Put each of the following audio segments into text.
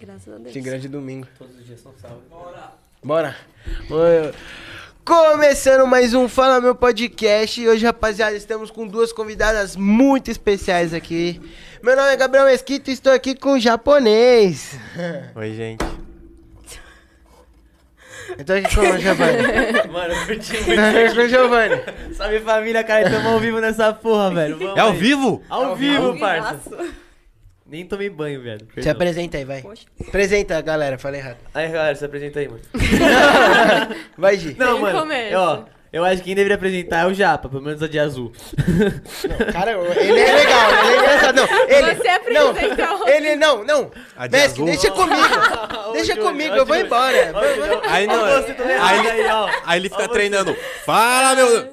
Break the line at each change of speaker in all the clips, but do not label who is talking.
Graças a Deus.
De grande domingo.
Todos os dias são sábados.
Bora! Mano, Começando mais um Fala Meu Podcast. E hoje, rapaziada, estamos com duas convidadas muito especiais aqui. Meu nome é Gabriel Mesquita e estou aqui com o japonês.
Oi, gente.
Eu tô aqui com o Giovanni.
Mano, eu curti
Tô aqui com o Giovanni.
muito. Salve família, cara. Tamo ao vivo nessa porra, velho. Vamos
É ao
aí.
vivo?
Ao, vivo, parça.
Vivaço.
Nem tomei banho, velho.
Se
Perdão.
apresenta aí, vai.
Poxa.
Apresenta, galera, falei errado.
Aí, galera, se apresenta aí, mano.
Vai, Gi.
Não,
Ele
mano.
começa.
Eu, ó, eu acho que quem deveria apresentar é o Japa, pelo menos a de azul.
Cara, ele é legal, ele é engraçado. Não, ele,
Você é apresenta
não,
o-
ele não, não.
A de
Messi,
azul?
deixa comigo. Deixa comigo, eu vou embora.
Aí não.
Olha você, tá vendo?
Aí,
Aí, ó.
aí ele fica treinando. Fala, meu.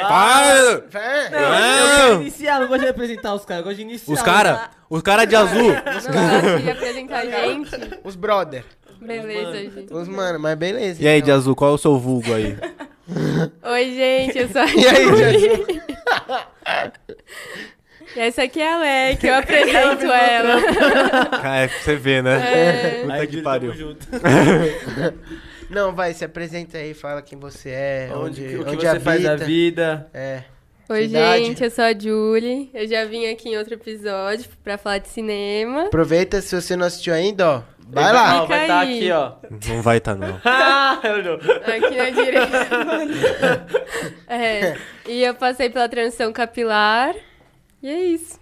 Fala, meu.
Vai.
Não, eu
Não.
quero iniciar, não gosto de apresentar os caras, eu gosto de iniciar.
Os cara, os cara de azul.
Não, eu apresentar a gente.
Os brother.
Beleza, gente.
Os mano, mas beleza.
E aí, de
então.
azul, qual é o seu vulgo aí?
Oi, gente, eu sou a
E aí, de
Yuri.
azul?
E essa aqui é a Lé, que eu apresento ela.
Ah, é pra você ver, né?
É.
Puta
Aí,
que
Júlio,
pariu.
tamo junto.
Não, vai, se apresenta aí, fala quem você é, onde,
o que
onde
você
habita.
faz na vida.
É.
Oi,
Cidade.
gente, eu sou a Julie. Eu já vim aqui em outro episódio pra falar de cinema.
Aproveita, se você não assistiu ainda, ó, vai lá.
Ó, Vai
Fica
estar
aí.
aqui, ó.
Não vai tá, não.
Ah, eu não.
Aqui na direita. É. E eu passei pela transição capilar. E é isso.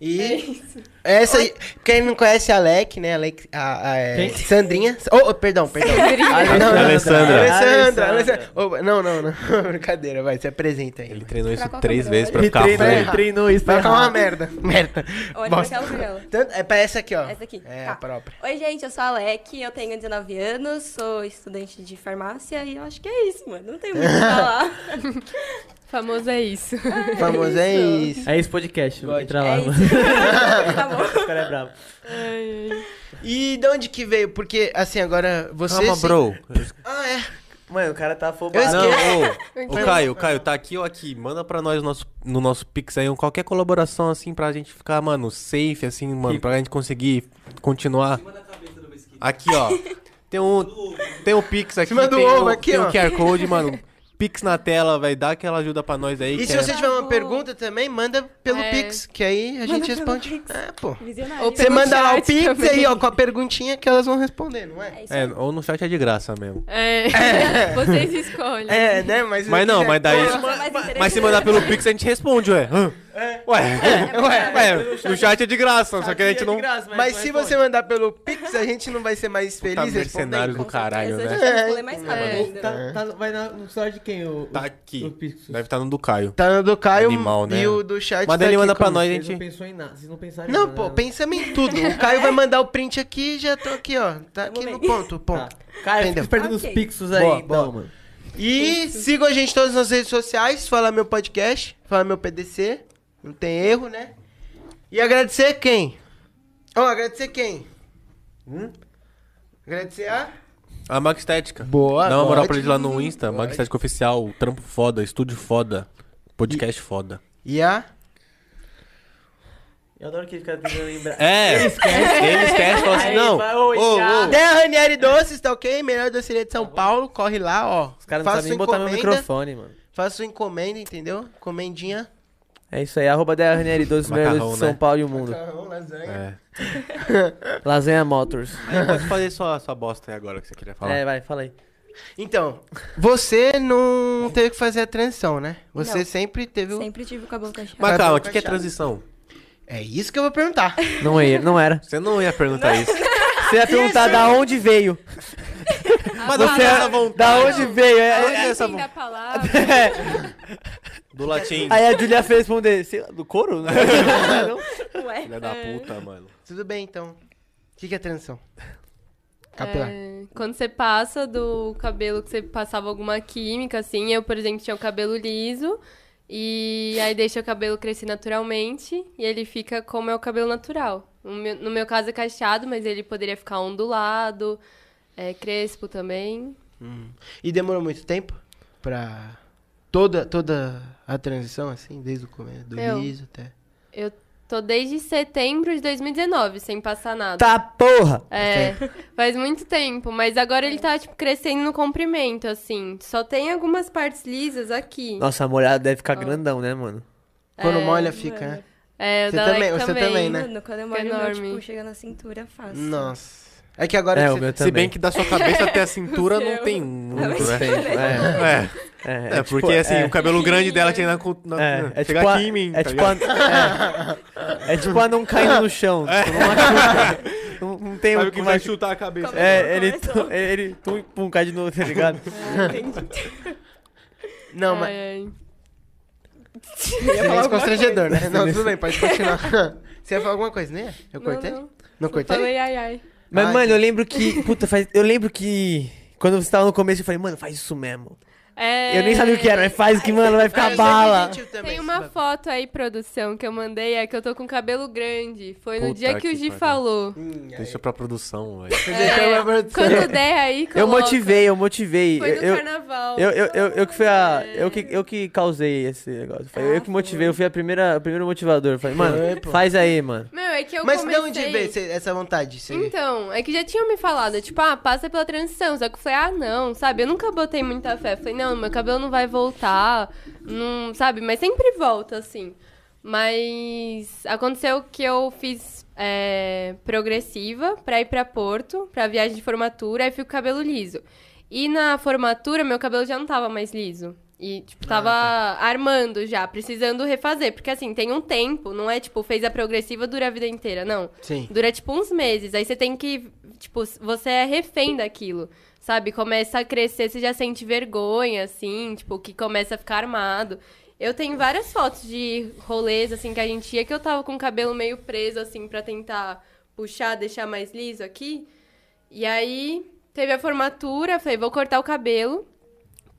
É
E
isso.
essa, quem não conhece a Alec, né, Alec, a, a- é,
Quem?
Sandrinha. Oh, oh, perdão, perdão. Ah, não, não, não.
Alessandra.
Alessandra, Alessandra. Ô, não, não, não, brincadeira, vai, se apresenta aí.
Ele treinou isso
Pra qual
três
câmera?
vezes pra
Ele
ficar
treinou,
ruim.
ele treinou isso.
Vai
tá
ficar uma
errado.
merda, merda.
Olha pra
Bosta.
aquela janela.
Tanto- é pra essa aqui, ó.
Essa aqui.
É,
Tá.
a própria.
Oi, gente, eu sou a Alec, eu tenho 19 anos, sou estudante de farmácia e eu acho que é isso, mano. Não tem muito o que falar.
Famoso é isso.
Famoso é
isso.
isso.
É esse podcast,
Pode.
entra lá,
É
mano.
isso. tá bom.
O cara é bravo.
Ai, ai.
E de onde que veio? Porque, assim, agora você.
Calma,
se-
bro.
Ah, é.
Mano, o cara tá afobado.
Eu esqueci.
Não, ô, ô, Caio, Caio, tá aqui ou aqui? Manda pra nós nosso, no nosso Pix aí um- qualquer colaboração, assim, pra gente ficar, mano, safe, assim, mano, pra gente conseguir continuar. Aqui, ó. Tem um, tem um Pix aqui,
cima do
tem,
ovo
um,
aqui,
tem
ó.
um QR Code, mano. Pix na tela, velho. Dá aquela ajuda pra nós aí.
E
que
se
é-
você tiver uma pergunta também, manda pelo
É.
Pix, que aí a gente responde. É, pô.
Visionário.
Ou
Você
pelo
manda lá o
chat
Pix
também.
aí, ó, com a perguntinha que elas vão responder, não é?
É isso.
É, ou no chat é de graça mesmo.
É. Vocês escolhem.
É, né? Mas,
Mas não, mas daí.
Nossa, mais interessante.
Mas se mandar pelo Pix, a gente responde, ué. Hã? Ué,
ué,
ué, no É, chat é de graça, só que a gente não.
Mas é se você mandar pelo Pix, a gente não vai ser mais feliz
Tá mercenário
respondendo.
do caralho,
Essa
né?
eu já responder mais rápido
É.
ainda.
Tá, tá- vai na, no celular de quem? O,
Tá
o- O
aqui.
Pixos.
Deve estar no do Caio.
Tá no do Caio
Animal, né?
e o do chat.
Manda
tá
ele
aqui
manda pra
como?
nós, a
Vocês não
gente.
pensou em nada. Vocês não pensaram em
Não,
nada,
pô,
né?
pensamos em tudo. O Caio vai mandar o print aqui e já tô aqui, ó. Tá aqui no ponto,
Tá.
ponto.
Cara, eu
Entendeu.
fico perdendo
Ok.
os pixels aí,
Boa,
então,
boa.
mano.
E sigam a gente em todas as redes sociais, fala meu podcast, fala meu PDC, não tem erro, né? E agradecer quem? Ó, agradecer quem? Hum? Agradecer a
A Max Estética.
Boa,
Dá uma moral
pode.
pra eles lá no Insta. Max Estética Oficial. Trampo foda, estúdio foda. Podcast foda.
e a
Eu adoro que ele fica tentando lembrar.
É! Ele esquece, ele esquece fala assim,
Aí,
não.
vai, ô,
ô,
já.
ô.
Tem a Ranieri Doces, tá ok? Melhor doceria de São Paulo, corre lá, ó.
Os caras não sabem nem botar meu microfone, mano.
Faça sua encomenda, entendeu? Comendinha.
É isso aí, arroba DRNL, 12 melhores
Macarrão,
de São
né?
Paulo e o mundo.
Macarrão, lasanha.
É.
Lasanha Motors.
Aí pode fazer sua, sua bosta aí agora que você queria falar.
É, vai, fala aí.
Então, você não teve que fazer a transição, né? Você
Não.
sempre teve o...
Sempre tive o cabelo cacheado.
Mas
Vai
calma, o
pro
que, que é
fechado.
transição?
É isso que eu vou perguntar.
Não era. Não era.
Você não ia perguntar isso.
Você ia perguntar da onde veio.
Mas você é era vontade.
Da onde veio? É,
Olha
é,
a
essa
origem da palavra.
É.
Do latim.
Aí a Julia fez responder, sei lá, do couro, né? Não?
Ué.
Filha da puta, mano.
Tudo bem, então. O que, que é transição? Capilar.
É, quando você passa do cabelo que você passava alguma química, assim, eu, por exemplo, tinha o cabelo liso. E aí deixa o cabelo crescer naturalmente e ele fica como é o cabelo natural. No meu, no meu caso é cacheado, mas ele poderia ficar ondulado, é, crespo também.
Hum. E demorou muito tempo pra toda, toda a transição, assim, desde o começo, do
Eu.
liso até...
Eu Tô desde setembro de 2019 sem passar nada.
Tá porra!
É, faz muito tempo, mas agora ele tá, tipo, crescendo no comprimento, assim. Só tem algumas partes lisas aqui.
Nossa, a molhada deve ficar grandão, né, mano?
Quando molha, fica, né?
É, o
Você
da Leque
também- você também, né?
Mano, quando eu
Fica
molho, o meu,
enorme.
tipo, chega na cintura fácil.
Nossa. É que agora
É,
que
o
você-
meu
Se bem
também.
que da sua cabeça até a cintura não
seu.
tem muito,
Ah, mas
né?
diferente.
É,
É,
é,
é,
tipo,
porque assim,
é,
o cabelo grande dela tinha na. cu- na
é, é
chega
tipo a-
aqui em mim.
É
tá
tipo a.
ligado? É.
É, é tipo a não caindo no chão. tipo, não machuca. Não, não tem
Sabe
o que
vai
machucar.
chutar a cabeça.
É, ele.
Começou.
tu- Ele. Tum, pum, cai de novo, tá ligado?
Não, mas...
Ai, ai.
Silêncio constrangedor, né? Não, tudo bem, pode continuar. você ia falar alguma coisa, né? Eu cortei?
Não, não.
Não cortei? Ah,
Falei ai, ai.
Mas,
Ai,
mano,
que-
eu lembro que. Puta, faz. Eu lembro que. Quando você tava no começo, eu falei, mano, faz isso mesmo.
É,
Eu nem sabia o que era, mas faz que, mano, vai ficar
Ah, eu
bala.
sempre senti também
Tem
esse
uma
bagulho.
foto aí, produção, que eu mandei, é que eu tô com cabelo grande. Foi no
Puta
dia que, o
que
Gi
pariu.
falou.
Hum, aí.
Deixa pra produção, velho.
Você deixou uma produção.
É, Quando der aí, coloca.
Eu motivei, eu motivei.
Foi no
eu,
carnaval.
Eu, eu, eu, eu que fui a. Eu que, eu que causei esse negócio. Foi eu que motivei, eu fui a primeira, o primeiro motivador. Eu Falei, mano,
Foi, pô.
faz aí, mano.
Meu, é que eu
Mas de
comecei...
onde veio esse- essa vontade? Você...
Então, é que já tinham me falado, tipo, ah, passa pela transição. Só que eu falei, ah, não, sabe? Eu nunca botei muita fé. Falei, não, meu cabelo não vai voltar, não, sabe? Mas sempre volta, assim. Mas aconteceu que eu fiz é, progressiva pra ir pra Porto, pra viagem de formatura, aí fui com o cabelo liso. E na formatura, meu cabelo já não tava mais liso. E, tipo, tava armando já, precisando refazer. Porque, assim, tem um tempo, não é, tipo, fez a progressiva, dura a vida inteira, não.
Sim.
Dura tipo uns meses. Aí você tem que. Tipo, você é refém daquilo. Sabe? Começa a crescer, você já sente vergonha, assim, tipo, que começa a ficar armado. Eu tenho várias fotos de rolês, assim, que a gente ia, que eu tava com o cabelo meio preso, assim, pra tentar puxar, deixar mais liso aqui. E aí teve a formatura, falei, vou cortar o cabelo.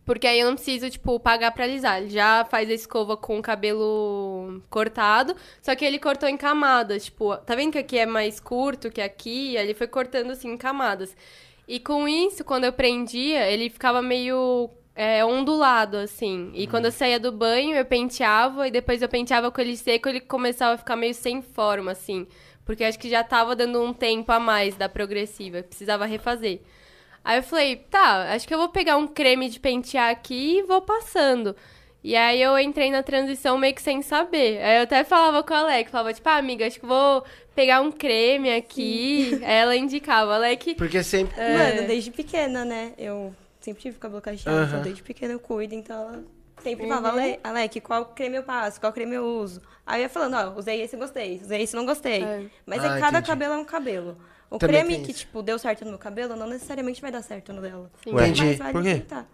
Porque aí eu não preciso, tipo, pagar pra alisar. Ele já faz a escova com o cabelo cortado, só que ele cortou em camadas, tipo, tá vendo que aqui é mais curto que aqui? Aí Ele foi cortando, assim, em camadas. E com isso, quando eu prendia, ele ficava meio é, ondulado, assim. E quando eu saía do banho, eu penteava, e depois eu penteava com ele seco, ele começava a ficar meio sem forma, assim. Porque acho que já tava dando um tempo a mais da progressiva, precisava refazer. Aí eu falei, tá, acho que eu vou pegar um creme de pentear aqui e vou passando. E aí eu entrei na transição meio que sem saber. Aí eu até falava com a Alec, falava, tipo, ah, amiga, acho que vou pegar um creme aqui. Aí ela indicava, Alec.
Porque sempre...
É.
Mano, desde pequena, né? Eu sempre tive cabelo cacheado,
Aham.
então desde pequena eu cuido, então ela sempre falava, Ale- Alec, qual creme eu passo, qual creme eu uso. Aí eu ia falando, ó, usei esse e gostei, usei esse e não gostei.
É.
Mas
Ah,
é cada
entendi.
cabelo é um cabelo. O
Também tem
creme que,
isso.
tipo, deu certo no meu cabelo, não necessariamente vai dar certo no dela.
Ué. Entendi.
Mas vale
Por quê?
tentar.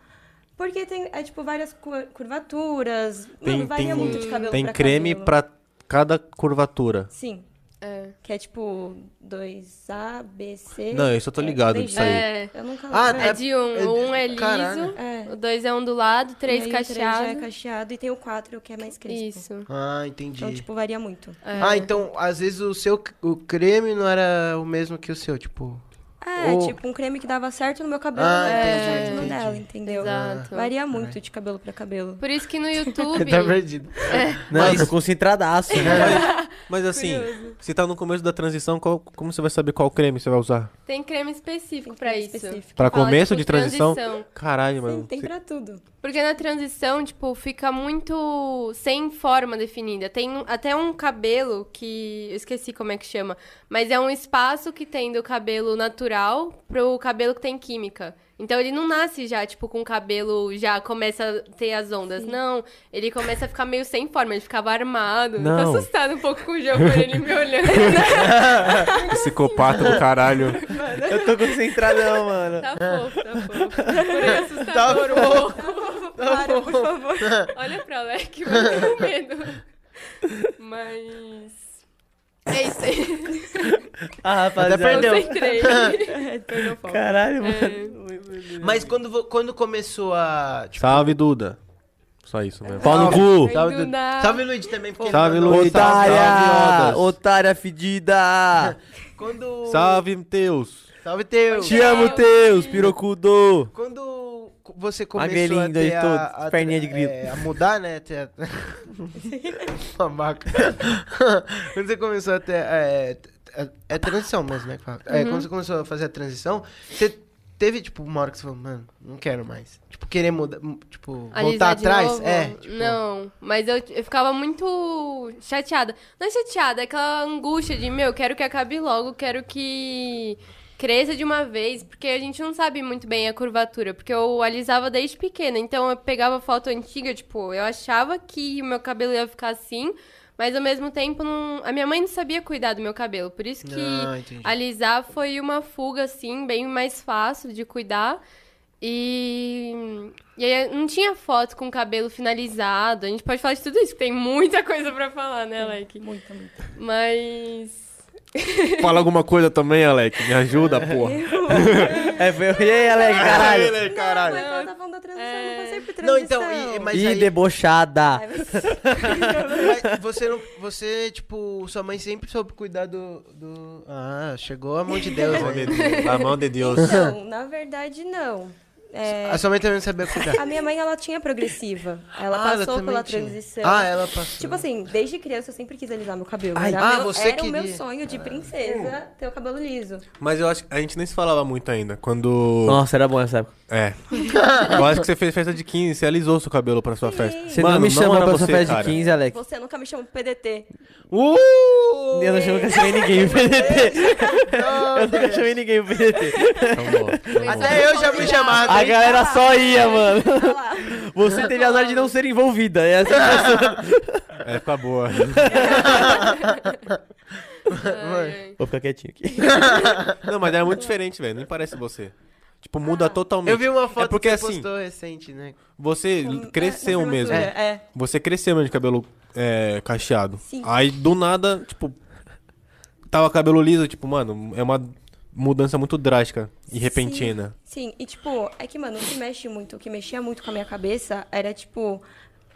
Porque tem, é, tipo, várias cu- curvaturas,
Tem,
mano, varia muito de
tem,
cabelo
tem
Então, pra
creme
cabelo.
pra cada curvatura.
Sim,
É.
que é tipo 2A, B, C...
Não, isso eu tô
É,
ligado
bem-
disso aí.
É.
Eu nunca
Ah,
lembro.
É de um. O um é liso,
Caralho.
É.
o dois é ondulado, o três
E aí o três já é
cacheado.
cacheado e tem o 4 que é mais crespo.
Isso.
Ah, entendi.
Então, tipo, varia muito.
É.
Ah, então, às vezes o seu o creme não era o mesmo que o seu, tipo...
Ah,
É,
Ou-
tipo, um creme que dava certo no meu cabelo,
Ah,
não dava
entendi,
certo no
entendi.
dela, entendeu?
Exato.
Varia muito de cabelo pra cabelo.
Por isso que no YouTube.
Tá perdido.
Não, eu tô concentradaço, né?
Mas assim, se tá no começo da transição, qual- como você vai saber qual creme você vai usar?
Tem creme específico pra isso.
Específico.
Pra
Fala,
começo
tipo,
de transição?
transição.
Caralho,
Sim,
mano.
tem
Se-
pra tudo.
Porque na transição, tipo, fica muito sem forma definida. Tem um- até um cabelo que. Eu esqueci como é que chama. Mas é um espaço que tem do cabelo natural pro cabelo que tem química. Então ele não nasce já, tipo, com o cabelo já começa a ter as ondas. Não, ele começa a ficar meio sem forma, ele ficava armado.
Não.
Tô assustada um pouco com o jogo, quando ele me olhando.
Psicopata do caralho.
Eu tô concentradão, mano.
tá fofo, tá fofo. Porém, assustador. um pouco.
Para, por favor.
Olha pra Alec, mas eu tenho medo. Mas. É isso aí.
Ah, rapaziada.
Até perdeu.
Concentrei.
Perdeu o foco.
Caralho, mano.
É.
Mas quando, vo- quando começou a... Tipo,
Salve, Duda. Só isso mesmo.
Pau no
cu!
salve,
do nada.
salve Luigi também, porque
Salve,
ele mandou-
Luigi. Salve,
Otária!
Odas.
Otária fedida!
Quando...
Salve, Teus.
Salve teu.
Te amo, Teus, pirocudo!
Quando co- você começou a,
Magrelinho, dois
ter a,
todos,
a-
perninha de grilo.
é, a mudar, né? Ter a- Babaca. quando você começou a ter... É, é, é transição mesmo, né? que fala. É,
Uhum.
Quando você começou a fazer a transição, você teve, tipo, uma hora que você falou, mano, não quero mais. Tipo, querer mudar, mu- tipo, voltar
Alisar de
atrás?
novo?
É, tipo,
Não, mas eu, eu ficava muito chateada. Não é chateada, é aquela angústia de, meu, quero que acabe logo, quero que cresça de uma vez, porque a gente não sabe muito bem a curvatura, porque eu alisava desde pequena, então eu pegava foto antiga, tipo, eu achava que o meu cabelo ia ficar assim, mas ao mesmo tempo não- a minha mãe não sabia cuidar do meu cabelo, por isso que
Ah, entendi.
alisar foi uma fuga assim, bem mais fácil de cuidar. E, e aí não tinha foto com o cabelo finalizado. A gente pode falar de tudo isso, que tem muita coisa pra falar, né, Alec?
Muito, muito.
Mas.
Fala alguma coisa também, Alec. Me ajuda, porra.
É, foi eu. E aí, Alex, caralho?
Não, mas ela tá falando da transição, eu
É.
passei por
Não,
transição.
então, e- e- mas
Ih,
aí-
debochada.
Ai, mas-
Mas você não. Você, tipo, sua mãe sempre soube cuidar do. do... Ah, chegou a mão de Deus.
A mão
É.
de
né?
Deus. A mão de Deus.
Então, na verdade, não. É,
A sua mãe também não sabia cuidar.
a minha mãe, ela tinha progressiva. Ela
Ah, ela
passou
também
pela
tinha.
transição.
Ah, ela passou.
Tipo assim, desde criança eu sempre quis alisar meu cabelo.
Ai,
era
ah,
meu,
você
era o meu
queria.
sonho
Ah.
de princesa ter o cabelo liso.
Mas eu acho que a gente nem se falava muito ainda. Quando.
Nossa, era bom essa época.
É. Eu acho que você fez festa de 15, você alisou seu cabelo pra sua festa.
Você não me chamou
era
pra sua
você,
festa
cara.
de 15, Alex.
Você nunca me chamou pro PDT.
Uh!
Eu não chamei nunca chamei ninguém pro PDT. Eu nunca chamei ninguém pro PDT.
Então, bom, então, bom.
Até eu já fui chamado.
A galera só ia, mano.
Olha lá.
Você teve azar de não ser envolvida. Essa é a pessoa.
É, fica boa.
Ai, ai.
Vou ficar quietinho aqui.
Não, mas era muito diferente, velho. Nem parece você. Tipo, muda totalmente.
Eu vi uma foto
É porque
que você
assim,
postou recente, né?
você cresceu
Na
mesmo.
formatura, É.
Você cresceu mesmo de cabelo é, cacheado.
Sim.
Aí do nada, tipo, tava cabelo liso, tipo, mano, é uma mudança muito drástica e repentina.
Sim, e tipo, é que, mano, o que mexe muito, o que mexia muito com a minha cabeça era tipo.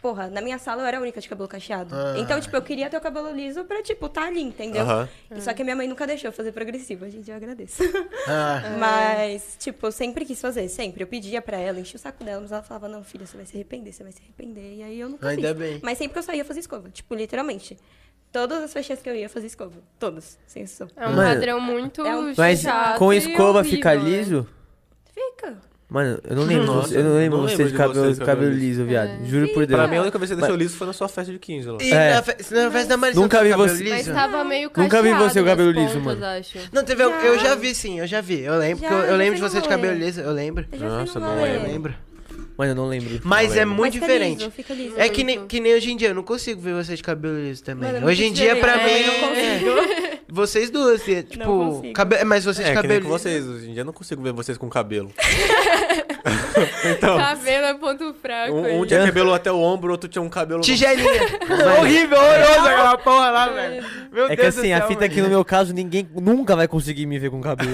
Porra, na minha sala eu era a única de cabelo cacheado. Então, tipo, eu queria ter o cabelo liso pra, tipo, tá ali, entendeu?
Aham.
E Só que a minha mãe nunca deixou eu fazer progressiva, gente, eu agradeço.
Ah.
Mas, tipo, eu sempre quis fazer, sempre. Eu pedia pra ela, enchia o saco dela, mas ela falava, não, filha, você vai se arrepender, você vai se arrepender. E aí eu nunca
Ainda
fiz.
bem.
Mas sempre que eu saía, eu fazia escova. Tipo, literalmente. Todas as festinhas que eu ia, eu fazia escova. Todas, sem exceção.
É um
Mano,
padrão muito
é um-
Mas
chato
com
e
escova
horrível,
fica
né?
liso?
Fica.
Mano, eu não lembro,
Nossa,
você, eu não lembro
não
você
lembro
de
de
cabelo,
você de
cabelo,
cabelo
É.
liso, viado. Juro por Deus.
Pra mim, a única vez que você deixou
Mas-
liso foi na sua festa de 15, Lô.
E
É.
na, fe... na festa da Marisa.
Nunca
você
vi
tinha cabelo
você-
Mas
tá-
liso?
tava meio cacheado.
Nunca vi você com
nas
cabelo liso,
pontas,
mano.
Acho.
Não, teve.
Já.
Eu já vi sim, eu já vi. Eu lembro.
Já,
que eu, eu
já
lembro de
fui no
você de cabelo
rolê.
liso, eu lembro.
Eu já
Nossa,
fui
não
numa
lembro.
Eu lembro.
Mano, eu não lembro.
Mas é muito
Mas fica liso,
diferente.
fica liso.
É que nem,
Muito.
que nem hoje em dia, eu não consigo ver vocês de cabelo liso também.
Mano, é muito
hoje em dia, pra mim.
diferente. Eu
é.
não consigo.
Vocês duas, assim, tipo.
consigo.
Cabe... Mas vocês de
É, que nem
cabelo
com
liso.
vocês. Hoje em dia eu não consigo ver vocês com cabelo.
Cabelo é ponto fraco.
Um, um
aí.
tinha cabelo até o ombro, outro tinha um cabelo...
Tigelinha. Horrível, horroroso aquela porra lá, velho. Meu
É que
Deus do
assim, a
céu, né?
fita
mano.
aqui no meu caso, ninguém nunca vai conseguir me ver com cabelo.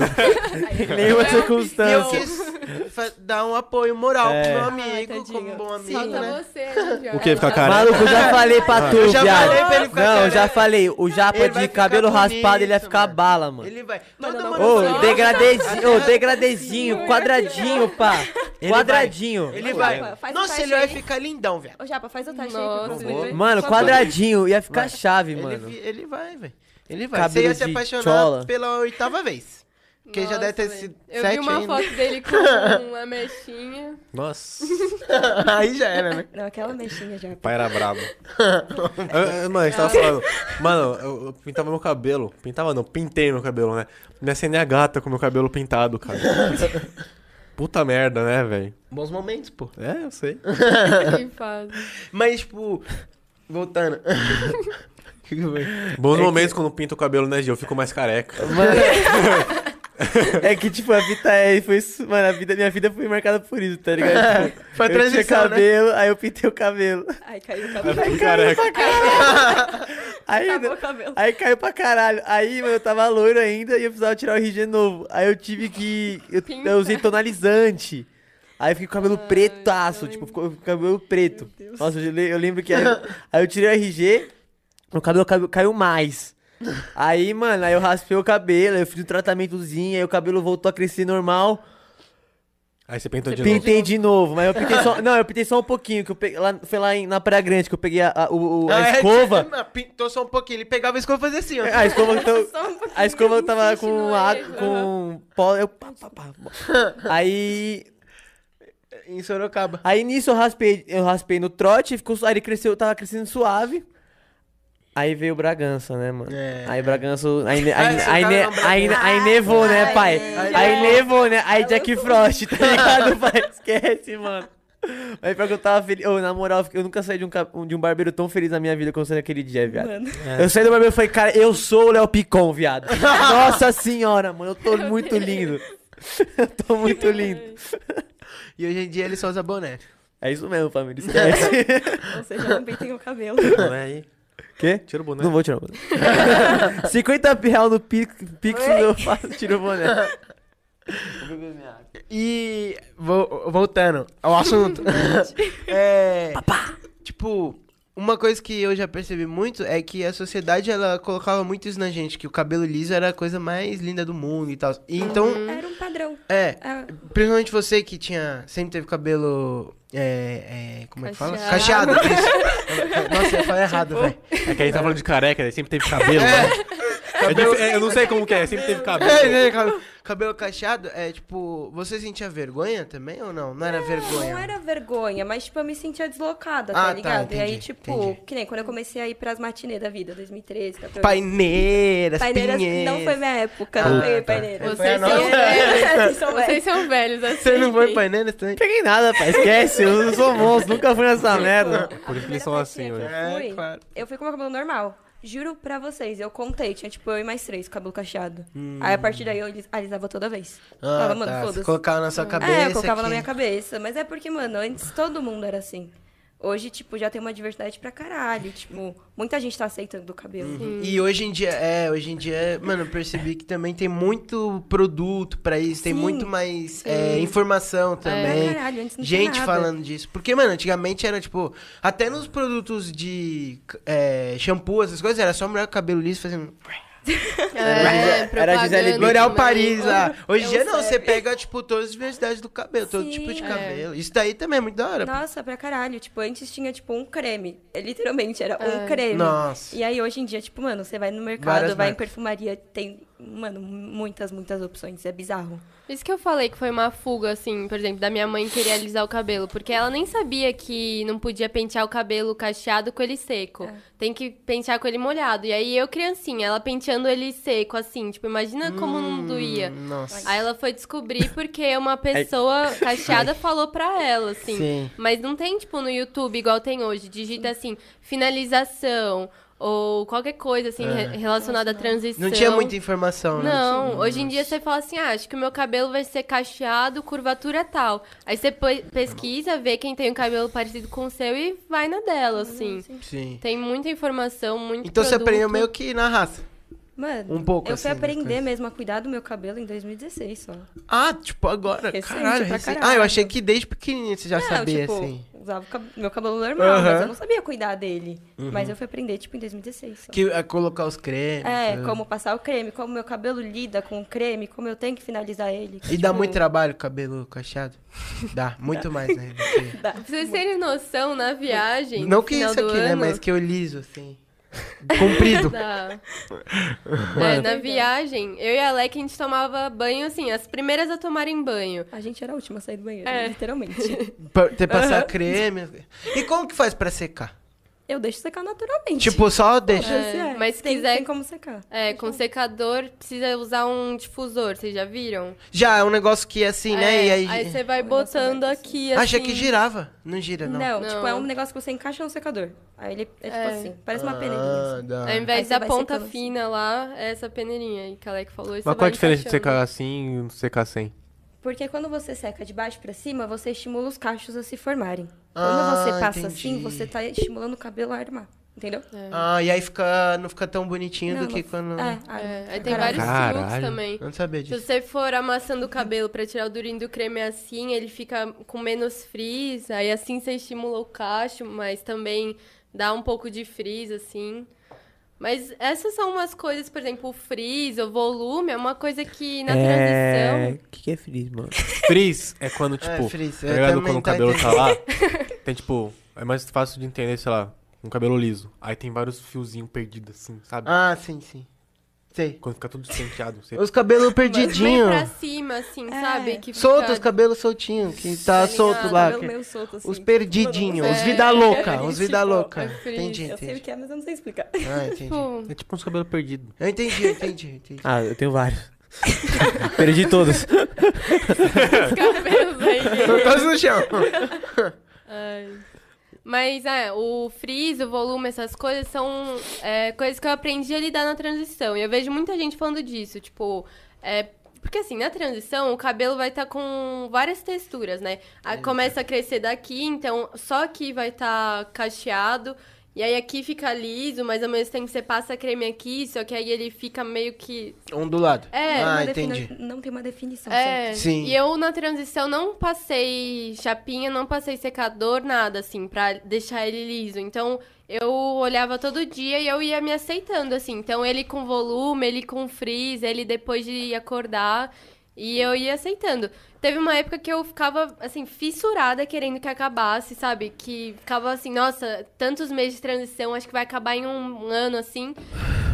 Em nenhuma
É um
E eu
circunstância.
quis fa- dar um apoio moral
É.
pro
Ah,
meu
Ai,
amigo,
tadinho.
como um bom amigo,
Falta
né?
você, né, Jorge?
O quê? Ficar careca?
Maluco, eu já falei pra tu,
Eu já
viado.
falei pra ele ficar
não, eu
careca.
já falei. O japa
Ele vai
de
ficar
cabelo raspado, ele ia
bonito,
ficar
mano.
bala, mano.
Ele vai.
Mano,
Todo
um
não
mundo
Ô,
fala,
degradezinho, ô, degradezinho, quadradinho, pá.
Ele
quadradinho.
Ele
Ô,
vai.
Japa, faz um
Nossa,
teste
ele vai
aí.
ficar lindão, velho.
Ô, Japa, faz o teste
Nossa.
aí pra você.
Mano, quadradinho, ia ficar chave,
Ele,
mano.
vi- ele vai, velho. Ele vai.
Cabelo
Você ia se
de
apaixonar
chola.
pela oitava vez. Porque já deve ter
Nossa,
sido
velho. Eu vi
sete
uma
ainda.
foto dele com uma mexinha.
Nossa.
Aí já era, né?
Não, aquela mexinha, Japa.
O pai era brabo. Eu- eu- mano, a gente tava falando. Mano, eu, eu pintava meu cabelo. Pintava não, pintei meu cabelo, né? Me acenei a gata com meu cabelo pintado, cara. Puta merda, né, velho?
Bons momentos, pô.
É, eu sei.
Que fase.
Mas, tipo, voltando. tipo, que que foi?
Bons momentos quando pinto o cabelo, né, Gil? Eu fico mais careca.
Mano. É que, tipo, a vida é, foi. su- Mano, a vida, minha vida foi marcada por isso, tá ligado? Tipo,
Foi a
eu tinha
transição, né?
cabelo, aí eu pintei o cabelo.
Ai, caiu o
Tá
Eu
cabelo.
fico careca.
Aí,
Acabou o cabelo.
aí caiu pra caralho. Aí, mano, eu tava loiro ainda e eu precisava tirar o RG novo. Aí eu tive que. Eu,
Pinta.
eu usei tonalizante. Aí eu fiquei com o cabelo pretaço,
eu
tipo, ficou com o cabelo preto. Nossa, eu, le- eu lembro que aí, eu- aí eu tirei o RG, meu cabelo caiu, caiu mais. Aí, mano, aí eu raspei o cabelo, aí eu fiz um tratamentozinho, aí o cabelo voltou a crescer normal.
Aí você pintou
Você
de novo.
Pintei de novo, mas eu pintei só. Não, eu pintei só um pouquinho, que eu peguei. Lá, foi lá em- na Praia Grande que eu peguei a, a- o- o- a
Ah, é,
escova.
mas Pintou só um pouquinho. Ele pegava a escova e fazia assim, ó.
A escova, então,
Só um pouquinho,
a escova tava
insiste
com
no
água,
erro.
com pó. Eu. Pá, pá, pá. Aí.
Em Sorocaba.
Aí nisso eu raspei, eu raspei no trote, ficou, su- aí ele cresceu, tava crescendo suave. Aí veio o Bragança, né, mano?
É.
Aí Bragança. Aí, ne-
Ah,
aí,
esse
aí,
cara é
ne-
um Bragança.
aí, aí nevou, né, pai?
Ai,
Aí
é.
nevou, né? Aí Jack Frost, tá ligado, pai? Esquece, mano. Aí pior que eu tava feliz. Ô, na moral, eu fiquei- eu nunca saí de um, ca- de um barbeiro tão feliz na minha vida como eu saí naquele dia, viado.
Mano.
É.
Eu saí do barbeiro e falei, cara, eu sou o Léo Picon, viado. Nossa senhora, mano, eu tô muito lindo. Eu tô muito lindo.
E hoje em dia ele só usa boné.
É isso mesmo, família. Esquece.
Ou seja, também tem o cabelo.
Boné né, aí.
Quê?
Tira o boné.
Não vou tirar o boné. 50 real no Pix, pix eu faço, tiro o boné.
E vo- voltando ao assunto. é, tipo, uma coisa que eu já percebi muito é que a sociedade ela colocava muito isso na gente, que o cabelo liso era a coisa mais linda do mundo e tal. E então,
Era um padrão.
é,
Ah,
principalmente você que tinha, sempre teve cabelo é, é, como é que fala?
Cacheado.
Cacheado. Tipo, isso. Nossa, eu falei errado, velho.
É que a gente tá falando de careca, né? Sempre teve cabelo, né? É dif- é, eu não sei como que é, sempre teve cabelo.
É, né, cabelo- Cabelo cacheado, é tipo, você sentia vergonha também ou não? Não era vergonha.
Não era vergonha, mas tipo, eu me sentia deslocada,
Ah,
tá
tá,
ligado? e aí,
entendi,
tipo,
entendi.
que nem quando eu comecei a ir pras matinês da vida, 2013, 14.
Paineiras,
Paineiras
pinheiras.
não foi minha época,
Ah,
não foi
tá.
paineiras.
Foi a
Vocês são
nossa.
velhos. Vocês
Vocês são velhos.
são velhos, assim.
Você não foi né? paineiras também?
Peguei nada, pai. Esquece, eu não sou monstro, nunca fui nessa merda.
Tipo, a
Por isso que
primeira
eles são
festinha
assim
que
hoje.
eu fui,
É, claro.
Eu fui com meu cabelo normal. Juro pra vocês, eu contei, tinha tipo eu e mais três, com cabelo cacheado. Aí a partir daí eu alis- alisava toda vez. Falava, Ah, mano,
Hum. Ah, tá, Você
foda-se.
colocava na sua cabeça.
É, eu colocava na
que-
minha cabeça. Mas é porque, mano, antes todo mundo era assim. Hoje, tipo, já tem uma diversidade pra caralho. Tipo, muita gente tá aceitando o cabelo.
E hoje em dia, é, hoje em dia, mano, eu percebi que também tem muito produto pra isso, tem
Sim,
muito mais é, informação também.
Pra caralho, antes não tinha
Gente
nada.
falando disso. Porque, mano, antigamente era tipo, até nos produtos de é, shampoo, essas coisas, era só mulher com cabelo liso fazendo.
É,
Era Gisele
propaganda
L'Oréal
também.
Paris lá. Hoje em
É
Eu
dia não, você
sei.
pega, tipo, todas as diversidades do cabelo, todo
Sim.
tipo de
É.
cabelo. Isso daí também é muito da hora. pô.
Nossa, pra caralho. Tipo, antes tinha, tipo, um creme. É, Literalmente, era um creme.
Nossa.
E aí, hoje em dia, tipo, mano, você vai no mercado,
Várias
vai em
marcas.
perfumaria, tem, mano, muitas, muitas opções. É bizarro.
Isso que eu falei que foi uma fuga, assim, por exemplo, da minha mãe querer alisar o cabelo. Porque ela nem sabia que não podia pentear o cabelo cacheado com ele seco.
É.
Tem que pentear com ele molhado. E aí eu, criancinha, ela penteando ele seco, assim, tipo, imagina como
Hum.
não doía.
Nossa.
Aí ela foi descobrir porque uma pessoa cacheada falou pra ela, assim.
Sim.
Mas não tem, tipo, no YouTube, igual tem hoje. Digita assim, finalização ou qualquer coisa, assim, re- relacionada à transição.
É. Não tinha muita informação, né?
Não, hoje em dia você fala assim, ah, acho que o meu cabelo vai ser cacheado, curvatura tal. Aí você pe- pesquisa, vê quem tem um cabelo parecido com o seu e vai na dela, assim.
Sim.
Tem muita informação, muito
Então você
produto.
aprendeu meio que na raça.
Mano,
Um pouco,
eu
assim,
fui
das
aprender
coisas.
mesmo a cuidar do meu cabelo em 2016 só.
Ah, tipo, agora.
Recente
caralho,
pra
recente.
caralho.
Ah, eu achei que desde pequenininho você já sabia,
tipo,
assim.
usava o cab- meu cabelo normal, mas
Aham. Uhum.
eu não sabia cuidar dele. Mas eu fui aprender, tipo, em 2016 só.
Que é colocar os cremes.
É,
tudo.
como passar o creme, como meu cabelo lida com o creme, como eu tenho que finalizar ele.
E
tipo,
dá muito trabalho o cabelo cacheado? Dá, muito mais, né? do que-
trabalho.
Pra vocês terem noção, na viagem,
Não
no
que
final
isso
do
aqui, né?
ano-
Mas que eu liso, assim. Comprido.
Da- É, na viagem, eu e a Alec, a gente tomava banho, assim, as primeiras a tomarem banho.
A gente era a última a sair do banheiro,
É.
literalmente.
pra ter passar creme. E como que faz pra secar?
Eu deixo secar naturalmente.
Tipo, só deixa.
Foda-se,
É, mas se
tem,
quiser-
tem como secar.
É, com secador, precisa usar um difusor, vocês já viram?
Já, é um negócio que é assim, né?
É,
E aí.
aí você vai
Nossa,
botando
mas isso-
aqui, assim.
Acha que girava. Não gira, não.
Não, tipo,
Não.
é um negócio que você encaixa no secador. Aí ele é tipo
É.
assim, parece uma
Ah,
peneirinha. assim.
dá.
Ao
Aí
invés
você
da
vai
ponta
secando assim.
fina lá, é essa peneirinha aí que a Alec falou.
Mas qual a diferença de secar assim e secar sem?
Porque quando você seca de baixo pra cima, você estimula os cachos a se formarem.
Ah,
Quando você passa
entendi.
assim, você tá estimulando o cabelo a armar. Entendeu?
Ah, e aí fica, não fica tão bonitinho
Não,
do que
não-
quando.
É,
É,
arma.
Tipo, aí tem
Caralho.
vários truques
Caralho.
também.
Eu Não sabia
Se
disso.
você for amassando o cabelo pra tirar o durinho do creme assim, ele fica com menos frizz, aí assim você estimula o cacho, mas também dá um pouco de frizz, assim. Mas essas são umas coisas, por exemplo, o frizz, o volume, é uma coisa que na
é...
transição.
O que, que é feliz, mano?
Frizz é quando, tipo,
frizz,
tá
eu
ligado?
também
Quando o
tá
cabelo tá lá, tem, tipo, é mais fácil de entender, sei lá, um cabelo liso. Aí tem vários fiozinhos perdidos, assim, sabe?
Ah, sim, sim. Sei.
Quando fica tudo despenteado. Você...
Os cabelos
Mas bem
perdidinhos.
pra cima, assim, sabe? Que fica-
Solta os cabelos soltinhos, que tá
ligado,
solto lá.
cabelo
que-
meio solto, assim.
Os perdidinhos, os
É,
vida louca,
é
os
isso,
vida
tipo,
louca.
é frizz.
Entendi,
Eu sei o
entendi.
que é, mas eu não sei explicar.
Ah, entendi.
Tipo,
É tipo uns cabelos perdidos.
Eu entendi, eu entendi, eu entendi.
Ah, eu tenho vários. Perdi todos.
os cabelos aí.
Todos no chão.
Ai. Mas é, o frizz, o volume, essas coisas são é, coisas que eu aprendi a lidar na transição. E eu vejo muita gente falando disso, tipo. é, porque assim, na transição, o cabelo vai estar com várias texturas, né? Aí começa a crescer daqui, então só aqui vai estar cacheado. E aí aqui fica liso, mas ao mesmo tempo você passa creme aqui, só que aí ele fica meio que.
Ondulado.
É,
ah,
Não defini-
entendi.
Não tem uma definição.
É,
certa.
Sim.
e eu na transição não passei chapinha, não passei secador, nada assim, pra deixar ele liso. Então eu olhava todo dia e eu ia me aceitando, assim. Então ele com volume, ele com frizz, ele depois de acordar. E eu ia aceitando. Teve uma época que eu ficava, assim, fissurada querendo que acabasse, sabe? Que ficava assim, nossa, tantos meses de transição, acho que vai acabar em um ano, assim.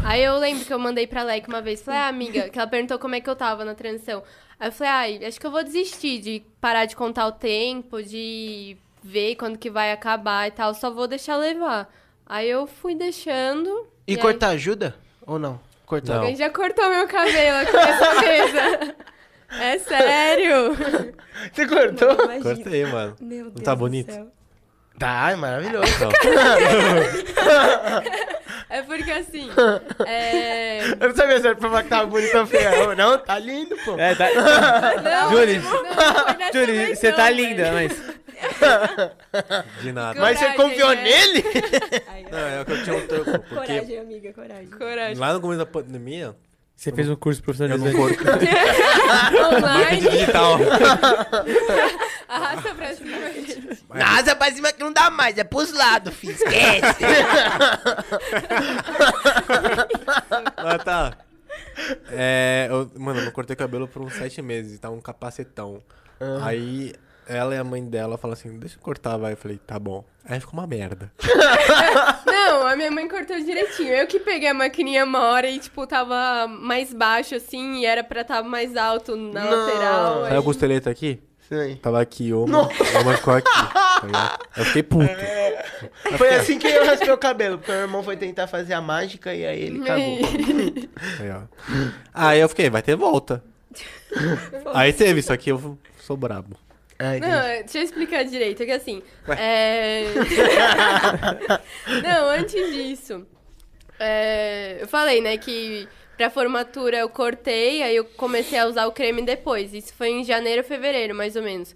Aí eu lembro que eu mandei pra Leque uma vez, falei, ah, amiga, que ela perguntou como é que eu tava na transição. Aí eu falei, ai, acho que eu vou desistir de parar de contar o tempo, de ver quando que vai acabar e tal, só vou deixar levar. Aí eu fui deixando.
Então.
E
aí-
cortar ajuda? Ou não? Cortar.
Não.
Alguém já cortou meu cabelo aqui nessa mesa. É sério.
Você cortou?
Não, imagina.
Cortei, mano.
Meu Deus
tá
do
bonito?
céu.
Tá, é maravilhoso.
Não.
É porque assim, é...
Eu não sabia se era pra falar que tava bonito ou feio. Ou Não, tá lindo, pô.
É, tá...
Não,
Julie,
não, não foi nessa
Júlio,
vez
você
não,
tá
velho.
linda, mas...
De nada.
Mas-
Mas você
Coragem,
confiou
né?
nele?
Ai,
Não, é o que eu tinha um troco, porque
coragem, amiga, coragem.
Coragem.
lá no começo da pandemia,
Você fez um curso
eu não
profissionalizante.
corto de
Online,
digital.
arrasta pra cima, gente.
Nasa pra cima que não dá mais, é pros lados, filho. Esquece.
Ah, tá. É, eu- mano, eu cortei o cabelo por uns sete meses, tá um capacetão. Aí ela e a mãe dela falam assim, deixa eu cortar, vai. Eu falei, tá bom. Aí ficou uma merda.
Não, a minha mãe cortou direitinho. Eu que peguei a maquininha uma hora e, tipo, tava mais baixo, assim, e era pra tava mais alto na
Não.
lateral.
Aí
aí-
o costeleta aqui,
Sim.
tava Tá aqui, uma, uma ficou aqui. tá ligado? eu fiquei puto.
Foi assim que eu raspei o cabelo, porque meu irmão foi tentar fazer a mágica e aí ele cagou.
assim.
Aí, ó. tá Aí eu fiquei, vai ter volta. Aí teve, só que eu sou brabo.
Ai,
Não,
Deus.
deixa eu explicar direito, é que assim. é- Não, antes disso. é, Eu falei, né, que pra formatura eu cortei, aí eu comecei a usar o creme depois. Isso foi em janeiro, fevereiro, mais ou menos.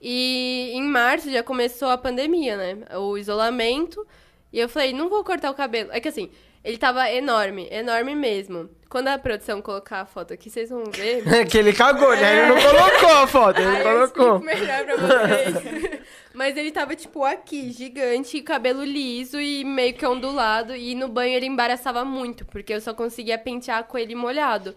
E em março já começou a pandemia, né? O isolamento. E eu falei, não vou cortar o cabelo. É que assim, ele tava enorme, enorme mesmo. Quando a produção colocar a foto aqui, vocês vão ver.
É que ele cagou, né? Ele não colocou a foto, ele
Aí
não
eu explico
colocou.
melhor pra vocês. Mas ele tava, tipo, aqui, gigante, cabelo liso e meio que ondulado. E no banho ele embaraçava muito, porque eu só conseguia pentear com ele molhado.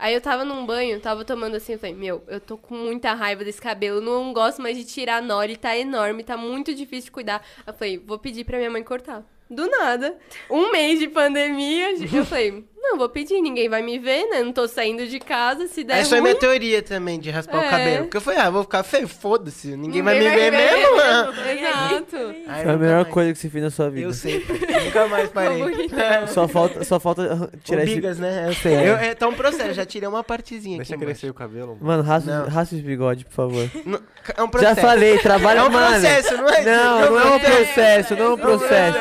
Aí eu tava num banho, tava tomando assim, eu falei, meu, eu tô com muita raiva desse cabelo, não gosto mais de tirar a nó, ele tá enorme, tá muito difícil de cuidar. Eu falei, vou pedir pra minha mãe cortar. Do nada. Um mês de pandemia, eu falei, não, vou pedir, ninguém vai me ver, né? Não tô saindo de casa, se der
Essa é a
ruim,
minha teoria também de raspar o
É.
cabelo. Porque eu falei, ah, vou ficar feio, foda-se. Ninguém vai me ver mesmo. né?
Exato.
Aí
Foi É a
nunca
melhor
mais.
coisa que você fez na sua vida.
Eu sei, nunca mais parei. É,
Vamos rir.
Só falta, só falta tirar
O
esse...
Bigas, né? Eu sei. Eu, é, tá um processo, já tirei uma partezinha
Deixa
aqui.
crescer o cabelo. mano.
Mano, raspa,
Não.
os- raspa esse bigode, por favor.
embaixo. Não, É um processo.
Já falei, trabalha,
É um
mano.
processo, não é?
Não, não é um processo, não é
Não
um
é um
processo.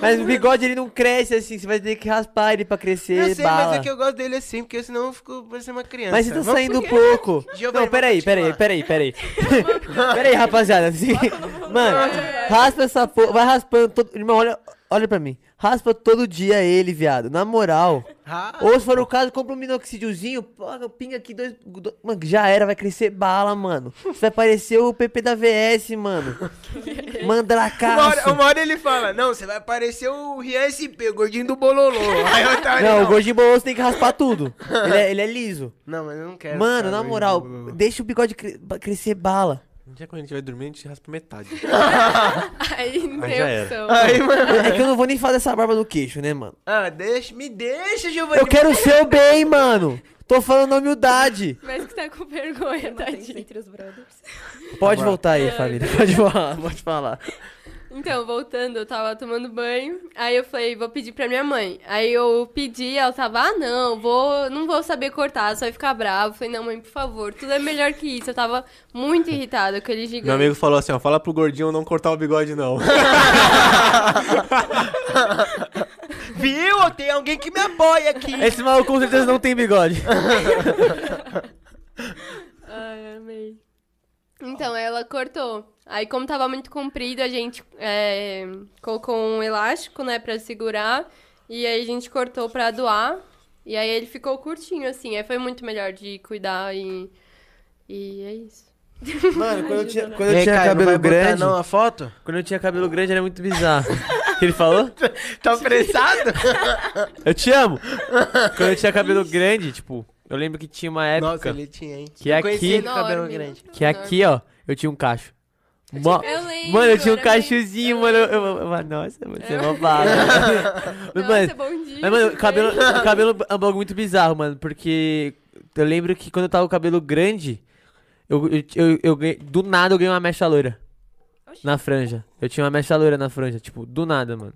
Mas o bigode, ele não cresce assim, você vai ter que raspar ele pra crescer,
Eu sei,
bala.
mas é que eu gosto dele assim, porque senão eu fico parecendo uma criança.
Mas você tá
Vamos-
saindo pouco.
Giovanni,
Não, peraí,
vamos
peraí,
continuar.
peraí, peraí. Peraí, rapaziada. assim, Mano, raspa essa porra. Vai raspando todo. Irmão, olha, olha pra mim. Raspa todo dia ele, viado. Na moral.
Ah,
Ou se for o caso, compra um minoxidilzinho, porra, pinga aqui dois, do- Mano, já era, vai crescer bala, mano. Você vai parecer o PP da VS, mano.
Uma
mandracaço.
hora, uma hora ele fala, não, você vai aparecer o Rian SP, o gordinho do Bololô. Aí eu tava,
Não, o gordinho boloso tem que raspar tudo. Ele é, ele é liso.
Não, mas eu não quero.
Mano,
ficar
na
gordinho
moral,
do Bololô.
deixa o bigode cre- ba- crescer bala.
Um dia quando a gente vai dormir, a gente raspa metade.
Aí não
Aí
tem
já era.
opção.
Aí, mano.
É que eu não vou nem fazer essa barba no queixo, né, mano?
Ah, deixa, me deixa, Giovanni.
Eu quero o seu bem, mano. Tô falando na humildade.
Mas que tá com vergonha,
Mantém-se
tadinho.
entre os brothers.
Pode voltar aí, família. Pode falar, pode falar.
Então, voltando, eu tava tomando banho. Aí eu falei, vou pedir pra minha mãe. Aí eu pedi, ela tava, ah, não, vou, não vou saber cortar, só vai ficar bravo. Eu Falei, não, mãe, por favor, tudo é melhor que isso. Eu tava muito irritada com aquele gigante.
Meu amigo falou assim, ó, fala pro gordinho não cortar o bigode, não.
Viu? Tem alguém que me apoia aqui.
Esse maluco com certeza não tem bigode.
Ai, amei. Então, ela cortou. Aí, como tava muito comprido, a gente é, colocou um elástico, né, pra segurar. E aí a gente cortou pra doar. E aí ele ficou curtinho, assim. Aí foi muito melhor de cuidar e. E é isso.
Mano, quando eu tinha, quando
E
eu
aí,
tinha
Caio, não
cabelo
vai botar,
grande.
não, a foto?
Quando eu tinha cabelo grande era muito bizarro. O que ele falou?
Tá apressado?
Eu te amo! Quando eu tinha cabelo grande, tipo, eu lembro que tinha uma época
Nossa, ele tinha, hein?
Que aqui-
Conheci no cabelo
Enorme.
grande.
que aqui, ó, eu tinha um cacho. Mó-
Eu lembro,
mano, eu tinha um
era bem-
cachozinho,
eu
mano.
lembro.
Eu, eu- eu- nossa, mano, você é roubado. Mas,
Nossa,
mano,
bom dia. Ah,
mas, mano,
tudo
cabelo,
bem?
cabelo é um bagulho muito bizarro, mano, porque eu lembro que quando eu tava com o cabelo grande, eu, eu, eu, eu ganhei- do nada eu ganhei uma mecha loira
Oxi.
na franja. Eu tinha uma mecha loira na franja, tipo, do nada, mano.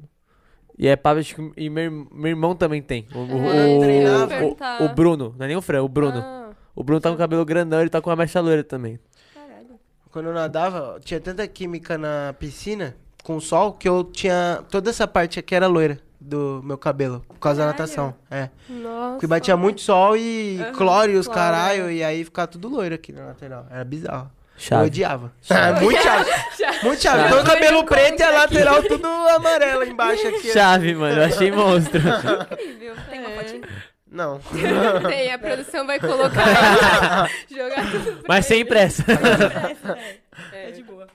E é pá, acho que- e meu, ir- meu irmão também tem. O, o-
Ah,
o-
eu ia
o-
perguntar.
o Bruno, não é nem o Fran, o Bruno.
tá. Ah,
O Bruno tá com o cabelo grandão, ele tá com uma mecha loira também.
Caralho.
Quando eu nadava, tinha tanta química na piscina, com o sol, que eu tinha... Toda essa parte aqui era loira do meu cabelo, por causa da
Caralho.
natação. É.
nossa.
Porque batia muito sol e cloro e os
claro.
caralho, e aí ficava tudo loiro aqui na lateral. Era bizarro. Eu
Chave.
odiava.
Ah,
muito chave. Muito chave. Então o
Eu
cabelo
não
preto e a
conto
lateral tudo amarelo embaixo aqui.
Chave, mano, eu achei monstro.
Incrível. Tem uma fotinha?
Não.
Tem, a produção vai colocar. jogar tudo pra
Mas sem pressa.
É
então.
de
Tipo,
boa.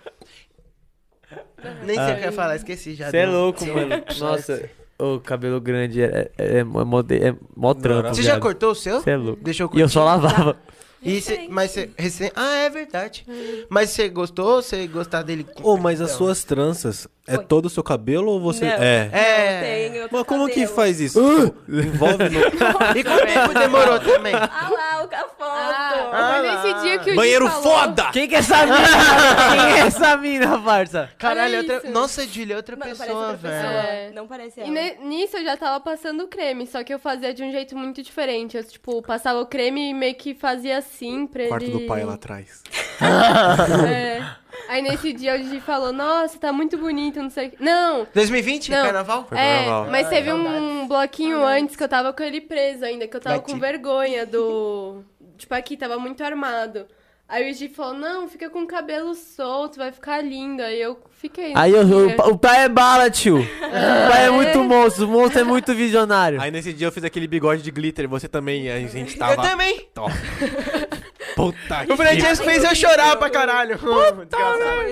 Nem sei o que eu ia falar, esqueci já.
Você é
deu.
louco, mano. Nossa, o cabelo grande é, é, é, mó, de- é mó trampo.
Você já
viado.
cortou o seu?
Cê é louco.
Deixa eu
E eu só lavava.
E cê- mas você. Recém... Ah, é verdade. Mas você gostou? Você gostar dele?
Ô, mas as suas tranças, é
Foi.
todo o seu cabelo ou você...
Não.
É. Ah!
É.
Não, tem outro
Mas como que
cabelo.
faz isso? Tipo, Envolve no...
E quanto tempo demorou também?
Ah lá, o cafoto.
Ah,
Ah
foi
lá.
nesse dia que o Gui
Banheiro
falou.
foda!
Quem que é essa mina? Quem é essa mina, parça?
Caralho,
Olha
outra...
isso.
Nossa, Júlia, é outra
Mano, parece
pessoa,
outra
velho.
pessoa.
É.
Não parece
E
ela.
ne- nisso eu já tava passando o creme, só que eu fazia de um jeito muito diferente. Eu, tipo, passava o creme e meio que fazia assim pra
Quarto
ele...
do pai lá atrás.
É. Aí nesse dia o Gigi falou, nossa, tá muito bonito, não sei o que. Não!
2020,
Não.
carnaval?
Foi
É,
carnaval.
mas teve um bloquinho antes que eu tava com ele preso ainda, que eu tava
Vai te-
com vergonha do. Tipo, aqui, tava muito armado. Aí o Gigi falou, não, fica com o cabelo solto, vai ficar lindo. Aí eu fiquei. né?
Aí eu,
nesse dia.
o, pa- o pai é bala, tio. O pai é muito monstro, o monstro é muito visionário.
Aí nesse dia eu fiz aquele bigode de glitter, você também, a gente tava...
Eu também.
Ó. Puta
O Francesco fez eu chorar pra caralho. O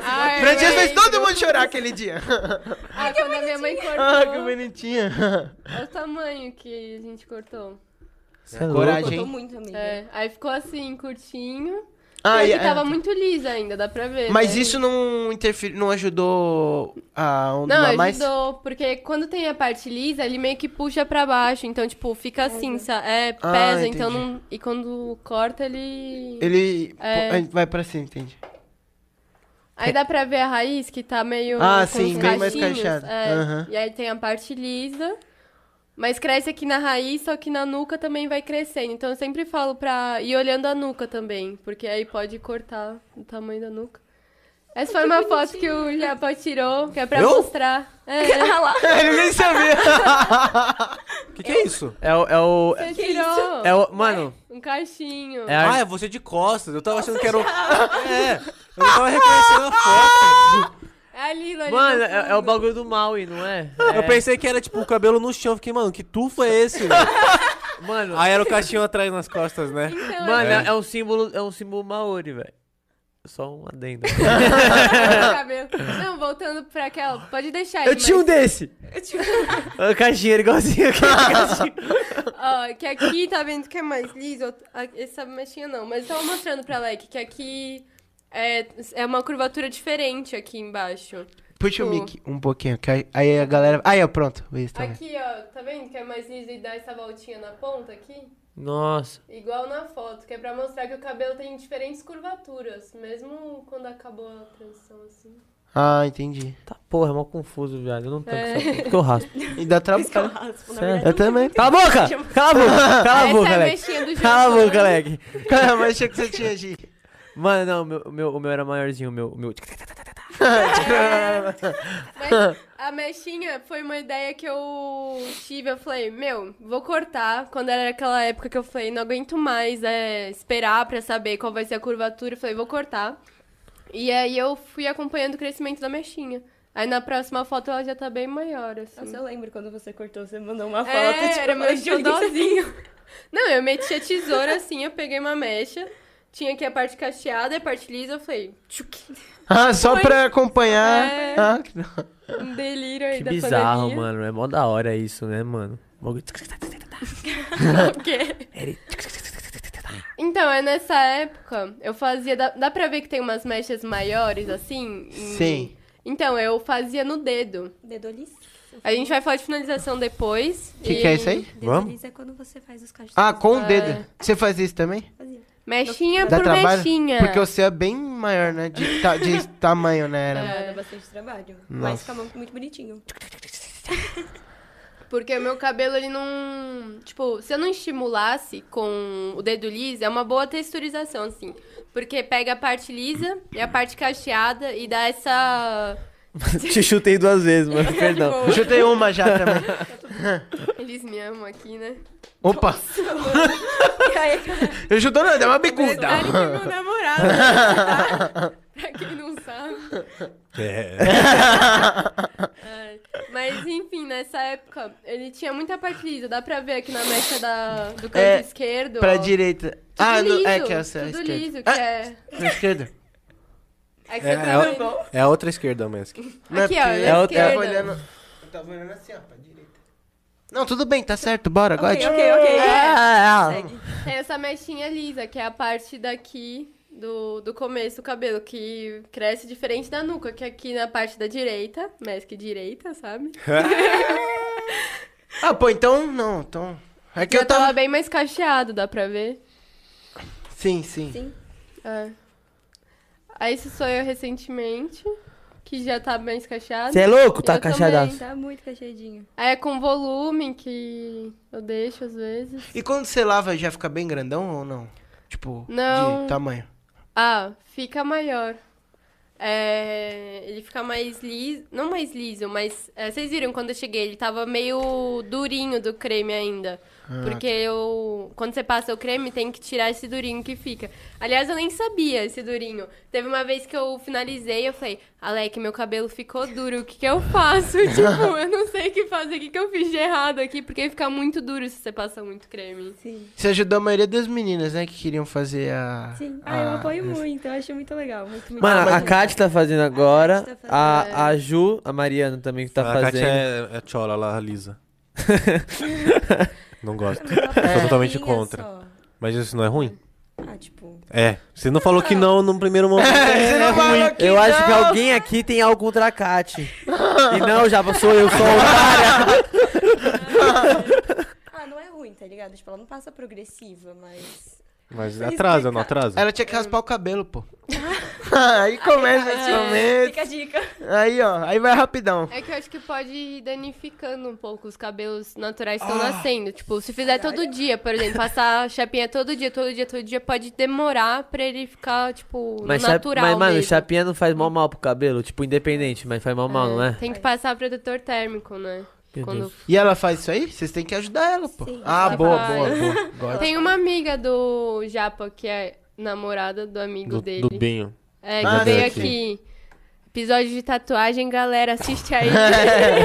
Ai,
Francesco
eu
fez todo
lembro.
mundo chorar aquele dia.
Ah, quando a minha mãe cortou.
Ah, que bonitinha.
Olha o tamanho que a gente cortou.
Cê é louco.
Tô
Coragem.
muito, amiga.
É, aí ficou assim, curtinho.
Ah,
Ah,
e-
e
é.
aqui tava muito lisa ainda, dá pra ver.
Mas
né?
isso não interferiu, não ajudou a
Não,
ondular mais?
ajudou, porque quando tem a parte lisa, ele meio que puxa pra baixo. Então, tipo, fica assim, sa- é,
Ah,
pesa. então,
entendi.
não, e quando corta, ele...
Ele
É.
pô, vai pra cima, entende?
É.
Aí dá pra ver a raiz, que tá meio...
Ah,
com
sim,
os
bem mais
cachinhos,
cacheado.
É.
Aham.
E aí tem a parte lisa, mas cresce aqui na raiz, só que na nuca também vai crescendo. Então, eu sempre falo pra ir olhando a nuca também, porque aí pode cortar o tamanho da nuca. Essa foi uma foto que o Japa tirou, que é pra
Eu?
mostrar. É,
Ah lá.
Ele nem sabia.
O que, que é isso?
É o. É o,
você tirou.
é o mano,
Um cachinho.
é a-
Ah, é você de costas. Eu tava achando que era o... É, eu não tava reconhecendo a foto.
É a Lila ali.
Mano,
no
é, é o
fundo.
bagulho do Maui, não é?
Eu
É,
pensei que era, tipo, o cabelo no chão. Eu Fiquei, mano, que tufo é esse? velho?
Mano,
Aí era o cachinho atrás nas costas, né?
Então,
mano,
É.
é. é um símbolo, é um símbolo Maori, velho.
Só um adendo.
cabelo. Não, voltando pra aquela. Pode deixar aí.
Eu tinha um
mas-
desse. Eu caixinha igualzinho aquele caixinha.
Ó, que aqui tá vendo que é mais liso. a- Essa mexinha não, mas eu tava mostrando pra Leque que aqui é, é uma curvatura diferente aqui embaixo.
Puxa o
Pô.
mic um pouquinho, que aí- aí a galera... Aí, ó, pronto. Isso, tá vendo?
Aqui, ó, tá vendo que é mais liso e dá essa voltinha na ponta aqui?
Nossa.
Igual na foto, que é pra mostrar que o cabelo tem diferentes curvaturas, mesmo quando acabou a transição, assim.
Ah, entendi.
Tá porra, é mó confuso, viado. Eu não tanco
É.
essa porra, porque eu raspo.
E dá trabalho. Tá,
que eu raspo, na
Sério?
verdade.
Eu também.
Cala a boca! Cala a boca! Cala
Essa
a
é
boca,
a
Alec.
mexinha do
Cala a
Giovanni.
boca, Alec.
Cara, mas achei que você tinha G.
Mano, não, o meu, o meu, o meu era maiorzinho, o meu. O meu...
Mas a mexinha foi uma ideia que eu tive. Eu falei, meu, vou cortar. Quando era aquela época que eu falei, não aguento mais é, esperar pra saber qual vai ser a curvatura. Eu falei, vou cortar. E aí eu fui acompanhando o crescimento da mexinha. Aí na próxima foto ela já tá bem maior, assim.
Nossa, eu lembro quando você cortou, você mandou uma foto.
É,
tipo,
era
eu
meu
falei, "Gente,
xodózinho. Não, eu meti a tesoura assim, eu peguei uma mecha. Tinha aqui a parte cacheada e a parte lisa. Eu falei, tchuc,
Ah, só
Foi.
pra acompanhar.
É.
Ah, que da-
um delírio aí
Que
da
bizarro,
pandemia.
mano. É mó da hora isso, né, mano? Bagulho-
O quê? Então, é nessa época, eu fazia. Dá, dá pra ver que tem umas mechas maiores, assim? em-
Sim.
Então, eu fazia no dedo.
Dedo liso.
A gente vai falar de finalização depois.
Que que é isso aí?
Dedo
Vamos?
liso é quando você faz os cachos.
Ah, com o
Ah.
dedo. Você faz isso também?
Fazia.
Mexinha
Dá
por
trabalho?
mexinha.
Porque o seu é bem maior, né? De, ta- de tamanho, né? Era.
é.
Dá bastante trabalho. Mas
Nossa.
fica muito bonitinho.
Porque o meu cabelo, ele não. Tipo, se eu não estimulasse com o dedo liso, é uma boa texturização, assim. Porque pega a parte lisa e a parte cacheada e dá essa.
Te chutei duas vezes, mano. Perdão.
Eu chutei uma já também.
Eles me amam aqui, né?
Opa!
E aí,
Eu chutou não, deu uma bicuda.
Detalhe que é meu namorado, tá? Pra quem não sabe.
É.
Ai, É, Mas enfim, nessa época, ele tinha muita parte lisa. Dá pra ver aqui na mecha da, do canto
É,
esquerdo.
Pra
ó.
direita.
Tudo
ah,
liso,
não, é que é essa
Tudo
esquerda.
liso, que é.
Ah, na esquerda.
Aqui,
É,
tá
é o-
vendo?
É a outra esquerda, mas.
Não é
Aqui, ó,
porque
na
eu
esquerda.
Tava olhando, eu tava olhando assim, ó, pra direita. Não, tudo bem, tá certo, bora, É. agora.
ok, ok, ok.
É. Ah.
Segue.
Tem essa mechinha lisa, que é a parte daqui do, do começo do cabelo, que cresce diferente da nuca, que é aqui na parte da direita, mesque direita, sabe?
Ah, pô, então, não, então... É que
Já
eu tava...
tava bem mais cacheado, dá pra ver.
Sim, sim.
Sim.
É. Aí esse sou eu recentemente, que já tá bem escacheado.
Você é louco? Tá
Eu também.
caixadaço.
Tá muito cacheadinho.
Aí é com volume que eu deixo às vezes.
E quando você lava, já fica bem grandão ou não? Tipo,
Não.
de tamanho.
Ah, fica maior. É, ele fica mais liso, não mais liso, mas é, vocês viram quando eu cheguei, ele tava meio durinho do creme ainda. Porque eu, quando você passa o creme, tem que tirar esse durinho que fica. Aliás, eu nem sabia esse durinho. Teve uma vez que eu finalizei, eu falei, Alec, meu cabelo ficou duro, o que que eu faço? tipo, eu não sei o que fazer, o que que eu fiz de errado aqui, porque fica muito duro se você passa muito creme.
Sim.
Você ajudou a maioria das meninas, né, que queriam fazer a...
Sim. Ah, eu
a-
apoio muito. Eu acho muito legal. Muito, muito
Mano, a
legal.
Kátia tá fazendo
A
agora.
Kátia tá fazendo.
A, a Ju, a Mariana também que tá
a
fazendo.
Kátia é, é tchola, ela lisa. não gosto.
Ela
Sou é totalmente
pinha
contra.
só.
Mas isso não é ruim?
Ah, tipo...
É. Você não falou que não no primeiro momento.
Você não falou que
É Eu
não.
acho que é alguém aqui tem algo contra a Kat. e não, já sou eu, sou otária.
Ah, não é ruim, tá ligado? Tipo, ela não passa progressiva, mas...
Mas
Sem
atrasa, não
explicar.
atrasa?
Ela tinha que raspar o cabelo, pô. aí começa esse
É, Fica a
momento.
dica.
Aí, ó, aí vai rapidão.
É que eu acho que pode ir danificando um pouco os cabelos naturais que estão nascendo. Tipo, se fizer todo dia, por exemplo, passar chapinha todo dia, todo dia, todo dia, pode demorar pra ele ficar, tipo,
Mas, chap-
natural.
mas, mano,
mesmo.
chapinha não faz mal mal pro cabelo, tipo, independente, mas faz mal mal, não é?
Tem que passar protetor térmico, né?
Meu
Quando...
E ela faz isso aí? Vocês têm que ajudar ela, pô.
Sim,
ah,
ela
boa,
faz.
boa, boa, Gosto.
Tem uma amiga do Japa que é namorada do amigo
Do,
dele.
do Binho.
É, que
Ah,
veio
sim.
aqui. Episódio de tatuagem, galera, assiste aí.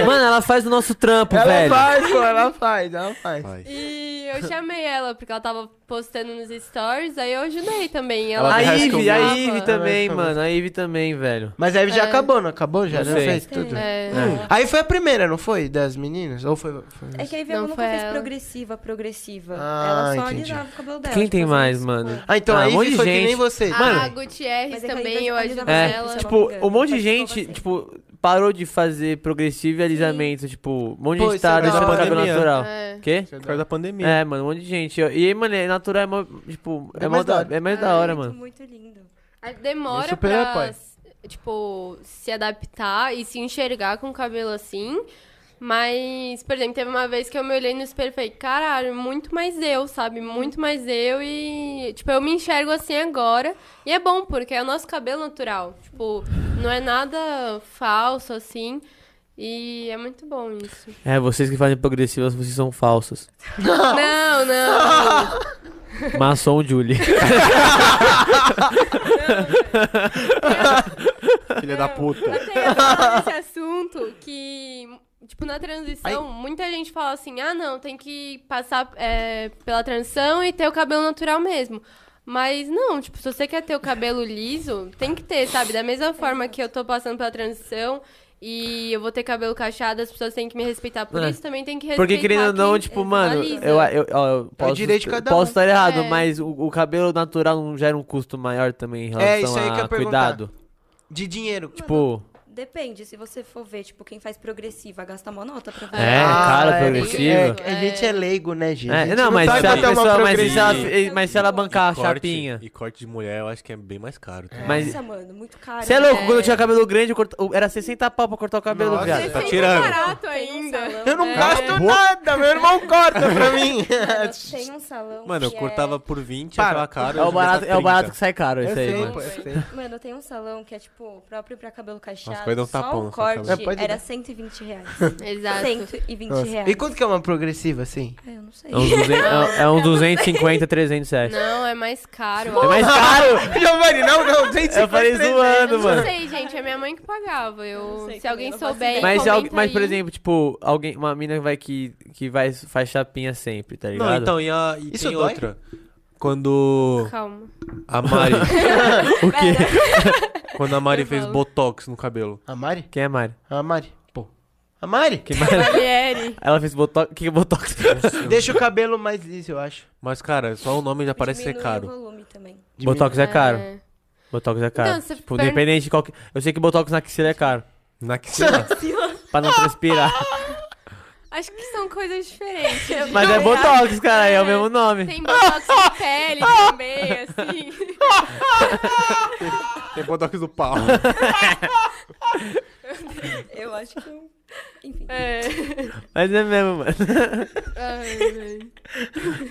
Mano, é? ela faz o nosso trampo,
Ela
velho.
faz, pô, ela faz, ela faz.
Vai.
E eu chamei ela, porque ela tava postando nos stories, aí eu ajudei também. Ela,
Ela
A
Parece que eu
Ivy, a
usava.
Ivy também,
Parece que eu
mano. A Ivy também, velho.
Mas aí
É.
já acabou, não acabou? Já,
Não
já
sei.
fez tudo.
É,
Aí foi a primeira, não foi? Das meninas? Ou foi. foi-
É que a Ivy
Não,
ela nunca
foi
fez
ela.
progressiva, progressiva.
Ah,
ela só
entendi.
alisava o cabelo dela.
Quem
tipo,
tem
assim,
mais,
tipo,
mano?
Ah, então
Ah,
a
um monte
Ivy
de
foi que
gente.
nem você.
A
Mano.
É. Ah, Gutierrez
Mas é que a
também,
Ivy
eu
alisava
ajudei
mais,
ela.
isso é
Tipo,
Não,
um monte de
pode ser
gente,
você.
tipo, parou de fazer progressivo e alisamento. Tipo, um monte
Pô,
de gente
isso é
tá
da
deixando o cabelo
pandemia.
natural.
É.
Quê?
Por causa da pandemia.
É, mano, um monte de gente. E aí, mano, é natural, é mó, tipo,
Bem
é, mó
mais da
da,
hora.
é mais da hora,
muito,
mano.
um Muito lindo.
Aí Demora
Isso pelo
pra,
pai.
s- tipo, se adaptar e se enxergar com o cabelo assim. Mas, por exemplo, teve uma vez que eu me olhei no espelho e falei, caralho, muito mais eu, sabe? Muito mais eu e, tipo, eu me enxergo assim agora. E é bom, porque é o nosso cabelo natural. Tipo, não é nada falso, assim. E é muito bom isso.
É, vocês que fazem progressivas, vocês são falsos.
Não, não.
um
Maçom Julie.
Filha da puta.
Eu tenho falado desse assunto que, tipo, na transição, muita gente fala assim, ah, não, tem que passar é, pela transição e ter o cabelo natural mesmo. Mas não, tipo, se você quer ter o cabelo liso, tem que ter, sabe? Da mesma forma que eu tô passando pela transição e eu vou ter cabelo cacheado, as pessoas têm que me respeitar por
É.
isso, também tem que respeitar.
Porque querendo ou não,
quem
tipo, mano,
alisa.
eu, eu, ó, eu posso,
direito de cada um.
posso estar errado,
É.
mas o, o cabelo natural não gera um custo maior também em relação
É isso aí que eu ia
a cuidado.
De dinheiro.
Tipo,
Depende, se você for ver, tipo, quem faz progressiva gasta mó nota pra fazer.
é,
Ah,
cara,
é,
progressivo.
porque- É,
É,
a gente é leigo, né, gente? A gente
não, mas,
sabe
se a
bater uma
pessoa, mas, se ela,
progressiva.
eh, mas se ela bancar a
Corte-
chapinha.
E corte de mulher, eu acho que é bem mais caro. tá?
Mas.
Nossa, mano, muito caro. né?
Você é louco,
É.
quando eu tinha cabelo grande, eu corta- eu- era 60 pau pra cortar o cabelo,
Nossa.
viado.
Tá
Sempre
tirando.
barato
Tem um
ainda.
salão,
Eu não
né?
gasto nada, meu irmão corta pra mim.
Mano, Tem um salão.
Mano, eu
que
cortava por 20,
Para.
achava caro.
É o,
hoje eu gasto
barato, é o barato
30.
que sai caro, isso aí, mano.
pô, eu sei.
É... Mano, tem um salão que é, tipo, próprio pra cabelo cacheado.
vai dar um tapão
só
na
o
sua
corte
cabeça.
É, pode dar.
era 120 reais.
Exato.
120 reais.
E quanto que é uma progressiva, assim?
Ah, eu não sei.
É uns, 200, é, é uns 250, 300 reais.
Não, é mais caro.
É mais caro!
Giovanni, não, não, gente.
Eu falei zoando,
Eu não
mano.
sei, gente, é minha mãe que pagava. Eu,
sei
se alguém
também, não faço
souber,
ideia.
Mas, se
comenta
alguém- mas, por
aí.
exemplo, tipo, alguém, uma mina vai que, que vai, faz chapinha sempre, tá ligado?
Não, então, e, a, e
Isso
tem
dói?
outra. Quando
Calma.
a Mari...
o quê?
quando a Mari fez
falo.
botox no cabelo.
A Mari?
Quem é Mari?
A Mari. Pô. A Mari?
Quem é Mari?
Valieri.
Ela fez botox. O que que é botox?
Deixa o cabelo mais liso, eu acho.
Mas, cara, só o nome já parece ser
Diminui
caro.
o volume também.
botox é caro.
É.
Botox é caro.
Não, você
tipo,
per-
independente de qual que... Eu sei que botox na axila é caro.
Na axila.
Pra não transpirar.
Acho que são coisas diferentes.
Mas é botox, cara. É o mesmo nome.
Tem botox na pele também, assim.
Tem botox do pau.
Eu acho que. eu- Enfim.
É.
Mas é mesmo, mano.
Ai, velho.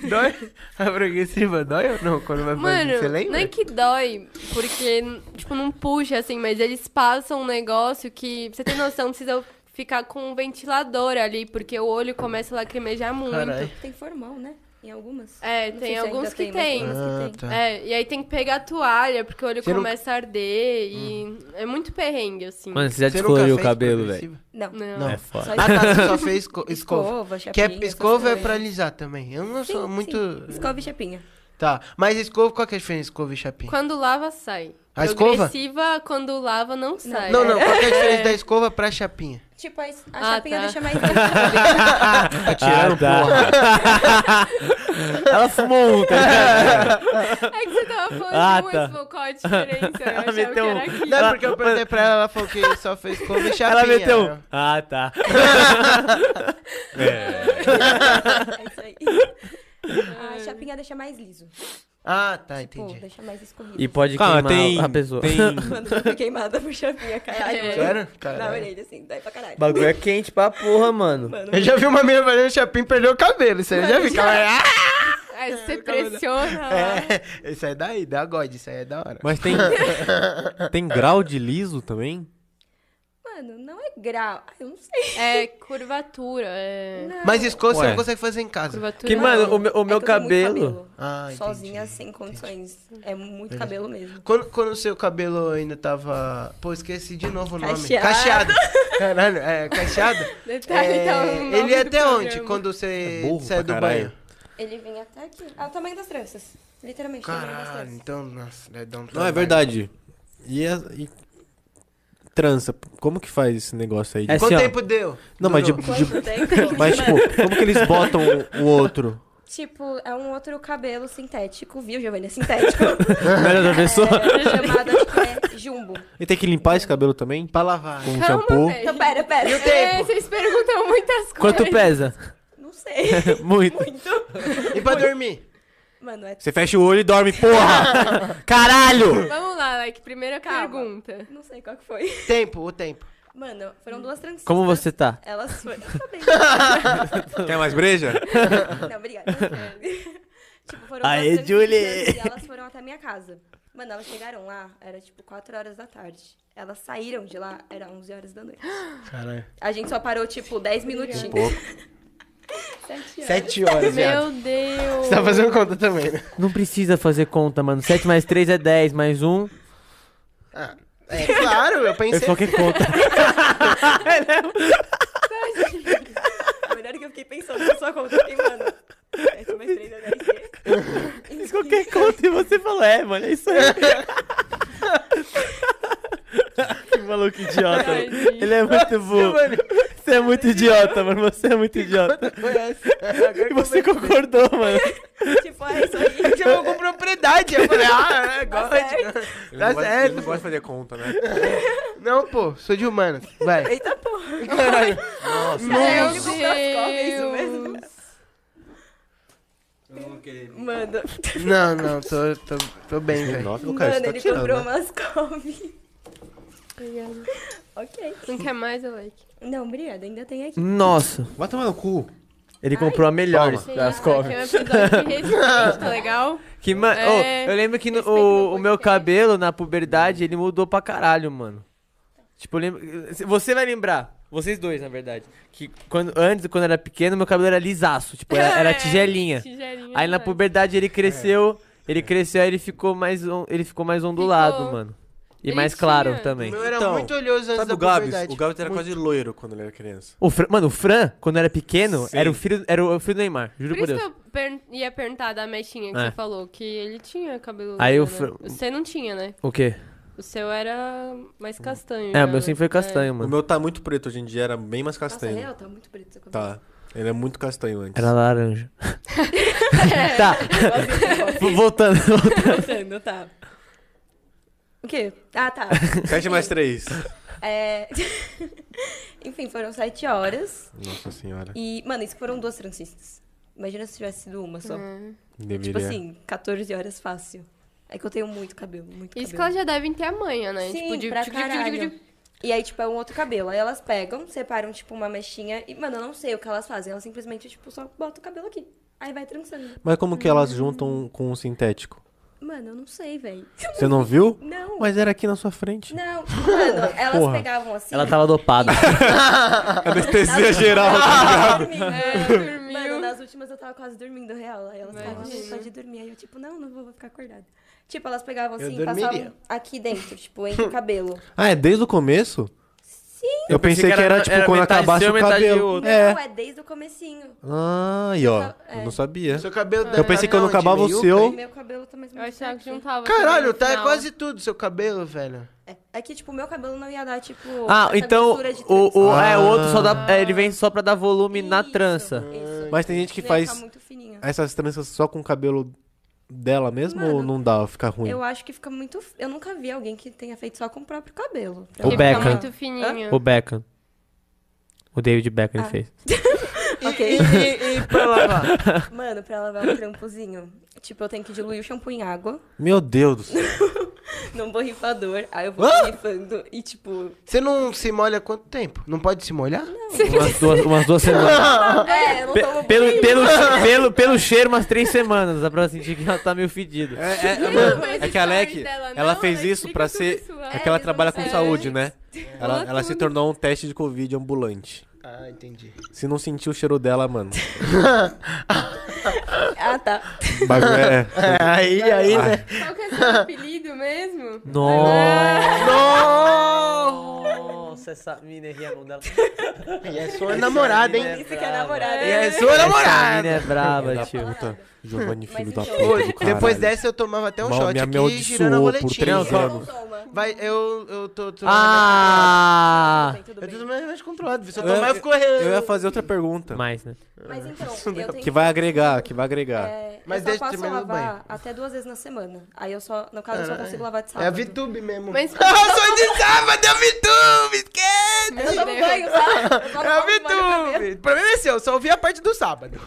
Dói? A progressiva dói ou não? Quando vai fazer, você
Mano,
lembra?
não é que dói, porque, tipo, não puxa, assim, mas eles passam um negócio que, pra você tem noção, precisa ficar com um ventilador ali, porque o olho começa a lacrimejar muito.
Caralho.
Tem formal, né? Em algumas.
É,
Não sei
tem
se ainda
alguns que
mas
tem.
umas
Ah,
que tem.
tá.
É, e aí tem que pegar a toalha, porque o olho
Você não- Hum.
começa a arder e é muito perrengue, assim.
Mano, você já
Você nunca
descoloriu o
fez
cabelo, velho.
progressiva?
Não.
Não.
Não.
É
Só
foda.
Ah, tá, você só fez esco- escova.
escova,
Que
chapinha.
é,
essas
escova é
coisas.
pra alisar também. Eu não
Sim,
sou
sim.
muito.
Escova e chapinha.
Tá, mas escova, qual que é a diferença de escova e chapinha?
Quando lava, sai.
A escova?
Progressiva, quando lava, não sai.
Não, não, qual que é a diferença da escova pra chapinha?
Tipo, a, es- a
Ah,
chapinha
tá.
deixa mais. liso.
tá tirando,
Ah, tá.
porra.
Ela fumou um, tá ligado?
É que você tava falando
Ah,
muito,
tá.
pô, qual a diferença? Eu achava
Meteu
que
um.
era aqui.
Não, é porque eu perguntei pra ela, ela falou que só fez escova e chapinha.
Ela meteu um.
né?
Ah, tá.
é isso aí. A chapinha deixa mais liso.
Ah, tá,
Tipo,
entendi.
deixa mais escorrido.
E pode
Cara,
queimar
tem...
a pessoa.
Tem...
Mano, eu fui queimada por chapinha, caralho.
É.
mano.
Sério?
Na
Caralho.
orelha, assim, dói pra caralho.
bagulho é quente pra porra, mano.
Mano,
Eu já vi uma menina fazendo chapinha e perdeu o cabelo. Isso aí eu já vi. Cara, ah!
Aí você
tá
pressiona lá.
É, isso aí daí, dá God, isso aí é da hora.
Mas tem... tem grau de liso também?
mano, não é grau. Ah, eu não sei.
É curvatura, é...
Não.
Mas escova você
Ué.
não consegue fazer em casa.
Curvatura.
Que,
não.
mano, o meu, o
É
meu
que eu tenho muito
cabelo.
Ah, entendi,
Sozinha,
assim.
sem condições. É muito cabelo mesmo.
Quando, quando o seu cabelo ainda tava. Pô, esqueci de novo o nome.
Cacheado.
Caralho, é, cacheado?
Detalhe,
É,
então, o nome
ele ia
do
até onde?
programa.
Quando você
É burro
sai
pra
do
caralho.
banho?
Ele vem até aqui. É o tamanho das tranças. Literalmente, o tamanho das
Caralho,
tranças.
então, nossa, deve dar um
Não, é
trabalho.
verdade. E, a- e- Trança, como que faz esse negócio aí? de-
É
Quanto
assim, ó.
tempo deu?
Não, mas de,
Durou?
Quanto
de-
tempo?
Mas, tipo, como que eles botam o outro?
Tipo, é um outro cabelo sintético, viu, Giovanni? É sintético.
Melhor da pessoa?
é chamado, acho que é jumbo.
E tem que limpar esse cabelo também?
Pra lavar.
Com
Calma,
shampoo?
velho.
Então, pera, pera.
E o tempo?
É, vocês perguntam muitas
Quanto
coisas.
pesa?
Não sei.
Muito.
E pra dormir?
Mano, é...
Você fecha o olho e dorme, porra! Caralho!
Vamos lá, like, primeira
Calma.
pergunta.
Não sei qual que foi.
Tempo, o tempo.
Mano, foram duas tranças.
Como você tá?
Elas foram... Eu tô bem.
Quer mais breja?
Não, obrigada. tipo, foram
Aê,
duas
Julie!
E elas foram até a minha casa. Mano, elas chegaram lá, era tipo 4 horas da tarde. Elas saíram de lá, era 11 horas da noite.
Caralho.
A gente só parou, tipo, 10 minutinhos.
Um pouco.
Sete horas, viado.
Meu Deus.
Você tá fazendo conta também, né?
Não precisa fazer conta, mano. 7 mais 3 é 10, mais 1.
Ah, é claro, eu
Eu
pensei.
só que conta.
Melhor que eu fiquei pensando na sua conta. Eu fiquei, mano, 7 mais 3 é 10 Isso
é Qualquer conta e você fala, é, mano, é isso aí. que maluco idiota.
Tadinho.
Ele é muito burro. Você é muito idiota, mano. Você é muito idiota.
Foi essa. Agora
E
que
você
eu pensei.
concordou, mano.
Tipo, é isso aí.
chamou com propriedade. Eu falei, ah, é gótico. Tá
Eu não
certo.
gosto de fazer conta, né?
Não, pô, sou de humanas. Vai.
Eita porra.
Caralho.
Nossa.
Meu
Ele comprou as cobras, é isso mesmo?
Deus.
Mano,
Não, não, tô, tô, tô bem, velho.
Nossa, o cara, você
mano
tá
ele
tirando,
comprou
né?
umas cobras. Ok.
Não quer mais, like?
Não, obrigada, ainda tem aqui.
Nossa.
Vai tomar no cu.
Ele comprou a melhor
Palma.
das
Aqui é um
covers.
episódio de respeito, tá legal?
Que, ma-
É,
Ô, eu lembro que no-
respeito
o,
no
o meu
podcast.
cabelo, na puberdade, ele mudou pra caralho, mano. Tipo, eu lembro. Você vai lembrar, vocês dois, na verdade, que quando, antes, quando eu era pequeno, meu cabelo era lisaço, tipo, era, era
É,
tigelinha.
Tigelinha.
Aí na
vai.
puberdade ele cresceu, ele cresceu, aí ele ficou mais, on- ele ficou mais ondulado,
Ficou.
mano. E
Ele
mais claro
tinha-
O
também.
meu era
Então,
muito olhoso antes
Sabe
da
o Gabs?
puberdade.
O Gabs era quase loiro quando ele era criança.
O Fran- mano, o Fran, quando era pequeno,
Sim.
era o filho, era o filho do Neymar, juro
Por
por,
isso
Deus.
que eu per- ia perguntar da mechinha que
É.
você falou, que ele tinha cabelo.
Aí
né?
o fr-
O seu não tinha, né?
O quê?
O seu era mais castanho.
É,
já,
o meu sempre foi
né?
castanho,
O
mano.
meu tá muito preto hoje em dia, era bem mais
Nossa,
castanho.
real, tá muito preto seu cabelo.
Tá. Ele é muito castanho antes.
Era laranja. tá,
Tá.
voltando.
Voltando, tá. O quê? Ah, tá.
7 mais 3.
É... Enfim, foram sete horas.
Nossa senhora.
E, mano, isso foram duas francistas. Imagina se tivesse sido uma só.
É.
Deveria.
Tipo assim, 14 horas fácil. É que eu tenho muito cabelo, muito
Isso que elas
cabelo.
já devem ter a manha, né?
Sim,
tipo, de,
pra
tic, tic, tic,
caralho.
tic, tic.
E aí, tipo, é um outro cabelo. Aí elas pegam, separam, tipo, uma mechinha. E, mano, eu não sei o que elas fazem. Elas simplesmente, tipo, só botam o cabelo aqui. Aí vai trançando.
Mas como que
Hum.
elas juntam com o sintético?
Mano, eu não sei, velho.
Você não viu?
Não.
Mas era aqui na sua frente.
Não, tipo, mano, elas
Porra.
pegavam assim.
Ela tava dopada.
Anestesia geral.
É, dormiu.
Mano, nas últimas eu tava quase dormindo, real. Aí elas estavam
Imagina.
só de dormir. Aí eu, tipo, não, não vou, vou ficar acordada. Tipo, elas pegavam
Eu
assim,
dormiria.
passavam aqui dentro, tipo, entre o cabelo.
Ah, é desde o começo?
Sim,
Eu pensei que era, tipo
era
quando
metade
acabasse
seu,
o
metade
cabelo.
outro.
não,
É.
é desde o comecinho.
Ah, e ó.
É.
Eu não sabia.
Seu cabelo
Eu pensei que eu não
onde?
acabava o
Meiuca?
seu.
Meu cabelo tá mais ou
Eu
menos
achava que
aqui.
juntava. tudo no
Caralho, tá é
final.
quase tudo seu cabelo, velho.
um-
É, é que, tipo, meu cabelo não ia dar, tipo,
Ah,
essa
então
grossura de
o,
trança.
o, é, o outro só dá. é, ele vem só pra dar volume na
Isso,
trança.
isso.
Mas tem gente que
Não ia
faz
ficar muito fininho.
essas tranças só com o cabelo dela mesmo ou
é. Mano,
não dá, fica ruim?
Eu acho que fica muito. f- Eu nunca vi alguém que tenha feito só com o próprio cabelo.
O
Porque
Beckham.
fica muito fininho.
O Beckham. O David Beckham
Ah.
fez.
Ok.
E, e, e pra lavar?
Mano, pra lavar um trampozinho. Tipo, eu tenho que diluir o shampoo em água,
Meu Deus do céu.
num borrifador. Aí eu vou
Ah!
borrifando e, tipo.
Você não se molha há quanto tempo? Não pode se molhar?
Umas duas, umas duas semanas.
Ah!
É, eu não
Pe-
tomo
pelo, pelo, pelo, pelo cheiro, umas três semanas. Dá pra sentir que ela tá meio fedida.
É, é,
Não,
mano,
mas
é
o
que a
story
Alec,
dela,
ela
não,
fez
ela
isso pra
explica
ser.
tudo isso,
É
é,
que ela
eles
trabalha
não
com
sabem.
saúde, né? Ela,
Fala
ela se
tudo.
tornou um teste de Covid ambulante.
Ah, entendi.
Se não sentir o cheiro dela, mano.
Ah, tá.
o bagulho é.
É, aí, aí, né?
Qual que é seu apelido mesmo?
Ah.
Nossa. Nossa, essa mina errei a mão dela.
E é sua namorada,
mina
hein?
Isso que é namorada.
E
né?
é sua
Essa mina
namorada.
é braba, tio.
Puta, tá? Giovanni, filho da
enfim.
puta do caralho.
né? Depois dessa eu tomava até um
Mal-
shot
me
aqui,
amaldiçoou
girando a
por
boletinha.
três anos.
Não toma.
Vai, eu, eu tô... tô
Ah!
Tudo
Eu
Tá bem.
tô tomando remédio controlado. Se eu
Eu ia-
tomar, eu fico correndo.
Eu ia fazer outra pergunta.
Mais, né?
Mas então, eu tenho
Que vai agregar, que vai agregar.
É,
Mas
eu
deixa
só
eu um
passo a
terminar no
lavar até duas vezes na semana. Aí eu só, no caso, eu só consigo lavar de
É a
sábado.
VTube mesmo.
Mas-
Ah, eu sou de sábado, é a VTube, esquece!
Eu tomo banho, sabe? Eu tomo
É a
banho, molho o cabelo.
VTube! O problema é seu, eu só ouvi a parte do sábado.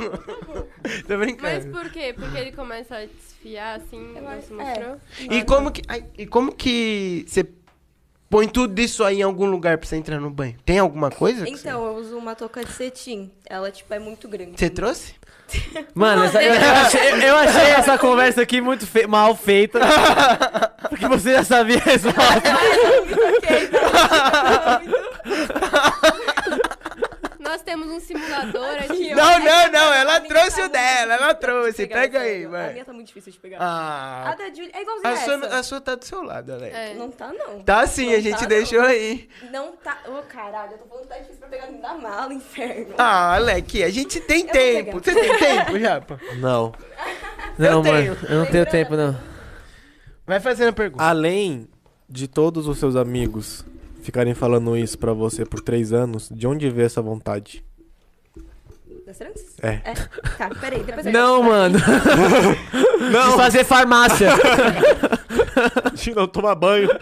Tô
Mas
brincando.
por quê? Porque ele começa a desfiar, assim, o negócio
é.
mostrou.
E como que. ai, e como que você põe tudo isso aí em algum lugar pra você entrar no banho? Tem alguma coisa? que você-
Então, eu uso uma touca de cetim. Ela, tipo, é muito grande.
Você trouxe?
Mano, essa- eu, eu achei, eu achei essa conversa aqui muito fe- mal feita. Porque você já sabia a resposta.
Nós temos um simulador aqui. ó.
Não, não, não,
A
ela
minha
trouxe
tá
o dela,
muito
ela
difícil
trouxe,
de pegar,
pega aí,
sério.
vai.
A minha tá muito difícil de pegar. A
Ah.
da Julia é
A,
igualzinha a
sua,
essa.
a sua tá do seu lado, Alex.
É.
Não tá, não.
Tá sim,
Não
a gente
tá,
deixou aí.
Não. não tá... Ô, caralho, eu tô falando que tá difícil pra pegar dentro da mala, inferno.
Ah, Alec, a gente tem
vou
tempo. Você tem
pegar.
tempo, Japa?
Não.
Não,
tenho.
mano, eu não tenho tempo, não.
Vai fazendo a
Ah,
pergunta.
Além de todos os seus amigos ficarem falando isso pra você por três anos, de onde vê essa vontade?
Das tranças?
É.
É. Tá, peraí, depois eu-
Não, mano. De fazer farmácia.
De não tomar banho.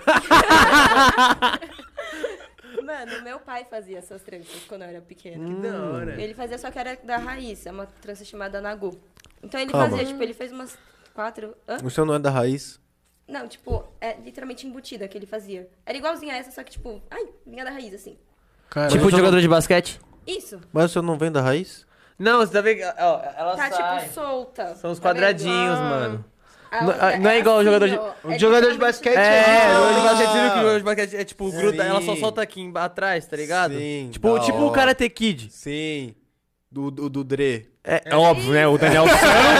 Mano, meu pai fazia essas tranças quando eu era pequena.
Da hora.
Ele fazia só que era da raiz, é uma trança chamada Nagu. Então ele
Calma.
fazia, tipo, ele fez umas quatro. hã?
O seu não é da raiz?
Não, tipo, é literalmente embutida que ele fazia. Era igualzinha a essa, só que, tipo, ai, vinha da raiz, assim.
tipo jogador de basquete.
Isso.
Mas o seu não vem da raiz?
Não, você tá vendo? que, Ó, ela
Tá,
sai.
tipo, solta.
São os
tá vendo?
quadradinhos,
Ah.
mano.
Ah,
Não-
outra
não é igual o jogador de-
ó,
O
é
jogador de
literalmente-
basquete
É,
Ah.
o jogador de basquete, você viu que o jogador de basquete é tipo,
Sim.
gruda, ela só solta aqui em- atrás, tá ligado?
Sim,
Tipo,
da
tipo o
hora.
Karate Kid.
Sim. Do, do, do Dre.
É, óbvio, né? O Daniel San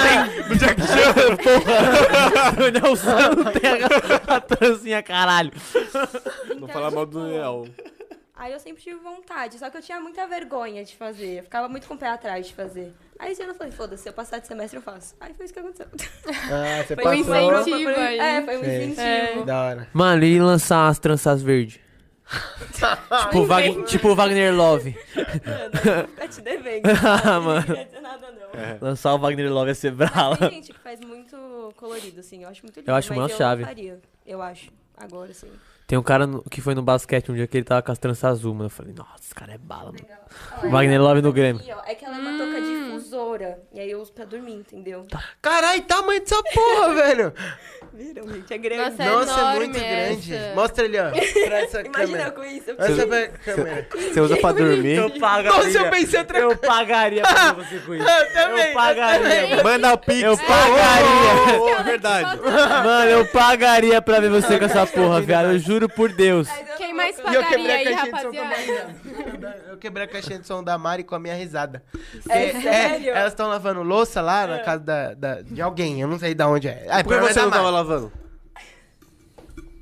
tem. O Jack Chan, porra. O Daniel San não tem a, a trancinha, caralho.
Então,
Não falar mal do
tipo,
Daniel.
Aí eu sempre tive vontade, só que eu tinha muita vergonha de fazer. Eu ficava muito com o pé atrás de fazer. Aí eu falei, foda-se, se eu passar de semestre eu faço. Aí foi isso que aconteceu.
Ah, você
Foi
Um
Passou.
incentivo aí.
É, foi um
Sim.
incentivo.
É.
Da hora.
Mano, ele lançar umas tranças verdes. tipo, Wag- tipo o Wagner Love.
Mano, fica te devendo.
Ah, mano.
Não queria dizer nada, não.
Lançar o Wagner Love ia ser brava.
Mas tem gente que faz muito colorido, assim. Eu acho muito lindo.
acho
mas
mó
eu
chave.
não faria, eu acho. Agora, assim.
Tem um cara no- que foi no basquete um dia que ele tava com as tranças azul, mano. Eu falei, nossa, esse cara é bala, mano. Wagner Love no Grêmio.
Aqui, ó, é que ela é uma touca difusora. E aí eu uso pra dormir, entendeu?
Caralho, tamanho dessa porra, velho.
Viram, gente? É grande.
Nossa, é
Nossa, é
enorme
muito grande.
essa.
Mostra ali, ó. Pra essa
Imagina eu
câmera.
com isso. eu
Essa
fiquei-
pra câmera.
Você usa pra dormir?
pagaria.
Nossa, eu pensei outra
Eu pagaria pra você com isso.
Eu também, eu
pagaria.
Manda o pix.
Eu pagaria.
Ô, ô, ô, ô, verdade.
Mano, eu pagaria pra ver você com essa porra, viado. Eu juro por Deus.
Mas eu
Quem
não
mais
vou
E eu quebrei
pagaria
a
aí,
caixinha de som da
rapaziada?
Mari. Eu quebrei a caixinha de som da Mari com a minha risada.
É sério? Ah.
elas estão lavando louça lá na casa da, da- de alguém, eu não sei de onde é. Ah,
Por que
problema é
você
da
não tava
Mari.
lavando?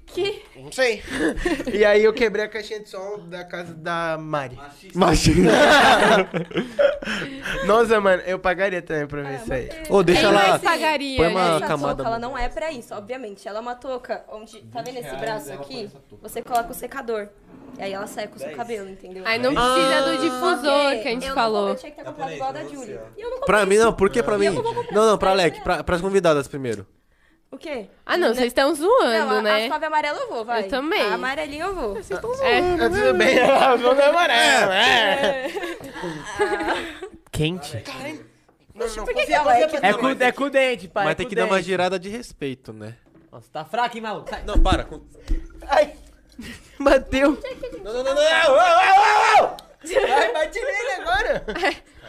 Que?
Não sei. e aí eu quebrei a caixinha de som da casa da Mari.
Imagina.
Nossa, mano, eu pagaria também pra ver isso aí.
Ô, deixa
Quem
lá.
mais pagaria?
Põe uma-
gente?
Essa
camada
touca, ela não é pra isso, obviamente. Ela é uma touca onde, tá vendo esse braço aqui? Você coloca o secador. E aí ela seca o seu cabelo, entendeu?
Aí não precisa
Ah.
do
Só
difusor que a gente
eu não-
falou.
Eu tinha que ter comprado igual a da Júlia. E eu não comprei.
Pra mim, não. Por que pra mim?
Eu não vou comprar.
Não, não, pra
né?
Alec. Pra, pras convidadas primeiro.
O quê?
Ah, não, vocês estão zoando,
Não, a,
né?
a suave amarela eu vou, vai.
Eu também.
A amarelinha eu vou.
É.
Tá tudo bem, vamos namorar. É.
Quente.
Não, não,
Por que que ela é que...
É com, é com o dente, pai.
Mas
é
tem
com
que
o
dar uma
dente.
girada de respeito, né?
Nossa, tá fraco, hein, maluco? Sai.
Não, para. com-
Ai, bateu.
Não, não, não, não. Ô, ô, ô, ô, ô.
Ai, bate nele agora.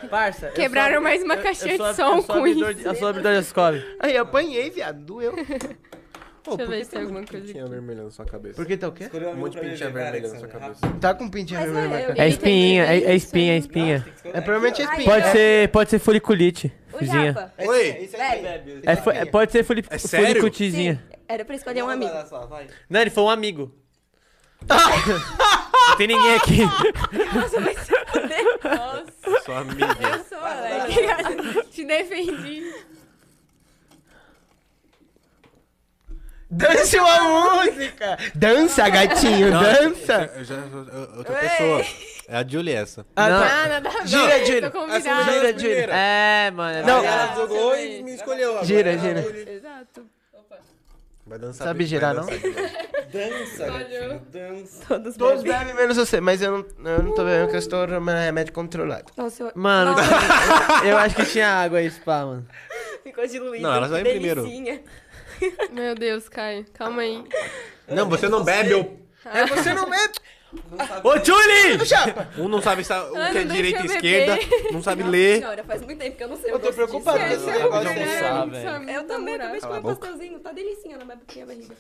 Parça. eu
Quebraram
sou-
mais uma
eu- eu
caixinha
sou
de
ab-
som
eu sou
com
abridor
isso.
de- Eu sou abridor de escola.
Aí, apanhei, viado, doeu.
Pô,
Deixa eu
por
ver se
que tá
tem
um
alguma coisa
pintinho vermelho na sua cabeça?
Por que tá o quê?
Um monte de pintinha vermelha na sua cabeça.
Tá com pintinha
Mas
vermelha.
olha,
na
eu-
cara.
É espinha, é, é
Isso.
espinha, é espinha.
É provavelmente espinha.
Pode ser, pode ser foliculite.
O
Zinha.
Japa.
Oi.
É fo- é- pode ser foli-
É sério?
Sim,
foliculitezinha.
era pra escolher um amigo.
Não, ele foi um amigo.
Não tem ninguém aqui.
Nossa, vai se fuder.
Nossa,
Sua amiga.
eu sou, Alex. Te defendi.
Dance uma música! Dança, gatinho,
Não,
dança!
Eu já, eu- eu- outra pessoa. É a Julie essa.
Ah,
Não.
tá.
Ah, nada a ver.
Gira, gira.
Tô convidada.
Essa
Gira,
primeira.
gira.
É, mano. é
Não.
verdade.
Ela jogou
também.
e me escolheu. agora
Gira,
é a
gira.
Julie.
Exato.
Vai dançar
Sabe
bem, vai
girar,
dançar bem.
Dança,
Olha.
gatinho, dança.
Todos
Todos
bebem.
bebem menos você, mas eu não, eu não tô bebendo porque eu estou tomando remédio controlado.
Nossa, eu...
Mano,
Nossa,
eu acho que tinha água aí, spa, mano.
ficou diluído.
Não, elas vão em
que
primeiro.
delicinha.
Meu Deus, Caio. Calma aí.
Não, você não bebe. eu-
É você não bebe,
Ô, Julie!
chapa!
Um não sabe sa- o
Ah,
que é
não
direita e
deixa eu
esquerda, não sabe ler.
Senhora, faz muito tempo que eu não sei
Eu
o
tô
gosto
preocupado com
disso.
esse
Eu
negócio
também.
de
almoçar, velho.
Eu também, acabei de
Cala a
comer
boca.
pastelzinho. Tá delicinha na minha barriga.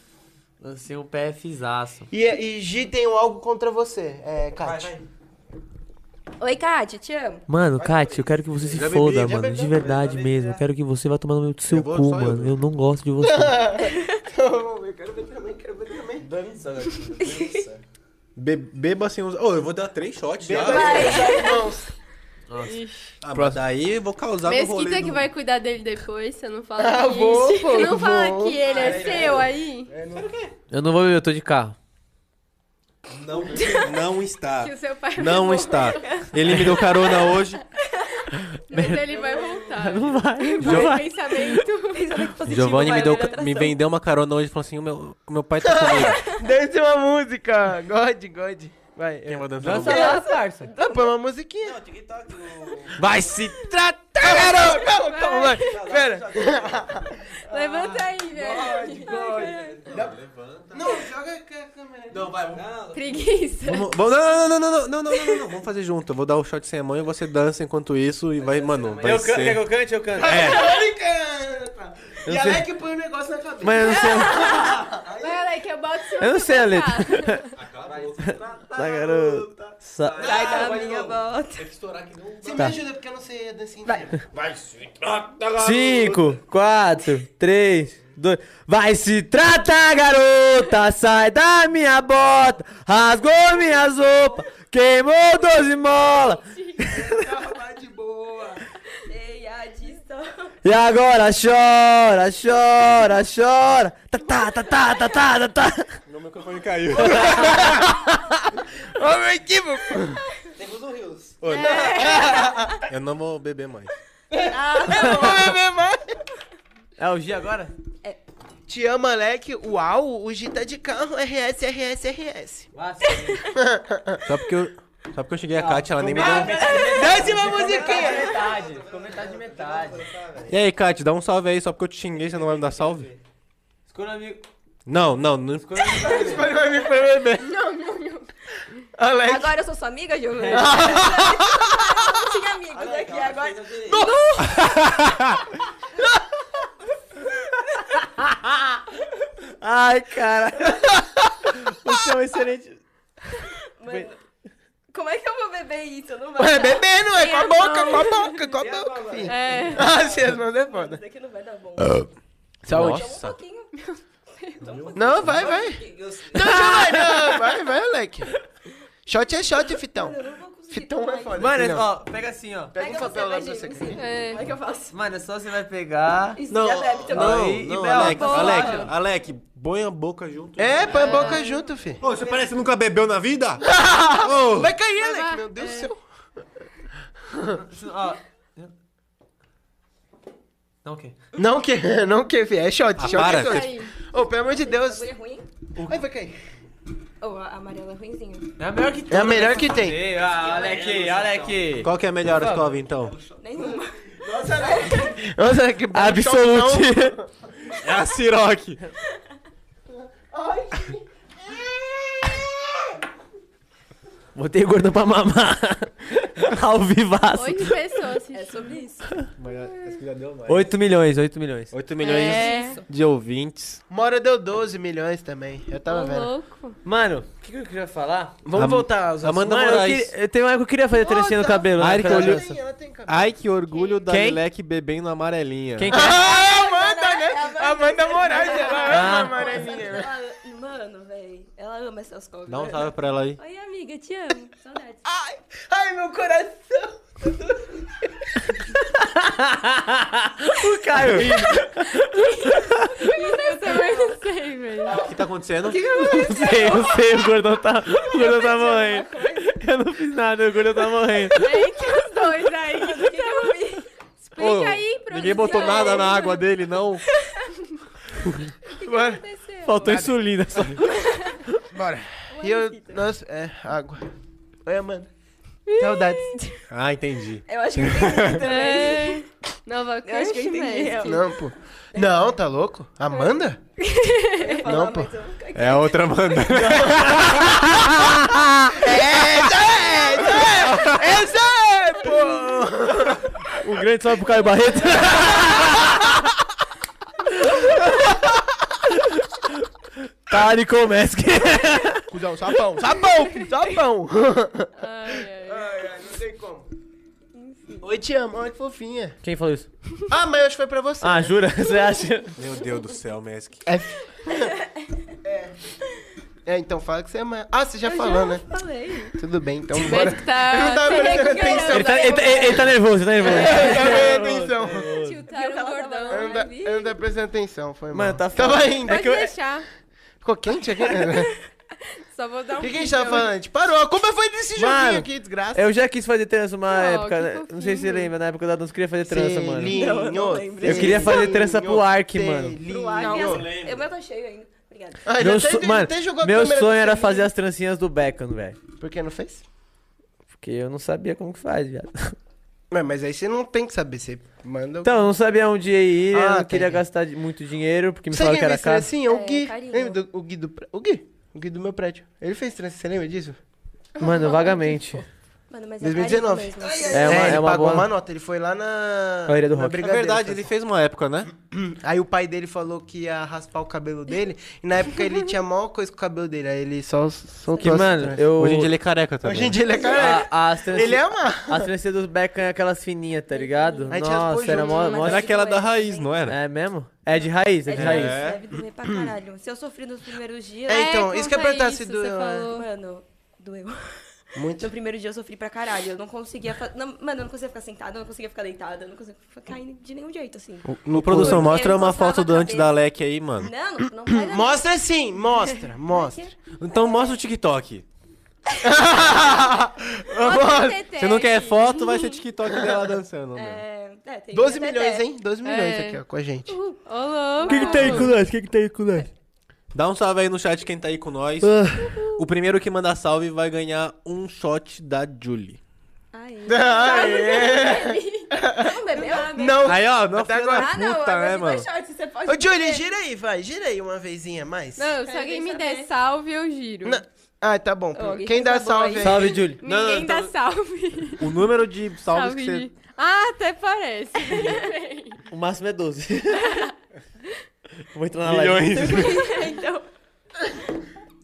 Lancei um PFzaço.
E, e Gi tem um algo contra você, é, Kat.
Oi, Kátia, te amo.
Mano, Kat, eu quero que você se
Já bebi,
foda,
já
mano.
bebi,
de verdade mesmo. Eu quero que você vá tomar no meu seu
Eu vou
cu,
só eu.
mano. Eu não gosto de você.
eu quero ver também, quero ver também.
Dança, gatinho, dança.
Be- beba sem usar. Ô, eu vou dar três shots já.
Ixi.
Ah, mas daí eu vou causar no rolê.
Mesquita que
do-
vai cuidar dele depois, você não fala
Ah,
que
vou,
isso.
pô,
não fala
vou.
que ele é seu aí.
Eu não vou beber, eu tô de carro.
Não, não está.
Que o seu pai
Não
vai
está. Ele me deu carona hoje.
Mas ele vai voltar.
Não vai, não
Vai
vai.
pensamento.
Pensamento positivo,
Giovanni me,
vai,
deu,
vai, vai,
me
atração.
vendeu uma carona hoje e falou assim: o meu, o meu pai tá comigo.
Dance uma música, God, God. Vai,
Quem
eu...
vai dançar?
Dança lá, parça.
Ah, põe uma musiquinha.
Vai se tratar!
Calma, calma, calma, vai. Pera.
Levanta aí, velho.
Não, joga a câmera.
Não, vai, vamos.
Preguiça.
Vamos, vamos- não, não, não, não, não, não, não, não, não, não, vamos fazer junto. Eu vou dar o shot sem a mão e você dança enquanto isso e vai, mano, vai
Eu canto, quer que
ser...
eu cante? Eu canto.
É,
tá. E a Leque põe um negócio na cabeça.
Mas eu não sei.
Vai, Alec, eu boto seu
Eu não sei a letra.
Tá,
garota. Sa-
Sai da minha volta.
Você
Tá.
me ajuda porque eu não sei a dancinha inteira.
Cinco, quatro, três, dois. Vai se tratar, garota, sai da minha bota. Rasgou minhas roupas, queimou 12 molas.
Tá, Vai de boa.
Ei, a distância.
E agora chora, chora, chora. Tá, tá, tá, tá, tá, tá, tá, tá.
meu microfone caiu.
Ô, meu equipo.
Temos um rios.
Ô, não. Eu não vou beber mais.
É o G agora?
Te amo, Alec. Uau, o Gi tá de carro. RS, RS, RS.
Só porque eu, só porque eu cheguei a Kátia, ela nem me
um?
deu.
Desce uma musiquinha.
Metade, ficou metade de metade.
E aí, Kátia, dá um salve aí, só porque eu te xinguei, você não vai me dar salve?
Escolha um amigo.
Não, não, não.
Escolhe pra mim, pra mim, bem.
Não, não, não.
Alec.
Agora eu sou sua amiga, Giovanni? Eu não tinha amigos aqui, agora...
Ai, cara. Você é um excelente.
Mano, como é que eu vou beber isso? Eu Não vai
É
dar.
bebendo, é com a
Tem
boca,
a
com a boca, com a boca, filho.
É.
Ah, se as mãos é foda.
Isso aqui não vai dar bom.
Saúde.
Toma um pouquinho. Toma um pouquinho.
Não, vai, vai. Não, não vai, não. Vai, vai, Alec. Shot é shot, fitão.
Eu não vou conseguir
Fitão
tomar
é
isso.
foda.
Mano,
filhão.
ó, pega assim, ó.
Pega um
você,
papel lá pra
Gil,
você.
você.
quer?
É.
Como é que eu faço?
Mano, é só você vai pegar.
Isso,
Não,
já bebe também.
não,
E- e
não,
bela,
Alec,
boa.
Alec, Alec, põe a boca junto.
É, põe a boca junto, fi.
Ô, você parece que nunca bebeu na vida? é
Vai cair, Alec.
vai.
Meu Deus do céu.
Ó. Não, o quê?
Não que, não que, fi. É shot, shot
para,
é shot.
Aí.
Ô, pelo amor de Deus.
Agulha é ruim?
Ai, vai cair.
Ou a amarela é ruimzinha?
É a melhor que tem.
É a melhor que tem.
Ah, Alec, Alec.
Qual que é a melhor escova, então?
Nenhuma.
Nossa, que
Absolute.
É a Ciroc.
Botei o gordão pra mamar. Ao vivaço.
Oito pessoas
É
assistindo.
sobre isso.
8 milhões, 8 milhões.
8 milhões
É.
de ouvintes.
Uma hora deu 12 milhões também. Eu
Ô,
tava vendo.
louco.
Mano, o que, que eu queria falar?
Vamos
Am-
voltar aos
Amanda
Mano, eu,
Moraes.
queria, eu tenho uma que eu queria fazer trancinha no cabelo.
Ai,
Né,
que
pela
olho-
dança.
Ela tem cabelo.
Ai, que orgulho da
Quem?
Lelec bebendo amarelinha.
Quem que é?
Ah, Amanda, né? tá. Amanda Moraes, ela ama
Ah.
amarelinha.
Mano, mano, velho. Ela ama essas covers.
Dá um salve pra ela aí.
Oi, amiga, te amo. Saudades.
Ai, ai, meu coração.
Caio.
Eu não sei, velho.
O que tá acontecendo?
Eu sei, eu sei, o gordão tá, o gordão tá morrendo. Eu não fiz nada, o gordão tá morrendo.
Entre os dois aí.
Mano, o que que eu fiz?
Explica
Ô,
aí, produção.
Ninguém botou nada na água dele, não.
O que aconteceu?
Faltou insulina só.
Bora. E eu. Nossa, é, água. Oi, Amanda. Saudades.
Ah, entendi.
Eu acho que eu entendi também.
É. Nova
Eu acho que eu
Crush,
entendi.
mestre.
Eu
Não, pô. Não, tá louco? Amanda?
ia falar,
Não, pô.
mas eu-
É a outra Amanda.
Essa é! Essa é! Essa é, pô!
Um grande salve pro Caio Barreto. Tari Komeski.
Cusão, sapão,
Tá
sapão, sapão.
Ai, ai.
Ai, ai, não sei como. Oi, te amo. Olha que fofinha.
Quem falou isso?
Ah, mas eu acho que foi pra você.
Ah, jura? Você acha?
Meu Deus do céu, Mask.
F. É. É, então fala que você é mãe. Ah, você já falou, né?
Falei.
Tudo bem, então
Mas
bora.
que tá
Não tava
se
prestando
recuperando.
atenção.
Ele tá, ele, tá- ele tá nervoso, ele tá nervoso.
Eu tava prestando atenção.
Tiltaram o gordão.
Eu não tá- eu não tava prestando atenção, foi mal.
Mano, tá
Tava indo.
Pode deixar.
Ficou quente aqui? O
Só vou dar um...
que, que a gente tava falando? A gente parou. A culpa foi desse joguinho
Mano,
aqui, desgraça.
Eu já quis fazer trança uma
Oh,
época,
que
né? Não sei se você
fofinho.
lembra, na época da dança eu queria fazer trança, mano.
Selinho,
Não, eu não lembro.
Eu queria fazer
selinho,
trança pro Ark, mano.
selinho.
Pro ar,
Não,
minha-
eu
eu meu tá cheio ainda. Obrigada.
Ah, ele
Meu,
até-
so-
ele
mano,
até jogou a
meu
câmera
sonho
do
era
selinho.
fazer as trancinhas do Beckham, velho.
Por que não fez?
Porque eu não sabia como que faz, viado.
Ué, mas aí você não tem que saber, você manda...
Então, eu não sabia onde ia ir, eu
Ah,
não queria
entendi.
gastar de- muito dinheiro, porque me
Sabe quem
falaram que era
fez
caro.
trancinha? assim, O
É,
Gui.
carinho.
Lembra do o Gui do... pré- O Gui? O Gui do meu prédio. Ele fez trança, você lembra disso?
Mano, vagamente.
Mano, mas
2019.
é carinho mesmo.
É uma-
ele
é uma
pagou
boa-
uma nota, ele foi lá na...
A Ilha do
na
Rock.
É
Brigadeiro
verdade,
fazer.
ele fez uma época, né?
Aí o pai dele falou que ia raspar o cabelo dele, e na época ele tinha a maior coisa com o cabelo dele, aí ele tipo, só soltou
Que,
as
mano, tá Ah,
tranças.
eu...
Hoje em dia ele é careca também.
Hoje em dia ele é careca.
a- as trancinhas...
Ele é ama.
As trancinhas do Beckham é aquelas fininhas, tá ligado?
Aí tinha as
Nossa, era
pojões,
mó...
né?
mó-
Era aquela da raiz, não era?
É mesmo? É de raiz, é
É
de
de
raiz.
É.
Deve doer pra caralho. Se eu sofri nos primeiros dias.
É, então, isso que eu ia
conta
perguntar se
isso,
doeu,
você
é.
falou.
Mano, doeu.
Muito.
No primeiro dia eu sofri pra caralho. Eu não conseguia. fa- Não, mano, eu não conseguia ficar sentada, eu não conseguia ficar deitada, eu não conseguia ficar- cair de nenhum jeito, assim.
No produção,
Porque
mostra
ele
uma
coçava
foto
a
do antes
cabeça.
da Alec aí, mano.
Não, não faz nada.
Mostra sim, mostra, mostra.
Então mostra o TikTok.
Bota o TT
Se não quer
aqui.
foto, vai ser TikTok dela dançando, meu.
É, é, tem
12
até-
milhões, hein? 12 milhões
É.
aqui, ó, com a gente.
Ô, louco.
O que, que tem aí com nós? O que, que tem aí com nós?
Dá um salve aí no chat quem tá aí com nós.
Ah.
O primeiro que mandar salve vai ganhar um shot da Julie.
Ai,
Aê!
não bebeu?
Não.
Aí, ó, não
Até
filha da
Ah, não,
puta,
eu
né,
bebi dois
mano?
shots, você pode.
Ô, Julie,
beber.
gira aí, vai. Gira aí uma vezinha a mais.
Não, se alguém me der salve, eu giro.
Não. Ah, tá bom. pro-
alguém
Quem
fez
dá
a boa
salve aí?
aí.
Salve, Júlio.
Ninguém
Não, não,
dá
então-
salve.
O número de salves
salve
que
de...
você.
Ah, até parece.
O máximo é 12. Vou entrar na live.
Milhões.
então,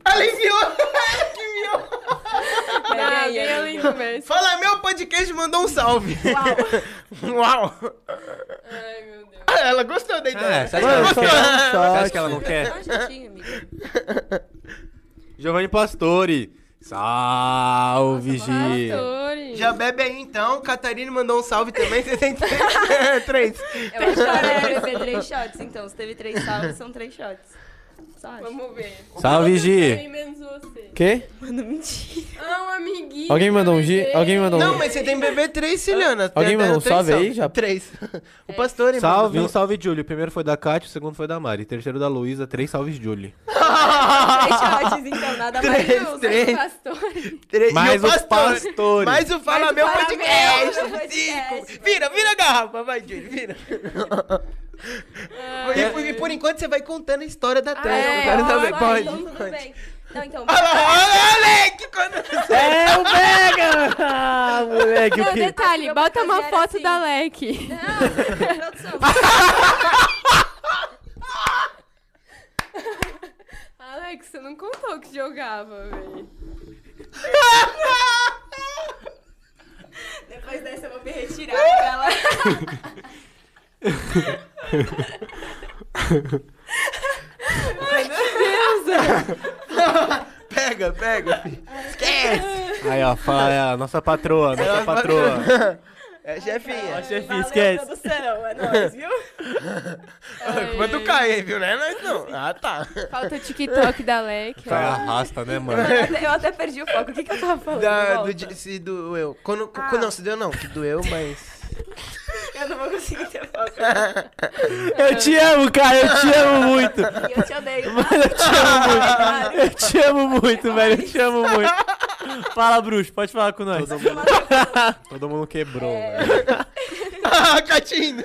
Ela enviou. Ela que enviou.
bebe
Ah,
aí,
bem
amigo.
além do mesmo.
Fala, meu podcast mandou um salve. Uau.
Ai, meu Deus.
Ah, Ela gostou da ideia.
É, você acha que ela não
Mano,
quer?
só- só-
é
Você acha que ela não
Dá
quer?
um jeitinho, amigo.
Giovanni Pastore. Salve, Gi.
Pastori.
Já bebe aí então. Catarina mandou um salve também. 63.
Eu acho que era pra beber três shots, então. Se teve três salves, são três shots. Só acho.
Vamos ver.
Salve, Gi.
Tem menos você.
Quê?
Mano, mentira.
Ah, um amiguinho.
Alguém mandou um gi-
bebê.
alguém mandou um-
Não, mas você tem que beber três, Ciliana.
Alguém
Até-
mandou um
três
salve aí,
salves.
já?
Três. O pastor hein,
Salve, um
mandou.
salve, Júlio. O primeiro foi da Kátia, o segundo foi da Mari. O terceiro da Luísa. Três salves, Júlio.
Três shots, então. Nada mais.
Três,
não.
três.
Pastori.
é
Três.
Mais
e o
os
pastor.
pastores.
Mais o Fala
Mais o
Meu
Fala
Podcast.
Meu Podcast,
Cinco. Vira, vira a garrafa. Vai, Júlio, vira. E, por- e por enquanto você vai contando a história da trans.
é,
o cara
ó,
também
vai,
pode.
Ah, Então, tudo
pode.
bem. Não, então.
Olha lá, olha, Alec! Quando...
É o Beckham! Ah, moleque, o
Não,
que...
detalhe,
Eu
bota uma
era
foto
assim.
da Leque.
Não, produção.
Alex, você não contou que jogava, velho.
Depois dessa eu vou me retirar dela.
Deus,
Pega, pega, filho. Esquece.
Aí, ó, fala, é, a nossa patroa, nossa patroa.
É chefinha.
Chefe, esquece.
produção, é nóis, viu?
Ai,
Ah, Mas tu cai, hein, viu? Não é nós não. Ah, tá.
Falta o TikTok da Leque.
Tá arrasta, né, mano?
Eu até, eu até perdi o foco. O que, que eu tava falando?
Da,
Volta.
do, di- se doeu. Quando, quando- não, se doeu não, que doeu, mas.
Eu não vou conseguir ter foco.
Eu te amo, cara, eu te amo muito.
E eu te odeio. Ah,
Eu te amo muito, velho, eu te amo muito. Fala, bruxo, pode falar com nós.
Todo mundo, todo mundo quebrou,
É.
velho.
Ah, Catinho!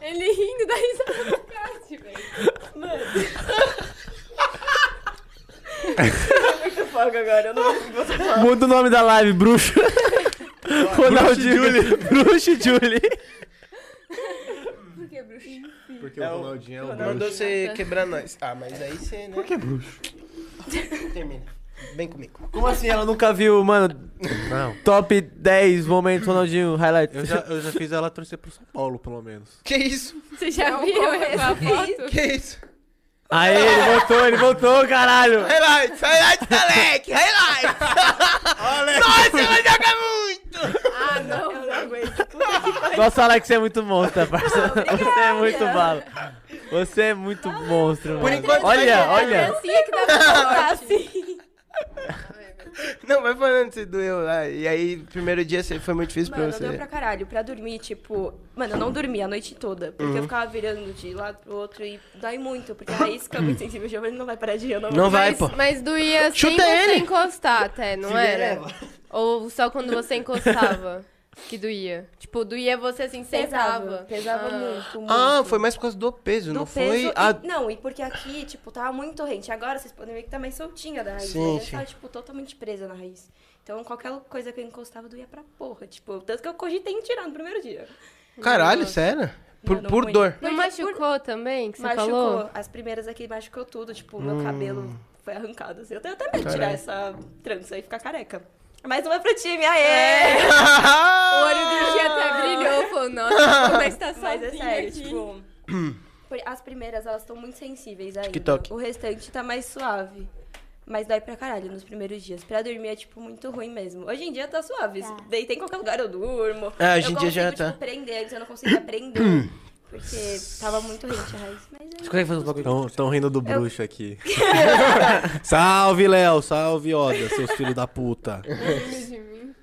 Ele rindo da risada do Cat, velho.
foco agora, eu não vou conseguir botar foco.
Muda o nome da live, bruxo. Ronaldinho. Bruxo e Julie.
Por que, bruxo?
Porque o Ronaldinho
tá
é o
Mandou você quebrar nós. Ah, mas aí você, né? Por
é
que bruxo? Termina. Vem comigo.
Como assim? Ela nunca viu, mano,
Não.
top 10 momentos Ronaldinho, highlight.
Eu já, eu já fiz ela torcer pro São Paulo, pelo menos.
Que isso?
Você já
Não,
viu
começa
a
aqui.
foto?
Que isso?
Aê, ele voltou, ele voltou, caralho.
Highlights, highlights, Alec! Highlights! Nossa, ela joga muito!
Ah, não. Eu não aguento.
Nossa, Alex, você é muito monstro, parça.
Obrigada.
Você é muito bala. Você é muito
Ah,
monstro,
Por
mano.
enquanto,
Olha,
vai-
olha.
Assim é que dá pra botar assim.
Não, vai falando se doeu lá. E aí, primeiro dia você- foi muito difícil
Mano,
pra você.
doeu pra caralho. Pra dormir, tipo... Mano, eu não dormi a noite toda. Porque eu ficava virando de um lado pro outro e dói muito. Porque a raiz fica muito sensível. O Giovanni não vai parar de rir, eu Uhum. não vou
Não vai,
mas,
pô.
mas doía sem
Chuta
você
ele.
encostar até, não
Se
era?
leva.
Ou só quando você encostava que doía? Tipo, doía você assim,
Pesava.
sentava.
Pesava
Ah.
muito, muito.
Ah, foi mais por causa do peso,
Do
não
peso.
foi?
e-
Ah,
Não, e porque aqui, tipo, tava muito torrente. Agora vocês podem ver que tá mais soltinha da raiz.
Sim,
né?
sim.
Eu tava, tipo, totalmente presa na raiz. Então, qualquer coisa que eu encostava doía pra porra. Tipo, tanto que eu cogitei em tirar no primeiro dia.
caralho, sério? Por,
Mano,
por
muito.
dor.
Não
Porque por-
machucou também, que você
machucou.
falou?
As primeiras aqui machucou tudo. Tipo, meu
Hum.
cabelo foi arrancado. Assim. Eu tenho até medo de tirar essa trança e ficar careca. Mais uma pro time,
É.
aê!
O olho do Gia até brilhou, falou, nossa, como é que tá
Ah. Mas é
sozinha
sério,
aqui?
tipo... por- As primeiras, elas estão muito sensíveis ainda.
TikTok.
O restante tá mais suave. Mas dói pra caralho nos primeiros dias. Pra dormir é, tipo, muito ruim mesmo. Hoje em dia tá suave. Tá. Deitei em qualquer lugar, eu durmo.
É, hoje em
eu
dia já
consigo,
tá.
Tipo, prender. Antes eu não conseguia prender. porque tava muito rente a raiz. Mas é aí...
Tão, tão rindo do bruxo aqui. salve, Léo. Salve, Oda, seus filhos da puta.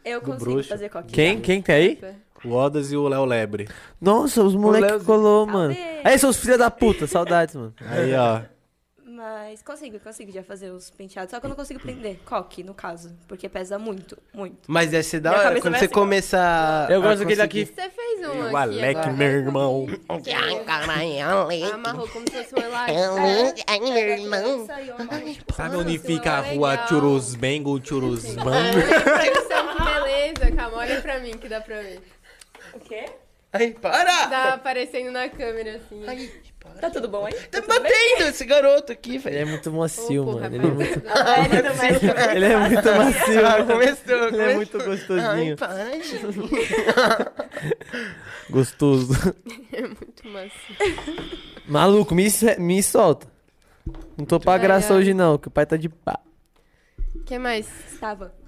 Eu consigo
bruxo.
fazer coquinha.
Quem? Quem tá aí?
O Odas e o Léo Lebre.
Nossa, os moleque
Léo-
colou, mano. É
Salve.
Aí, seus filhos da puta, saudades, mano.
Aí, ó.
Mas consigo, consigo já fazer os penteados. Só que eu não consigo prender coque, no caso. Porque pesa muito, muito.
Mas deve ser da
Minha
hora
cabeça
quando
vai
você
assim, ó.
começa.
Eu
a
gosto daquele daqui.
conseguir.
Você fez um
E
aqui
o Alec,
agora.
meu irmão.
Amarrou como se fosse um elástico.
Saiu uma
Sabe
Nossa,
onde fica a
legal.
rua Churusbengo, Churusman?
Impressão, que beleza, calma, olha pra mim que dá pra ver.
O quê?
Ai, para!
Tá aparecendo na câmera assim.
Tá tudo bom aí?
Tá batendo esse garoto aqui,
Ele
velho.
é muito
Ô,
macio,
porra,
mano. Ele é
rapaz,
muito,
Ele não mexe com
ele é muito macio.
Ah,
mano.
começou,
Ele é
começou.
muito
Ai,
gostosinho.
para, gente.
Gostoso.
É muito macio.
Maluco, me, se- me solta. Não tô pra
Ai,
graça
ai.
hoje, não, que o pai tá de pá.
O que mais?
Estava.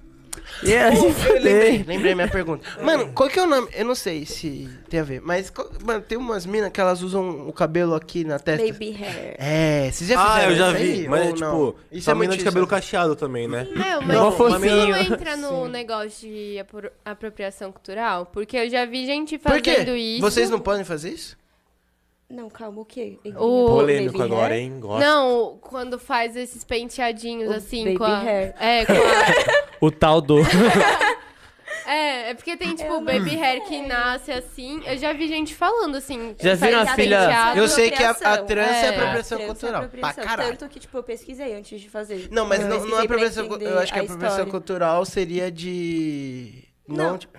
E aí,
Eu
é
lembrei,
fudei.
lembrei minha pergunta. Mano, qual que é o nome? Eu não sei se tem a ver, mas qual- mano, tem umas minas que elas usam o cabelo aqui na testa.
Baby hair.
É, vocês já
Ah,
fizeram
eu já
isso aí,
vi.
ou
Mas,
não?
tipo,
Isso
só
é
mina
muito
de cabelo
isso.
cacheado também, né?
É, mas
Não,
isso não
fofinho.
entra no negócio de apro- apropriação cultural? Porque eu já vi gente
Por
fazendo
quê?
isso.
Vocês não podem fazer isso?
Não, calma, o quê?
O-
Polêmico
baby
agora,
hair?
hein? Gosto.
Não, quando faz esses penteadinhos
O
assim
baby
com a.
hair.
É, com a.
O tal do.
É, é porque tem, tipo, o baby hair que nasce assim. Eu já vi gente falando assim.
Já
faz
viram as
esse
filhas-
penteado.
Eu sei que a, a
Apropriação,
trança é,
é.
apropriação
Trança é
cultural. Pra
apropriação.
caralho.
Tanto que, tipo, eu pesquisei antes de fazer.
Não, mas
Eu
não, não é
pesquisei pra
apropriação. cu-
entender
Eu acho que a apropriação
história.
cultural seria de. Não.
Não.
tipo-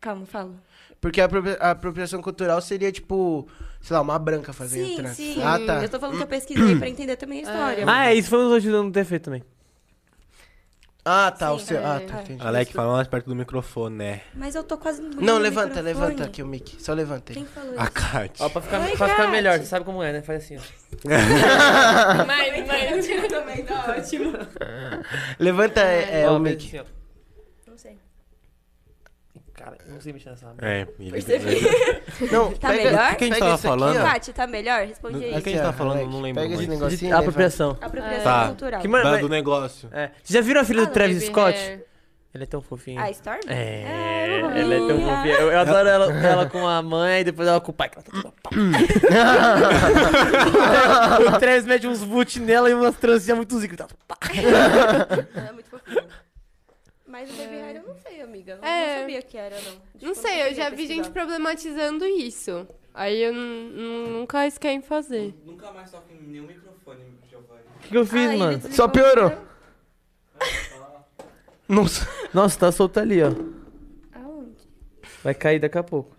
Calma, fala.
Porque a, apropri- a apropriação cultural seria tipo, sei lá, uma branca fazendo
Sim,
trança.
sim.
Ah, tá.
Eu
um
tô falando que eu pesquisei pra entender também a história.
Ah, é, isso foi nos ajudando a não ter feito também.
Ah, tá, o
Sim,
seu.
é.
Ah, tá,
É.
entendi.
Alec, fala mais perto do microfone, né?
Mas eu tô quase engolindo
Não,
o
levanta,
microfone.
levanta Ah, aqui o mic. Só levanta aí.
Quem falou
A
isso?
Kat.
Ó, pra ficar,
Oi,
pra ficar
Kat.
melhor, você sabe como é, né? Faz assim, ó.
Mas, mas...
também tá ótimo.
Levanta é, é, o
Ó, faz
mic.
assim, ó.
Não sei.
Cara, eu não sei mexer nessa merda.
É, ele-
Não,
Tá
pega,
melhor?
O que a gente
pega
tava
esse
falando?
Aqui, ó.
Paty, tá melhor? Responde aí.
Aqui. que a gente tava
ó,
falando?
Alec,
Não lembro
Pega esse
mais.
negocinho. e
a
levanta.
apropriação.
Apropriação
Tá.
cultural.
Que mano,
Da
mas-
do negócio.
é. Vocês já viram a filha do Travis Scott? Ele é tão fofinho.
Ah, Storm?
É,
Ah,
ela é tão
fofinha.
fofinha. Eu, eu adoro ela, ela com a mãe, depois ela com o pai. que Ela tá toda pau. o Travis mete uns boot nela e umas trancinhas muito zica. Tá, pá.
Ela é muito fofinha. Mas o Baby Hair eu não sei, amiga. Eu não,
É.
não sabia que era, não. Tipo,
Não sei, eu
cheguei a
já vi
pesquisar.
gente problematizando isso. Aí eu n- n- nunca eles querem fazer.
Nunca mais toco em nenhum microfone, Giovanni.
O que, que eu fiz,
Ah, ele
mano?
desligou.
Só piorou. Nossa.
Nossa, tá solto ali, ó.
Aonde?
Vai cair daqui a pouco.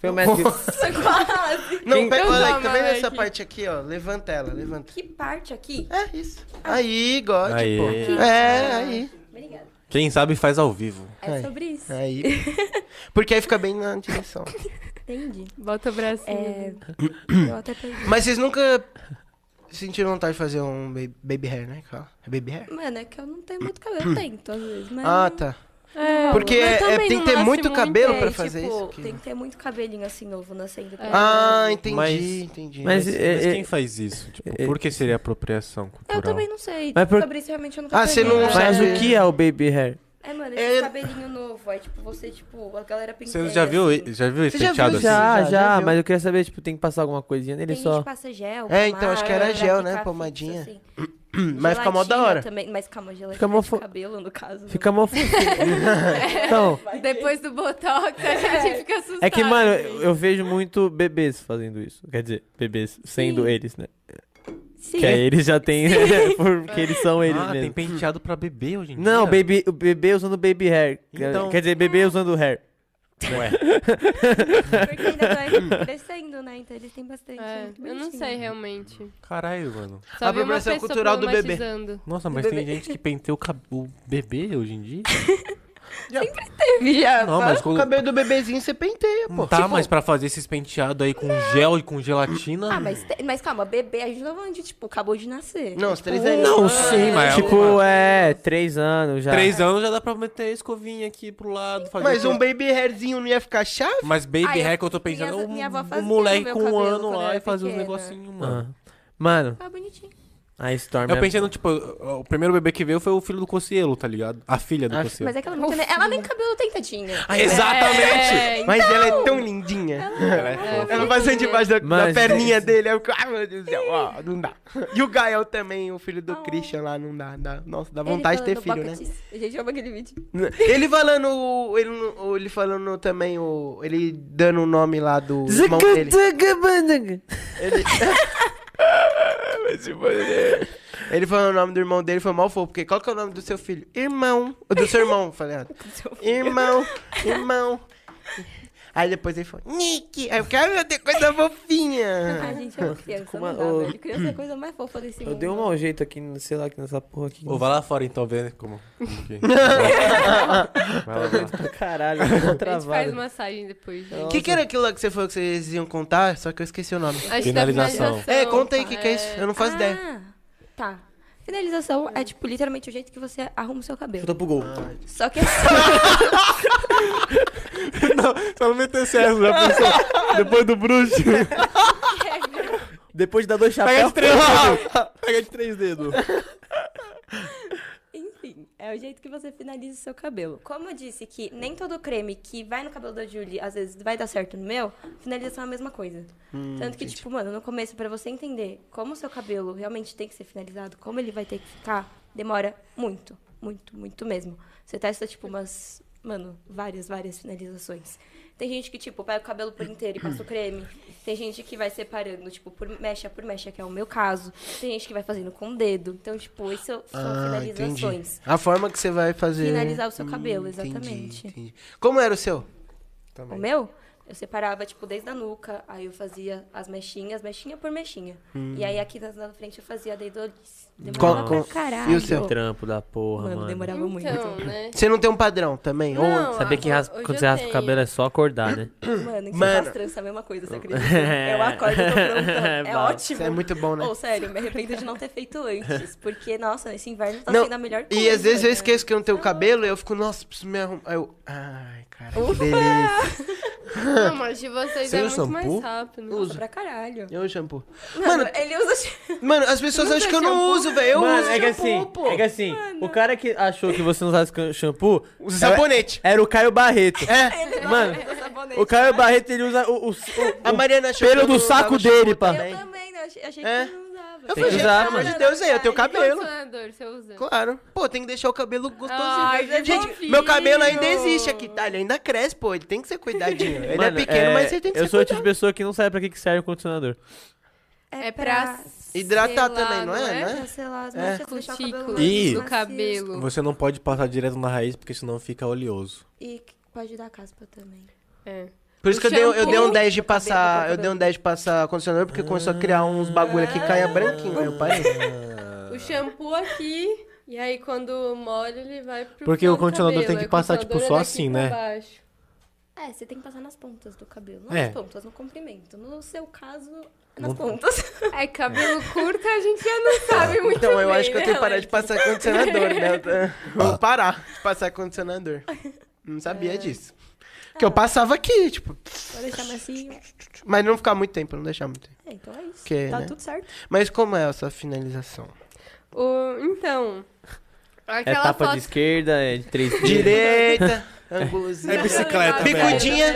Foi o mestre.
Quase.
Não,
Quem-
pega o
Então
Alec,
toma,
também nessa
Alec.
parte aqui, ó. Levanta ela, levanta.
Que parte aqui?
É, isso.
Ah.
Aí, God,
Aí.
pô. É, aí.
Obrigada.
Quem sabe faz ao vivo.
É
Ai.
sobre isso.
Aí. Porque aí fica bem na direção.
Entendi.
Bota o
É...
bracinho.
eu até perdi.
Mas vocês nunca sentiram vontade de fazer um ba- baby hair, né? que fala? É baby hair?
Mano, é que eu não tenho muito cabelo. Eu tento, às vezes, mas...
Ah,
não-
tá.
É.
Porque
mas
é-
também
tem
não
que ter
nasce
muito cabelo
É,
pra
e,
fazer
tipo,
isso aqui.
Tem que ter muito cabelinho assim novo nascendo. pra-
Ah, entendi,
Mas-
entendi.
mas-
Mas
é-
quem
é-
faz isso? Tipo,
é-
por que seria apropriação cultural?
Eu também não sei.
Mas por-
Sobre isso, realmente, eu não
Ah, você não
Mas
sabe-
o que é o baby hair?
É, mano,
É-
esse cabelinho novo. Aí, tipo, você, tipo, a galera penteia.
Você já viu,
assim.
já viu esse
Você já viu
penteado assim?
Já,
já,
já,
já viu.
mas eu queria saber, tipo, tem que passar alguma coisinha nele
Tem
só.
gente que passa gel,
É, então, acho que era
pomada,
gel,
pra
né,
ficar
pomadinha.
fixo, assim.
Hum. Mas fica mó da
Gelatina
hora.
Também, mas calma, gelatina
Fica mó
de
fo-
cabelo, no caso. né?
Fica mó fofinho. então,
Depois do Botox, a gente fica assustado.
é que, mano, eu, eu vejo muito bebês fazendo isso. Quer dizer, bebês sendo
Sim.
eles, né?
Sim.
Que aí eles já têm. é, porque eles são eles
ah, tem
mesmo.
penteado pra bebê hoje em dia?
Não, baby, o bebê usando baby hair. Quer-
Então-
Quer dizer, bebê usando hair.
é?
Porque ainda
Hum.
vai crescendo, né? Então eles têm bastante.
É,
muito
eu não
bonitinho.
sei realmente.
Caralho, mano.
Só vi uma
Apropriação
pessoa
cultural do bebê.
problematizando.
Nossa, mas tem gente que penteia o, cab... o bebê hoje em dia?
Teve já.
Não, mas
O
quando...
cabelo do bebezinho você penteia, pô.
Tá,
Tipo,
mas pra fazer esses penteados aí com gel e com gelatina...
Ah, mas, te- mas calma, bebê, a gente não tá falando de, tipo, acabou de nascer.
Não, os três ah, anos.
Não, sim, mas...
Tipo, é, três anos já.
Três anos já dá pra meter a escovinha aqui pro lado, fazer...
Mas um
aquela-
baby hairzinho não ia ficar chave?
Mas baby
Ah, eu-
hair que eu tô
minha-
pensando,
minha avó
um, um
fazia
moleque
meu
com um
cabelo
ano
quando eu
lá
era
e fazer uns
pequena.
negocinhos, mano.
Ah. Mano,
Tá bonitinho.
a Storm.
Eu
é-
pensei no, tipo, o o primeiro bebê que veio foi o filho do Cocielo, tá ligado? A filha do Cocielo.
Mas é que ela não tem, ela nem cabelo tem, tadinha.
Ah, exatamente!
É,
Mas ela é tão lindinha.
é
Ela é passando debaixo da, da
Mas-
perninha dele. Eu, fico, ai, meu Deus do céu, ó, não dá. E o Gael também, o filho do Christian lá, não dá. dá. Nossa, dá vontade de ter filho, né?
A gente ama aquele vídeo.
Ele falando, o- ele, no- ele falando também, o, ele dando o nome lá do irmão dele.
Zucutugabandang.
Ele falando o nome do irmão dele, foi mal fofo, porque qual que é o nome do seu filho? Irmão. Do seu irmão, falei errado. Irmão, irmão. Aí depois ele falou, Nick. Aí eu fiquei, ai meu Deus, coisa
A
fofinha.
gente ama criança,
Como
não
a-
dá,
o-
velho. Criança é a coisa mais fofa desse mundo.
Eu dei um mau jeito aqui, no- sei lá, aqui nessa porra aqui.
Ô, vai lá fora então, vê como. como que- é. vai lá, vai lá.
Caralho, eu tô
A gente faz
travado.
massagem depois,
O
gente.
que, que era aquilo lá que você falou que vocês iam contar? Só que eu esqueci o nome.
Acho que
Finalização.
da
É, conta aí o que, que é isso. Eu não faço
ah,
ideia.
Tá. Finalização é, tipo, literalmente o jeito que você arruma o seu cabelo.
Chuta pro gol.
Ah,
Só que assim,
Só não meteu certo, já pensou? Depois do bruxo.
Depois de dar dois
Pega de
chapéus.
três dedos. Pega de três dedos.
enfim, é o jeito que você finaliza o seu cabelo. Como eu disse que nem todo creme que vai no cabelo da Julie, às vezes vai dar certo no meu, finalização é a mesma coisa. Tanto que, tipo, mano, no começo, pra você entender como o seu cabelo realmente tem que ser finalizado, como ele vai ter que ficar, demora muito, muito, muito mesmo. Você testa, tipo, umas, mano, várias, várias finalizações. Tem gente que, tipo, pega o cabelo por inteiro e passa o creme. Tem gente que vai separando, tipo, por mecha por mecha, que é o meu caso. Tem gente que vai fazazendo com o dedo. Então, tipo, isso são
Ah, entendi.
finalizações.
A forma que você vai fazer. Hum,
Finalizar o seu cabelo,
entendi,
exatamente.
entendi. Como era o seu?
O meu? Eu separava, tipo, desde a nuca, aí eu fazia as mechinhas, mechinha por mechinha.
Hum.
E aí aqui nas- na frente eu fazia a deidolice. Demorava
Qual- qual-
pra caralho.
e o
É
seu?
Trampo da porra,
Mano,
mano.
demorava
Então,
muito.
né?
Você não tem um padrão também? Ou-
Não,
Saber que
ah,
raspa-
hoje
quando
eu
você raspa o
tenho.
cabelo é só acordar, né?
Mano, que
Mano.
faz trança, é a mesma coisa, você acredita? Eu acordo e tô prontão.
É
É
bom.
ótimo.
Isso é muito bom, né?
Ou, sério, me arrependo de não ter feito antes. Porque, nossa, esse inverno tá
Não,
sendo a melhor coisa.
E às vezes eu
né?
esqueço que eu não tenho cabelo, eu fico, nossa, preciso me arrumar. Aí Eu, ai, cara, que beleza.
Não, mas de vocês
Você
é muito
usa shampoo?
mais rápido.
Nossa, pra caralho.
Eu shampoo.
Mano, ele usa...
Mano, as pessoas acham que eu não
um
uso, velho. Eu
Mano,
uso
é que
shampoo,
assim,
pô.
é que assim, o cara que achou que você não usasse can- shampoo
Usa
era-
sabonete.
era o Caio Barreto.
É,
Mano,
Ele usa sabonete.
o Caio Barreto ele usa o, o, o
a Mariana achou
pelo
que eu
do
não usava
saco
shampoo
dele, pá.
Eu
também.
também, né? Achei achei
É.
que eu não usava.
Eu
Tem que
falei, gente,
usar,
pelo amor
mano.
de Deus, aí, eu tenho cabelo.
Condicionador, é você usa?
Claro. Pô, tem que deixar o cabelo gostosinho.
Ai, que
gente,
fofinho.
meu cabelo ainda existe aqui, tá? Ele ainda cresce, pô. Ele tem que ser cuidadinho. Ele
Mano,
é pequeno, mas ele tem que
Eu
ser
sou o
cuidado.
tipo de pessoa que não sabe pra que, que serve o condicionador.
É pra
Hidratar
sei lá,
também, não é? Não é?
Pra selar as manchas, deixar o cabelo
Cutículas
mais
E-
do
macio.
cabelo.
Você não pode passar direto na raiz, porque senão fica oleoso.
E pode dar caspa também.
É.
Por isso
O
que eu dei, eu dei um
shampoo-
10 de passar.
cabelo,
Eu dei um 10 de passar condicionador, porque começou a criar uns bagulho aqui que caia branquinho. Aí eu parei.
É. O shampoo aqui, e aí quando molha ele vai pro
Porque
final
o condicionador
do cabelo.
tem que
Aí o
passar, tipo,
condicionador
só
é daqui
assim,
pra
né?
baixo.
É, você tem que passar nas pontas do cabelo. Não
É.
nas pontas, no comprimento. No seu caso, nas pontas.
É, cabelo curto a gente já não sabe muito
Então, eu
bem,
acho que eu
né,
tenho que parar de
Alex?
passar condicionador, né? Eu- Vou parar de passar condicionador. Não sabia disso. Porque eu passava aqui, tipo,
Vou deixar macio.
mas não ficar muito tempo, não deixar muito tempo.
É, então é isso.
Que,
tá
né?
tudo certo.
Mas como é essa finalização?
O- Então,
É
aquela
tapa
foto...
de esquerda, é de três
Direita, angulozinha,
É bicicleta,
Bicudinha.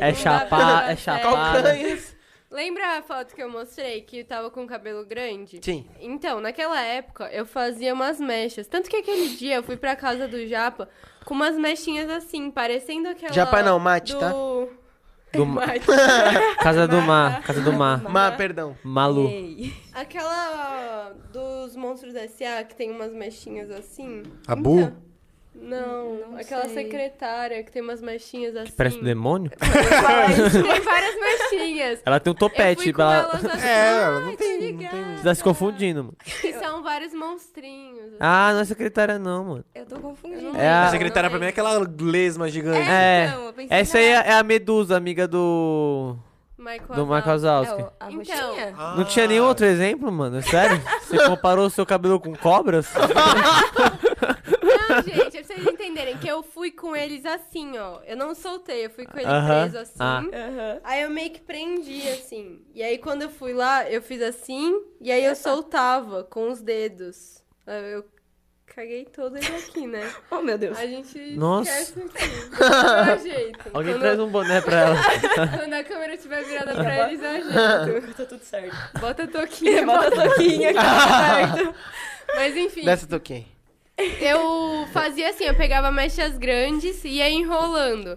É chapar, é chapar.
calcanhas.
Lembra a foto que eu mostrei, que eu tava com o cabelo grande?
Sim.
Então, naquela época, eu fazia umas mechas. Tanto que aquele dia eu fui pra casa do Japa com umas mechinhas assim, parecendo aquela...
Japa não, mate,
do...
tá?
Do ma-
Mate.
Casa do Mar, Casa do Mar.
Má, perdão.
Malu.
Aquela dos monstros S.A. que tem umas mechinhas assim.
A Bu?
Não, aquela
sei.
secretária que tem umas mechinhas assim.
Parece um demônio?
Tem várias mechinhas.
Ela tem um
Eu fui
topete.
com
Ela...
elas assim,
É,
ai,
ela não
tá
tem- não tem-
ligado.
Você tá se confundindo, mano.
Que são vários monstrinhos.
Ah, não é secretária não, mano.
Eu tô confundindo.
Eu não
É a-
a secretária pra mim é aquela lesma gigante.
É.
então, eu pensei
Essa aí é
nela.
é a Medusa, amiga do...
Michael
Do Michael
Azal.
É,
Zalski.
o- a
Então.
roxinha.
Não tinha nenhum outro exemplo, mano? É Sério? Você comparou o seu cabelo com cobras?
Não, gente, é pra vocês entenderem que eu fui com eles assim, ó. Eu não soltei, eu fui com ele
Aham.
preso assim.
Ah.
Aham.
Aí eu meio que prendi, assim. E aí quando eu fui lá, eu fiz assim, e aí eu soltava com os dedos. Aí Eu caguei todo ele aqui, né?
Oh, meu Deus.
A gente
Nossa.
esquece aqui. Dá jeito.
Alguém
quando,
traz um boné pra ela.
quando a câmera estiver virada pra eles, dá um jeito.
Tá tudo certo.
Bota a toquinha,
Bota a toquinha aqui, certo.
Mas enfim,
Dessa eu toquei.
eu fazia assim, eu pegava mechas grandes e ia enrolando.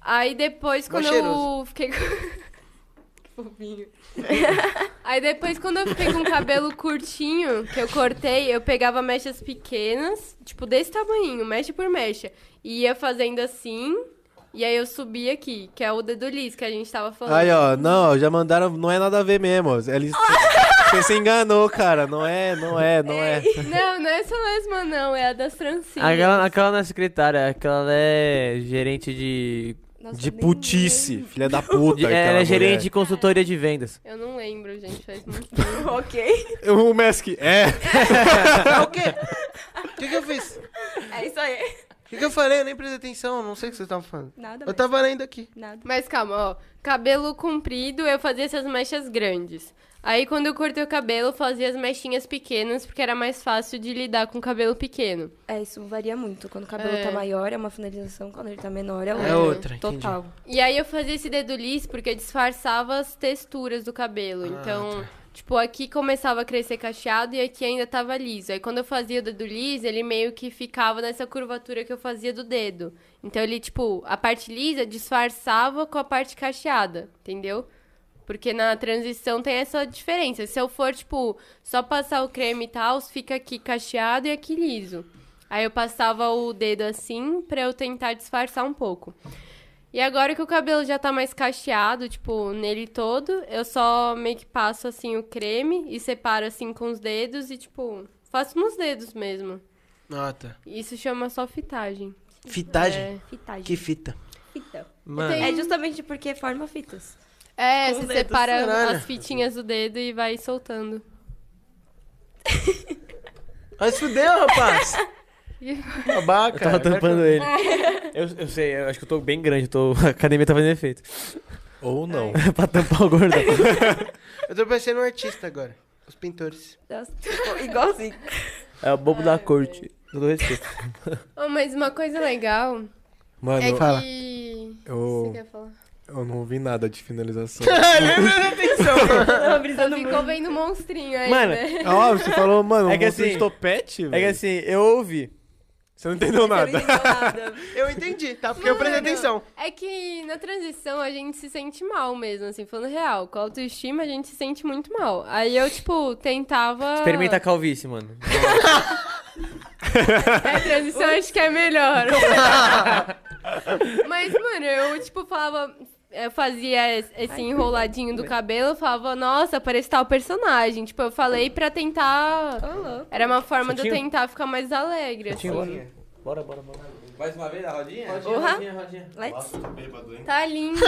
Aí depois,
Mó
quando eu
cheiroso.
fiquei com... Que fofinho. Aí depois, quando eu fiquei com o cabelo curtinho, que eu cortei, eu pegava mechas pequenas, tipo desse tamanho, mecha por mecha. E ia fazendo assim, e aí eu subia aqui, que é o dedulis que a gente tava falando.
Aí, ó, não, já mandaram, não é nada a ver mesmo. ó. Eles, você se enganou, cara. Não é, não é, não é.
Não, não é essa lesma, não, é a das trancinhas.
Aquela, aquela não é secretária, aquela é gerente de.
Nossa,
De
nem-
putice, filha da puta.
de- ela
aquela
é gerente de
mulher.
consultoria de vendas.
Eu não lembro, gente, faz muito
nem- Ok.
O Mask, é.
É o quê? O que, que eu fiz? O
É isso aí.
que, que eu falei? Eu nem prestei atenção, não sei o que vocês estavam falando.
Nada
Eu
mais.
tava lendo aqui.
Nada.
Mas calma, ó. Cabelo comprido, eu fazia essas mechas grandes. Aí quando eu cortei o cabelo, eu fazia as mechinhas pequenas, porque era mais fácil de lidar com cabelo pequeno.
É, isso varia muito. Quando o cabelo
É.
tá maior é uma finalização, quando ele tá menor é outra.
É outra, entendi.
Total.
E aí eu fazia esse dedo liso porque disfarçava as texturas do cabelo. então, tipo, aqui começava a crescer cacheado e aqui ainda tava liso. Aí quando eu fazia o dedo liso, ele meio que ficava nessa curvatura que eu fazia do dedo. Então ele, tipo, a parte lisa disfarçava com a parte cacheada, entendeu? Porque na transição tem essa diferença. Se eu for, tipo, só passar o creme e tal, fica aqui cacheado e aqui liso. Aí eu passava o dedo assim pra eu tentar disfarçar um pouco. E agora que o cabelo já tá mais cacheado, tipo, nele todo, eu só meio que passo assim o creme e separo assim com os dedos e, tipo, faço nos dedos mesmo.
Nota.
Isso chama só fitagem.
Fitagem?
É.
Fitagem.
Que fita.
Fita.
Eu tenho-
É justamente porque forma fitas.
É,
Com
você
o dedo,
separa
caralho.
as fitinhas do dedo e vai soltando.
Mas fudeu, rapaz.
E-
Babaca.
Eu tava
é verdade.
tampando ele. Eu, eu sei, eu acho que eu tô bem grande, eu tô... a academia tá fazendo efeito.
Ou não.
pra tampar o gordão.
Eu tô parecendo um artista agora. Os pintores.
Nossa, ficou igualzinho.
É o bobo da corte. Todo respeito.
Oh, mas uma coisa legal
Mano,
é
fala.
que. Você
eu,
quer falar?
eu não ouvi nada de finalização.
É,
Só ficou vendo monstrinho aí,
Mano,
né?
É óbvio, você falou, mano,
É que
um monstro de
assim-
topete,
É que
velho.
assim, eu ouvi.
Você não entendeu
Não
nada.
entendeu nada.
Eu entendi, tá? Porque eu prestei
Mano.
atenção.
É que na transição a gente se sente mal mesmo, assim, falando real. Com a autoestima a gente se sente muito mal. Aí eu, tipo, tentava.
Experimenta a calvície, mano.
É, transição acho que é melhor. Mas, mano, eu, tipo, falava. Eu fazia es- esse enroladinho do cabelo, eu falava, nossa, parece tal personagem. Tipo, eu falei pra tentar.
Falou.
Era uma forma de eu
Certinho?
tentar ficar mais alegre, assim.
Bora, bora, bora.
Mais uma vez a rodinha?
Porra.
rodinha.
Let's.
Tá lindo.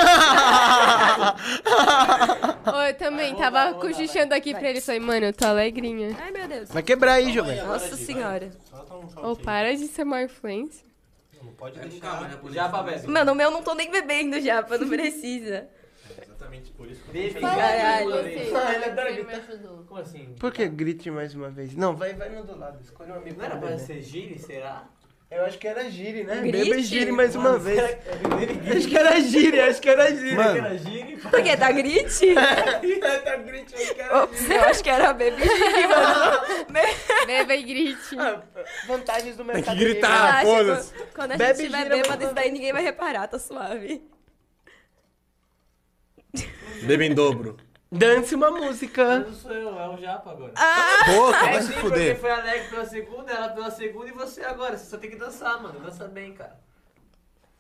Ô, eu também tava cochichando aqui pra ele. Falei, mano, eu tô alegrinha.
Ai, meu Deus.
Vai quebrar aí, Giovanni.
Nossa senhora.
Ô, para de ser má influência.
Pode
Com calma, japonês. Já, Fabécio.
Mano, o meu não tô nem bebendo já, pô, não precisa.
Exatamente por isso.
Caralho.
Ah, ele é drag,
me ajudou.
Como assim?
Por que grite mais uma vez? Não, vai, vai no do lado. Escolha um amigo.
Não era
pra
pra
beber.
ser gire, será?
Eu acho que era gire, né?
Grite?
Beba e gire mais uma vez. Acho que era gire, acho que era gire.
Será que era gire?
Por quê? Tá grite?
Tá grite, acho que era
Ops, eu acho que era bebê.
Beba e grite.
Ah, vantagens do mercado.
que gritar. Ah,
Relaxa,
foda-se.
quando- Quando a
Tá, Bebe né?
gente tiver
gira,
bêbado,
mas-
isso daí ninguém vai reparar, tá suave.
Beba em dobro.
Dance uma música.
Não sou eu, é o Japa agora.
Ah.
Pouco,
é
vai se
gire porque
fuder.
foi alegre pela segunda, ela pela segunda e você agora. Você só tem que dançar, mano. Dança bem, cara.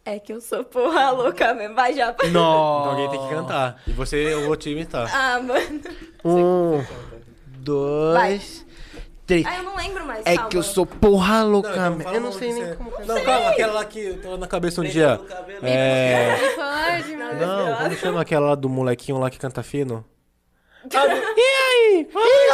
É que eu sou porra louca mesmo. Vai já.
Então
Nossa.
alguém tem que cantar. E você, eu vou te imitar.
Ah, mano.
Um, dois, três.
Ah, eu não lembro mais.
É
calma.
que eu sou porra louca,
Não,
man.
fala
Eu não então
onde
sei
você
nem
é.
como.
Não, calma, aquela lá que eu tava na cabeça um dia.
Do cabelo.
É.
Pode,
Ah,
mano.
Não, como chama aquela lá do molequinho lá que canta fino?
E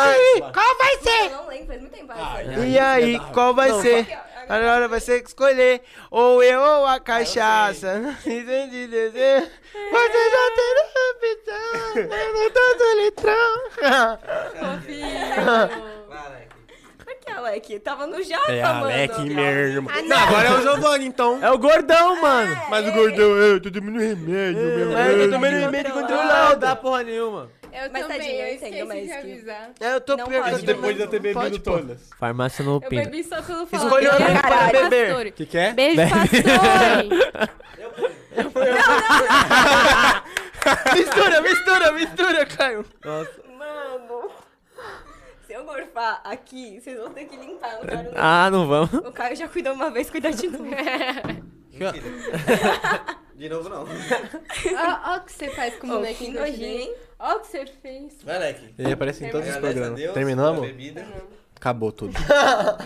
aí, qual vai ser?
Eu não lembro, faz muito tempo.
Ah,
assim.
E aí, é qual vai ser? Agora vai ser que escolher. Ou eu ou a cachaça. Entendi, entendi. Você já tem opção. Eu não tô do né? litrão.
Fofinho.
Vai, Alec.
Por que, Alec? Tava no japa,
É
mano.
Alec mesmo. Não, agora é o Giovanni, então.
É o gordão, mano.
É,
Mas o gordão, é, eu tô tomando remédio, meu
Mas É, eu tô
Deus.
meio remédio
é. Não
Ah,
controlado.
dá porra nenhuma.
Eu
Mas
também,
tadinho,
eu
eu entendo,
esqueci
mas
de
que-
avisar.
Eu tô
Não
pior que
pode,
eu tô-
Depois de eu ter
Pode, pô.
Farmácia no
Eu
Opina.
bebi só pelo fato.
Escolha um amigo para
Caralho.
beber.
O que que é?
Beijo, pastor.
Mistura, mistura, mistura, Caio.
Mano. Se eu morfar aqui, vocês vão ter que limpar. Eu não quero não.
Ah, não vamos.
O Caio já cuidou uma vez, cuidar de novo.
É,
De novo, não.
Ó, ó o que você faz com o
Ô, que
bonequinho
nojinho,
nojento.
hein?
Ó o que você fez.
Vai, Alec.
Ele aparece em todos os
Agradece a
programas.
Deus pela
Terminamos?
bebida.
Acabou tudo.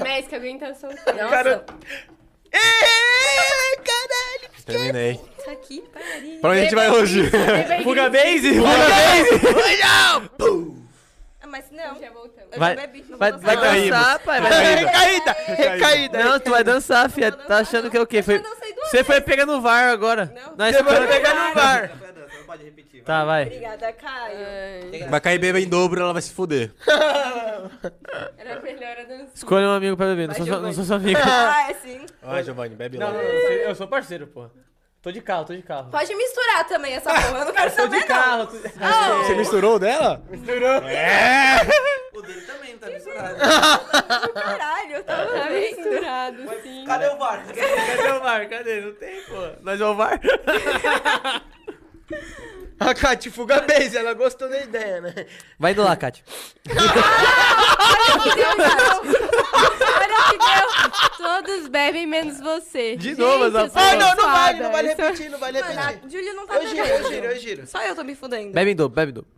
Mas que alguém tá soltando.
Cara... Ê, caralho.
Terminei.
Nossa, que tá pariu.
Pra onde a gente vai hoje?
Fuga base?
Ah, Mas não.
Já voltamos.
Eu
Vai-
não bebi. não
vai-
vou
vai
dançar.
cair.
Dançar, pai. Recaída, recaída.
Não, tu vai dançar, fia.
vou
Tá
dançar,
achando
não.
que é o quê?
Eu
Foi...
já dancei duas
Você foi pegar no VAR agora.
Não.
Nós
Você vai
esperamos-
pegar no bar.
Vai, dança, Não pode repetir.
Tá, vai.
Obrigada, Caio.
Ai,
Vai cair beba em dobro, ela vai se fuder.
Era melhor a dança.
Escolha um amigo pra beber. Não sou, seu- não sou seu amigo.
Ah, é sim.
Vai, Giovanni, bebe lá.
eu sou parceiro, porra. Tô de carro, tô de carro.
Pode misturar também essa porra. Eu não quero saber, não.
tô...
Você misturou o dela? É.
O dele também não tá misturado.
Caralho, eu tava
Tá
vendo.
misturado, sim.
Cadê o VAR?
Cadê o VAR? Cadê? Não tem, pô. Nós vamos ao VAR?
A Kati fuga base, ela gostou da ideia, né?
Vai indo lá, Kátia.
Olha
que deu. Todos bebem, menos você.
De novo essa
eu sou
Ah, não, não
abençoada.
vale, não vale
Isso-
repetir, não vale
é Mano,
repetir.
a Júlia não tá
Eu giro, eu
bebendo.
giro, eu giro.
Só eu tô me fudendo.
Bebe em dobro, bebe em dobro.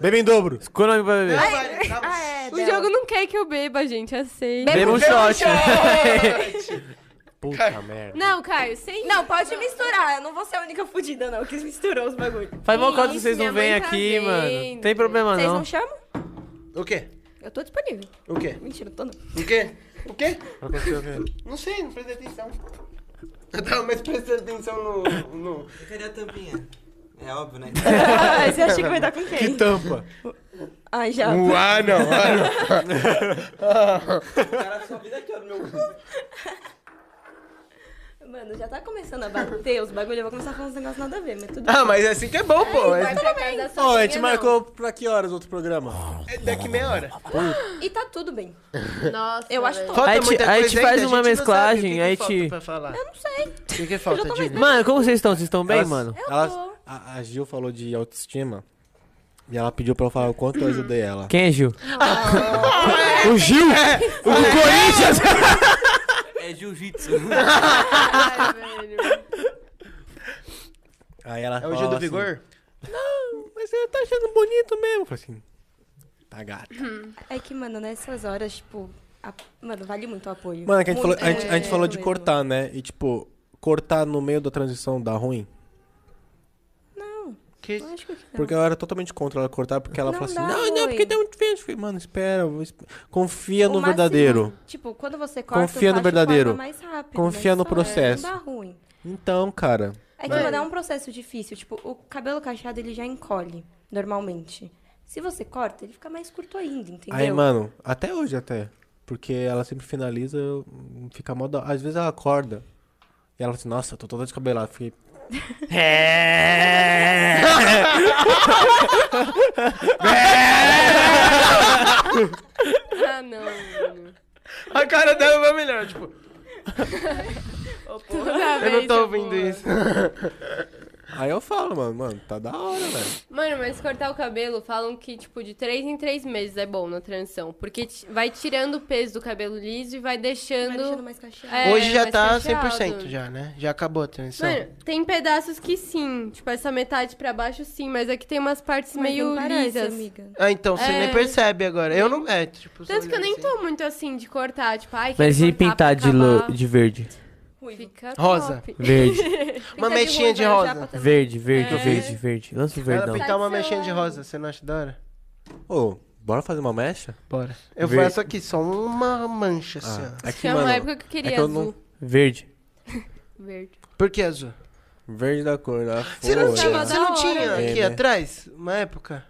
Bebe em dobro.
Qual o nome pra beber?
Não vale, tá bom.
Ah, é,
O
dela.
jogo não quer que eu beba, gente, aceita.
Bebe um shot.
Puta merda.
Não, Caio, sem.
Não, pode misturar. Eu não vou ser a única fudida, não, que misturou os bagulhos.
Faz mal caso que
Isso,
vocês não
minha
vêm
mãe tá
aqui, mano.
vendo.
Tem problema
Vocês
não.
não chamam?
O quê?
Eu tô disponível.
O quê?
Mentira, eu tô não.
O quê? O quê? Não sei, não prestei atenção. Eu tava mais prestando atenção no. no...
Cadê a tampinha? É óbvio, né?
Ah, Você acha que vai dar com quem?
Tampa.
Então, Ai, já.
um-
Ah, não, ah, não.
O cara só vira aqui, ó, no meu cu.
Mano, já tá começando a bater os bagulhos. Eu vou começar a falar uns negócios nada a ver, mas tudo bem.
Ah, mas é assim que é bom, pô. É-
Vai pra casa da sua
Ô, a
amiga,
gente
não.
marcou pra que horas outro programa?
é daqui meia hora.
E tá tudo bem.
Nossa,
Eu acho
velho.
top.
Falta
Aí te-
muita
aí
coisa
te
ainda,
faz
a
uma
gente não
mesclagem,
sabe o que que
aí
falta
te-
pra falar.
Eu não sei.
O que, que falta,
tô mais
Dini?
Mano, como vocês estão? Vocês estão bem,
Elas-
mano?
Elas- a, a Gil falou de autoestima. E ela pediu pra eu falar o quanto eu ajudei ela. É.
Quem é Gil?
O Gil?
O Corinthians!
É jiu-jitsu.
Ai, velho.
Aí ela
É o Gil do
falou
Vigor?
Assim, Mas você tá achando bonito mesmo? Eu falei assim, tá gata.
É que, mano, nessas horas, tipo. a- Mano, vale muito o apoio.
Mano, é que a gente, falou,
Muito,
a gente- a gente
é,
falou
muito
de
mesmo.
cortar, né? E tipo, cortar no meio da transição dá ruim.
Não,
Que...
lógico que não.
Porque eu era totalmente contra ela cortar, porque ela
Não
falou assim,
dá
não, não,
ruim."
porque deu um diferente. Eu falei, mano, espera, eu vou esp- confia
O
é no
máximo-
verdadeiro.
Tipo, quando você corta,
Confia
o
no
facho
verdadeiro.
corta mais rápido.
Confia
mas
no
só,
processo.
Não dá ruim.
Então, cara,
É que, mano, é um processo difícil. Tipo, o cabelo cacheado, ele já encolhe, normalmente. Se você corta, ele fica mais curto ainda, entendeu?
aí, mano, até hoje até. Porque ela sempre finaliza, eu- fica mó da... Às vezes ela acorda. E ela fala assim, nossa, eu tô toda descabelada. Eu Fiquei.
Ah, não, mano.
A cara dela vai melhor, tipo,
Toda
eu
vez
não
É
tô
eu
ouvindo
vou-
isso.
Aí eu falo, mano, mano, tá da hora, velho.
Mano, mas cortar o cabelo, falam que, tipo, de três em três meses é bom na transição. Porque ti- vai tirando o peso do cabelo liso e vai
Vai deixando
deixando.
mais cacheado.
É,
Hoje já
mais
tá
cacheado.
100% já, né? Já acabou a transição.
Mano, tem pedaços que sim. Tipo, essa metade pra baixo sim, mas aqui tem umas partes
Mas
meio
nem parece,
lisas.
amiga.
Ah, então você
É.
nem percebe agora. Eu não. É, tipo. só
Tanto que eu
olhando
nem
assim.
tô muito assim de cortar, tipo, ai,
Mas
quero
e
cortar pra
pintar de, lo-
acabar.
de verde?
Ruivo.
Fica
Rosa.
top.
Verde,
Uma
Pintar
mechinha de
ruiva, já
rosa.
pra ter-
verde, verde,
É.
verde, verde. Lança o
Ela
verdão.
pintar uma
Tá de
mexinha de
celular.
rosa, você não acha da hora?
Ô, bora fazer uma mecha?
Bora. Eu
Verde.
faço aqui, só uma mancha assim, ó.
É
Tinha uma época que eu queria
é que eu
azul.
não-
Verde.
Verde.
Por que azul?
Verde da cor da
Você não
folha.
tinha,
tava
você
da
não
hora,
tinha
né?
aqui
É, né?
atrás? Uma época?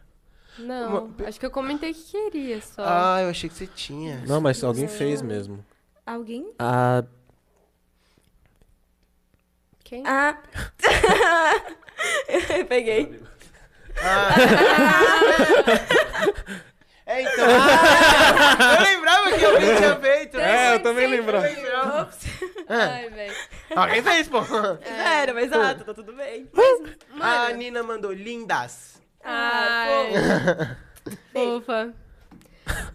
Não, acho que eu comentei que queria só.
Ah, eu achei que você tinha.
Não, mas alguém fez mesmo.
Alguém?
Ah,
É,
Quem?
Ah. Peguei.
Ah. É, então. Ah, eu lembrava que alguém tinha feito. né?
eu também lembro.
Eu lembrava. Ah,
Ai, velho.
alguém fez, pô.
Já era, mas exato, tá tudo bem.
Ah, A Nina mandou lindas.
Ai.
Ah,
Fofa.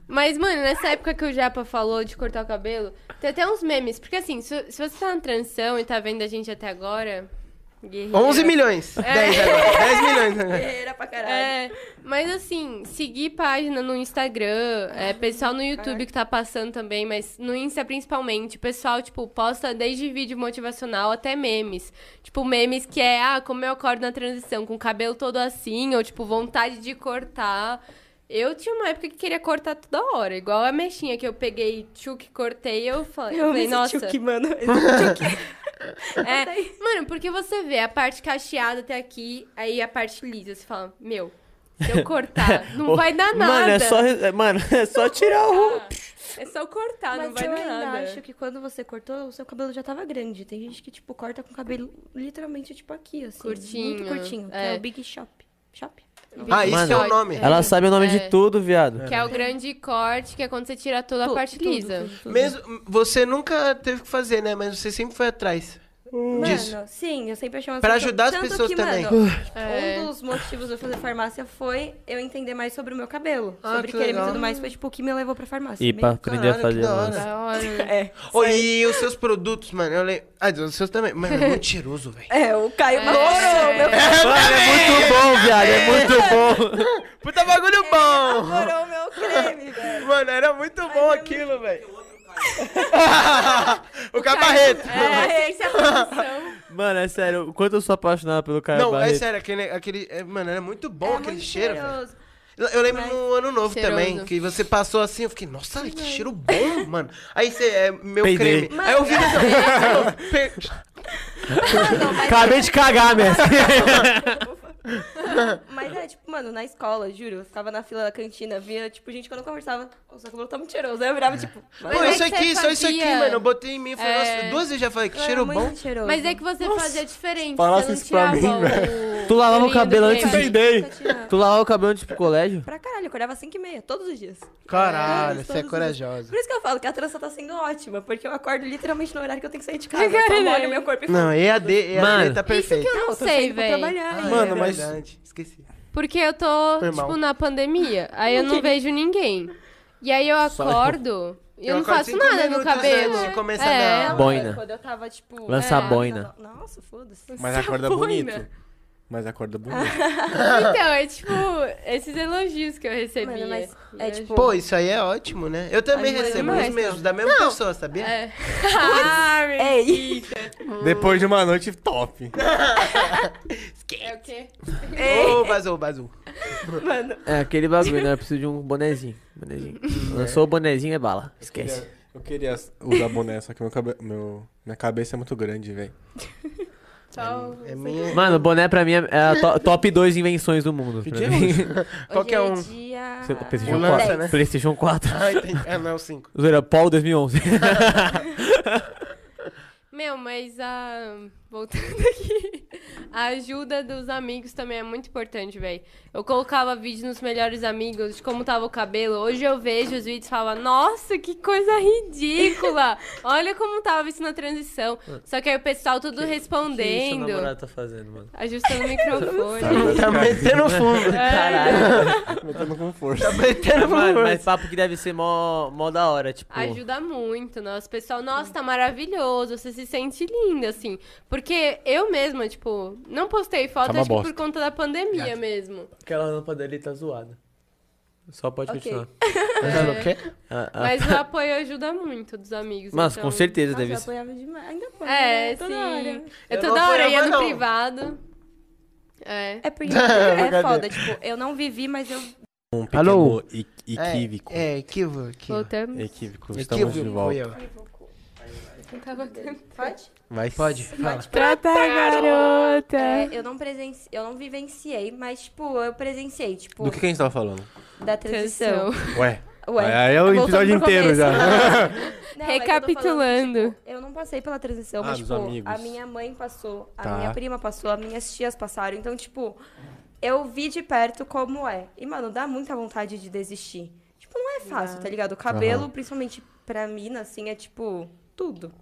Mas, mano, nessa época que o Japa falou de cortar o cabelo, tem até uns memes. Porque, assim, se, se você tá na transição e tá vendo a gente até agora... guerreira-
11
É.
milhões. 10 agora. 10 milhões né? agora.
Era pra caralho.
É, mas assim, seguir página no Instagram, é, pessoal no YouTube que tá passando também, mas no Insta principalmente, o pessoal, tipo, posta desde vídeo motivacional até memes. Tipo, memes que é, ah, como eu acordo na transição, com o cabelo todo assim, ou tipo, vontade de cortar. Eu tinha uma época que queria cortar toda hora, igual a mexinha que eu peguei tchuc, cortei, eu falei,
Eu
falei,
vi
nossa.
esse tchuki, mano.
É, mano, porque você vê a parte cacheada até aqui, aí a parte lisa, você fala, meu, se eu cortar, não
ô,
vai dar Ah, nada.
Mano, é só, é, mano, é só tirar o...
É só cortar,
Mas
não vai
eu
dar
ainda
nada.
acho que quando você cortou, o seu cabelo já tava grande. Tem gente que, tipo, corta com o cabelo literalmente, tipo, aqui, assim.
Curtinho,
Muito curtinho. Que é
é.
o Big Shop. Shop?
Ah, isso
Mano,
é o nome.
Ela sabe o nome de
É.
tudo, viado.
Que é o grande corte, que é quando você tira toda a parte lisa.
Mesmo, você nunca teve que fazer, né? Mas você sempre foi atrás.
Mano,
Disso.
sim, eu sempre achei uma
Pra
opção.
ajudar as
Tanto
pessoas
que,
também.
Mano,
É.
Um dos motivos de eu fazer farmácia foi eu entender mais sobre o meu cabelo.
Ah,
sobre
que
creme e
legal.
tudo mais. Foi tipo o que me levou pra farmácia.
E
Bem-
pra aprender
Caralho,
a
que
fazer
da
lanche.
hora.
Da hora.
É.
Ô, e os seus produtos, mano, eu lembro. Ah, os seus também. Mano, é muito cheiroso, velho.
É, o Caio é. meu
Mano, é muito bom, viado. É muito bom.
Puta
É.
bagulho bom!
Adorou meu creme, velho.
Mano, era muito bom aquilo, velho. o cabarreto.
É, essa é a produção.
Mano, é sério. O quanto eu sou apaixonado pelo Caio
Não, é
Barreto.
sério, aquele. aquele é, mano, era muito bom
É
aquele
muito
cheiro, velho.
cheiroso.
Eu eu lembro
Mas-
no ano novo
Cheiroso.
também, que você passou assim, eu fiquei, nossa, que cheiro bom, mano. Aí você, é meu
Peidei.
creme. Aí eu vi, assim, pe-
Mano, mas-
Acabei de cagar, mestre.
Mas é, tipo, mano, na escola, juro, eu ficava na fila da cantina, via, tipo, gente quando eu conversava, o seu cabelo tá muito cheiroso. Aí eu virava, tipo,
Mas
pô,
é
isso
que
aqui,
você
só isso aqui,
fazia-
mano. Eu botei em mim e falei,
É.
nossa, duas vezes já falei, que
era
cheiro
muito
bom.
cheiroso.
Mas é que você fazia diferente.
falasse
você não
isso pra
tirava
mim,
o-
Tu lavava o
brilho do
cabelo antes
creme.
de- peidei.
Cantina.
Tu lavava o cabelo antes pro colégio?
Pra caralho, eu acordava 5 e meia, todos os dias.
Caralho,
Todos,
você é
todos os dias.
corajosa.
Por isso que eu falo que a trança tá sendo ótima, porque eu acordo literalmente no horário que eu tenho que sair de casa.
Caralho.
Eu só molho meu corpo e
Não, EAD, EAD
Mano.
tá
Isso
perfeito.
que eu não,
eu tô
sei,
saindo pra
velho.
trabalhar, né?
Ah,
hein?
Mano,
é
mas-
verdade, esqueci.
Porque eu tô,
Foi mal.
tipo, na pandemia. Aí eu não vejo ninguém. E aí eu acordo e eu,
Eu
não
acordo
faço
cinco
nada no
minutos
cabelo.
antes de começar a
é.
dar-
Boina.
Quando eu tava, tipo...
Lança a
é,
boina.
Nossa, foda-se.
Mas acorda
Sabonha.
né?
bonito. Mas acorda bonito.
Então, é tipo, esses elogios que eu recebia.
Mano, mas é tipo...
Pô, isso aí é ótimo, né? Eu também
Mas-
recebo
mas-
os mesmos, da mesma pessoa, sabia?
É. ah,
É.
meu
Ei, Ah.
Depois de uma noite top.
É o quê?
Ô, vazou, vazou.
mano.
É, aquele bagulho, né? Eu preciso de um bonezinho. Bonezinho. Lançou o bonezinho, é bala. Esquece.
Eu queria usar boné, só que meu cabe... meu... minha cabeça é muito grande, velho.
Tchau.
É minha.
Mano, boné pra mim é é a to- top 2 invenções do mundo. pra mim.
Qualquer
Hoje
um.
é dia...
Você-
Eu
PlayStation
lanço,
4.
né?
PlayStation 4.
Ah, entendi. Ah, não, cinco.
Zoeira, Paul 2011.
Meu, mas a. Voltando aqui. A ajuda dos amigos também é muito importante, velho. Eu colocava vídeo nos melhores amigos de como tava o cabelo. Hoje eu vejo os vídeos e falo, nossa, que coisa ridícula! Olha como tava isso na transição. Só que aí o pessoal tudo respondendo.
tá fazendo, mano?
ajustando o microfone.
Tá metendo fundo.
Caralho.
Metendo com força.
Tá metendo
Mano,
fundo.
mas papo que deve ser mó, mó da hora, tipo.
Ajuda muito, nossa. O pessoal, nossa, tá maravilhoso. Você se sente linda, assim. Porque eu mesma, tipo, não postei foto,
Tá uma
acho que
bosta.
por conta da pandemia mesmo.
Aquela lâmpada ali tá zoada. Só pode
Ok.
continuar.
Fazendo
É.
o quê?
Ah, ah.
Mas o apoio ajuda muito dos amigos.
Mas
então-
com certeza
Nossa,
deve
eu
ser.
apoiava demais. Ainda apoio.
É,
né? Toda
sim.
hora.
Eu
Eu
não
toda hora ia
apoiava,
no
não.
privado. É.
É porque é foda, tipo, eu não vivi, mas eu
Um
Alô?
pequeno e- equívoco.
É, é, equívoco. equívoco.
Voltamos.
Equívoco. Estamos de
Equívoco.
volta.
eu.
Tava cantando.
Vai.
Pode, fala.
tipo, É, eu não presenci... eu não vivenciei, mas tipo, eu presenciei, tipo,
Do que, que a gente tava falando?
da transição.
Ué.
Ué, tá
Aí é o
voltando
episódio
pro
inteiro
começo. né?
já.
Não, é que eu tô
Recapitulando.
falando que, tipo, eu não passei pela transição,
Ah,
mas
dos
tipo,
amigos.
a minha mãe passou, a
Tá.
minha prima passou, as minhas tias passaram, então tipo, eu vi de perto como é. E mano, dá muita vontade de desistir. Tipo, não é fácil, tá ligado? O cabelo, principalmente pra mina assim, é tipo tudo.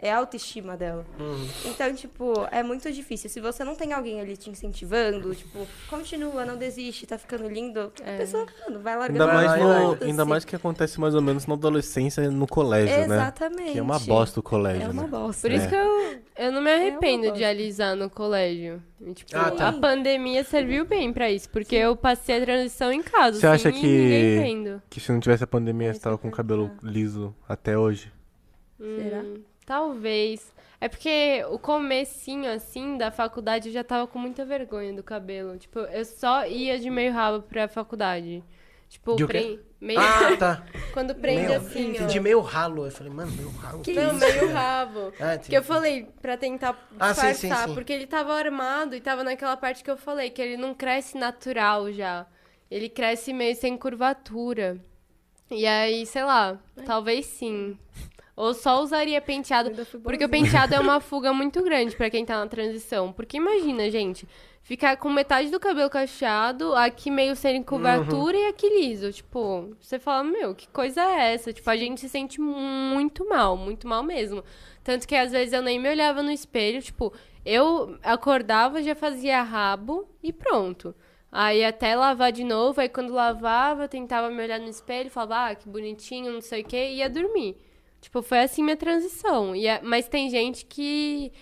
É a autoestima dela.
Uhum.
Então, tipo, é muito difícil. Se você não tem alguém ali te incentivando, tipo, continua, não desiste, tá ficando lindo, a pessoa, mano, vai largando
Ainda
a
mais,
mão,
no,
foda-se.
ainda mais que acontece mais ou menos na adolescência no colégio, né?
Exatamente.
Que é uma bosta o colégio.
É uma
né?
bosta.
Por isso
É.
que eu, eu não me arrependo de
bosta.
alisar no colégio. E, tipo,
Ah, tá.
a pandemia serviu bem pra isso, porque eu passei a transição em casa.
Você
assim,
acha
e
que-
ninguém vendo.
Que se não tivesse a pandemia, você tava
é
com o cabelo liso até hoje.
Será?
Hum. Talvez. É porque o comecinho, assim, da faculdade eu já tava com muita vergonha do cabelo. Tipo, eu só ia de meio rabo pra faculdade. Tipo,
De o
prende- meio...
Ah, tá.
quando prende
Meio-
assim, ó.
Entendi meio ralo. Eu falei, mano, meio ralo. Que
Não, meio rabo.
Ah, entendi.
que eu falei pra tentar
Ah, sim,
disfarçar,
sim, sim.
porque ele tava armado e tava naquela parte que eu falei, que ele não cresce natural já. Ele cresce meio sem curvatura. E aí, sei lá, talvez sim. Ou só usaria penteado, porque o penteado é uma fuga muito grande pra quem tá na transição. Porque imagina, gente, ficar com metade do cabelo cacheado, aqui meio sem curvatura e aqui liso. Tipo, você fala, meu, que coisa é essa? Tipo, a gente se sente muito mal, muito mal mesmo. Tanto que às vezes eu nem me olhava no espelho, tipo, eu acordava, já fazia rabo e pronto. Aí até lavar de novo, aí quando lavava, eu tentava me olhar no espelho, falava, ah, que bonitinho, não sei o quê, e ia dormir. Tipo, foi assim minha transição. E é- mas tem gente que.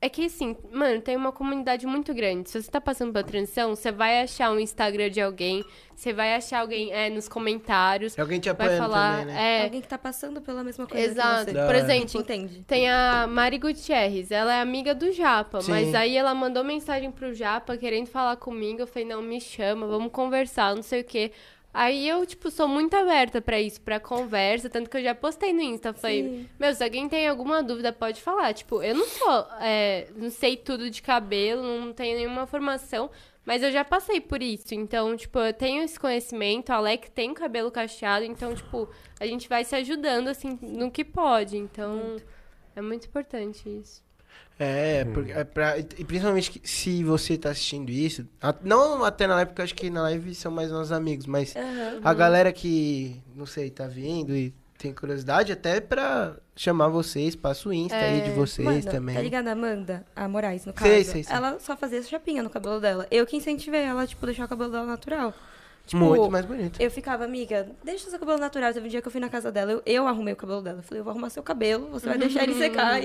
É que assim, mano, tem uma comunidade muito grande. Se você tá passando pela transição, você vai achar um Instagram de alguém, você vai achar alguém é, nos comentários.
É alguém te
Vai
apoiando
falar.
também, né?
é,
Alguém que tá passando pela mesma coisa
Exato.
que você.
Da
Por
hora.
exemplo,
Entende?
tem a Mari Gutierrez, ela é amiga do Japa,
Sim.
mas aí ela mandou mensagem pro Japa querendo falar comigo. Eu falei, não, me chama, vamos conversar, não sei o quê. Aí eu, tipo, sou muito aberta pra isso, pra conversa, tanto que eu já postei no Insta. Falei, meu, se alguém tem alguma dúvida, pode falar. Tipo, eu não sou, é, não sei tudo de cabelo, não tenho nenhuma formação, mas eu já passei por isso. Então, tipo, eu tenho esse conhecimento, a Alec tem cabelo cacheado, então, tipo, a gente vai se ajudando, assim, no que pode. Então, é muito importante isso.
É, porque, é pra- e principalmente que- se você tá assistindo isso, a- não até na live, porque eu acho que na live são mais nossos amigos, mas a galera que, não sei, tá vindo e tem curiosidade, até pra chamar vocês, passa o Insta aí de vocês
Mano,
também.
Tá ligado a Amanda? A Moraes, no caso.
Sei, sei, sei.
Ela só fazia essa chapinha no cabelo dela. Eu que incentivei ela, tipo, deixar o cabelo dela natural. Tipo,
Muito mais bonito.
Eu ficava, amiga, deixa o seu cabelo natural. Teve um dia que eu fui na casa dela, eu, eu arrumei o cabelo dela. Eu falei, eu vou arrumar seu cabelo, você vai deixar ele secar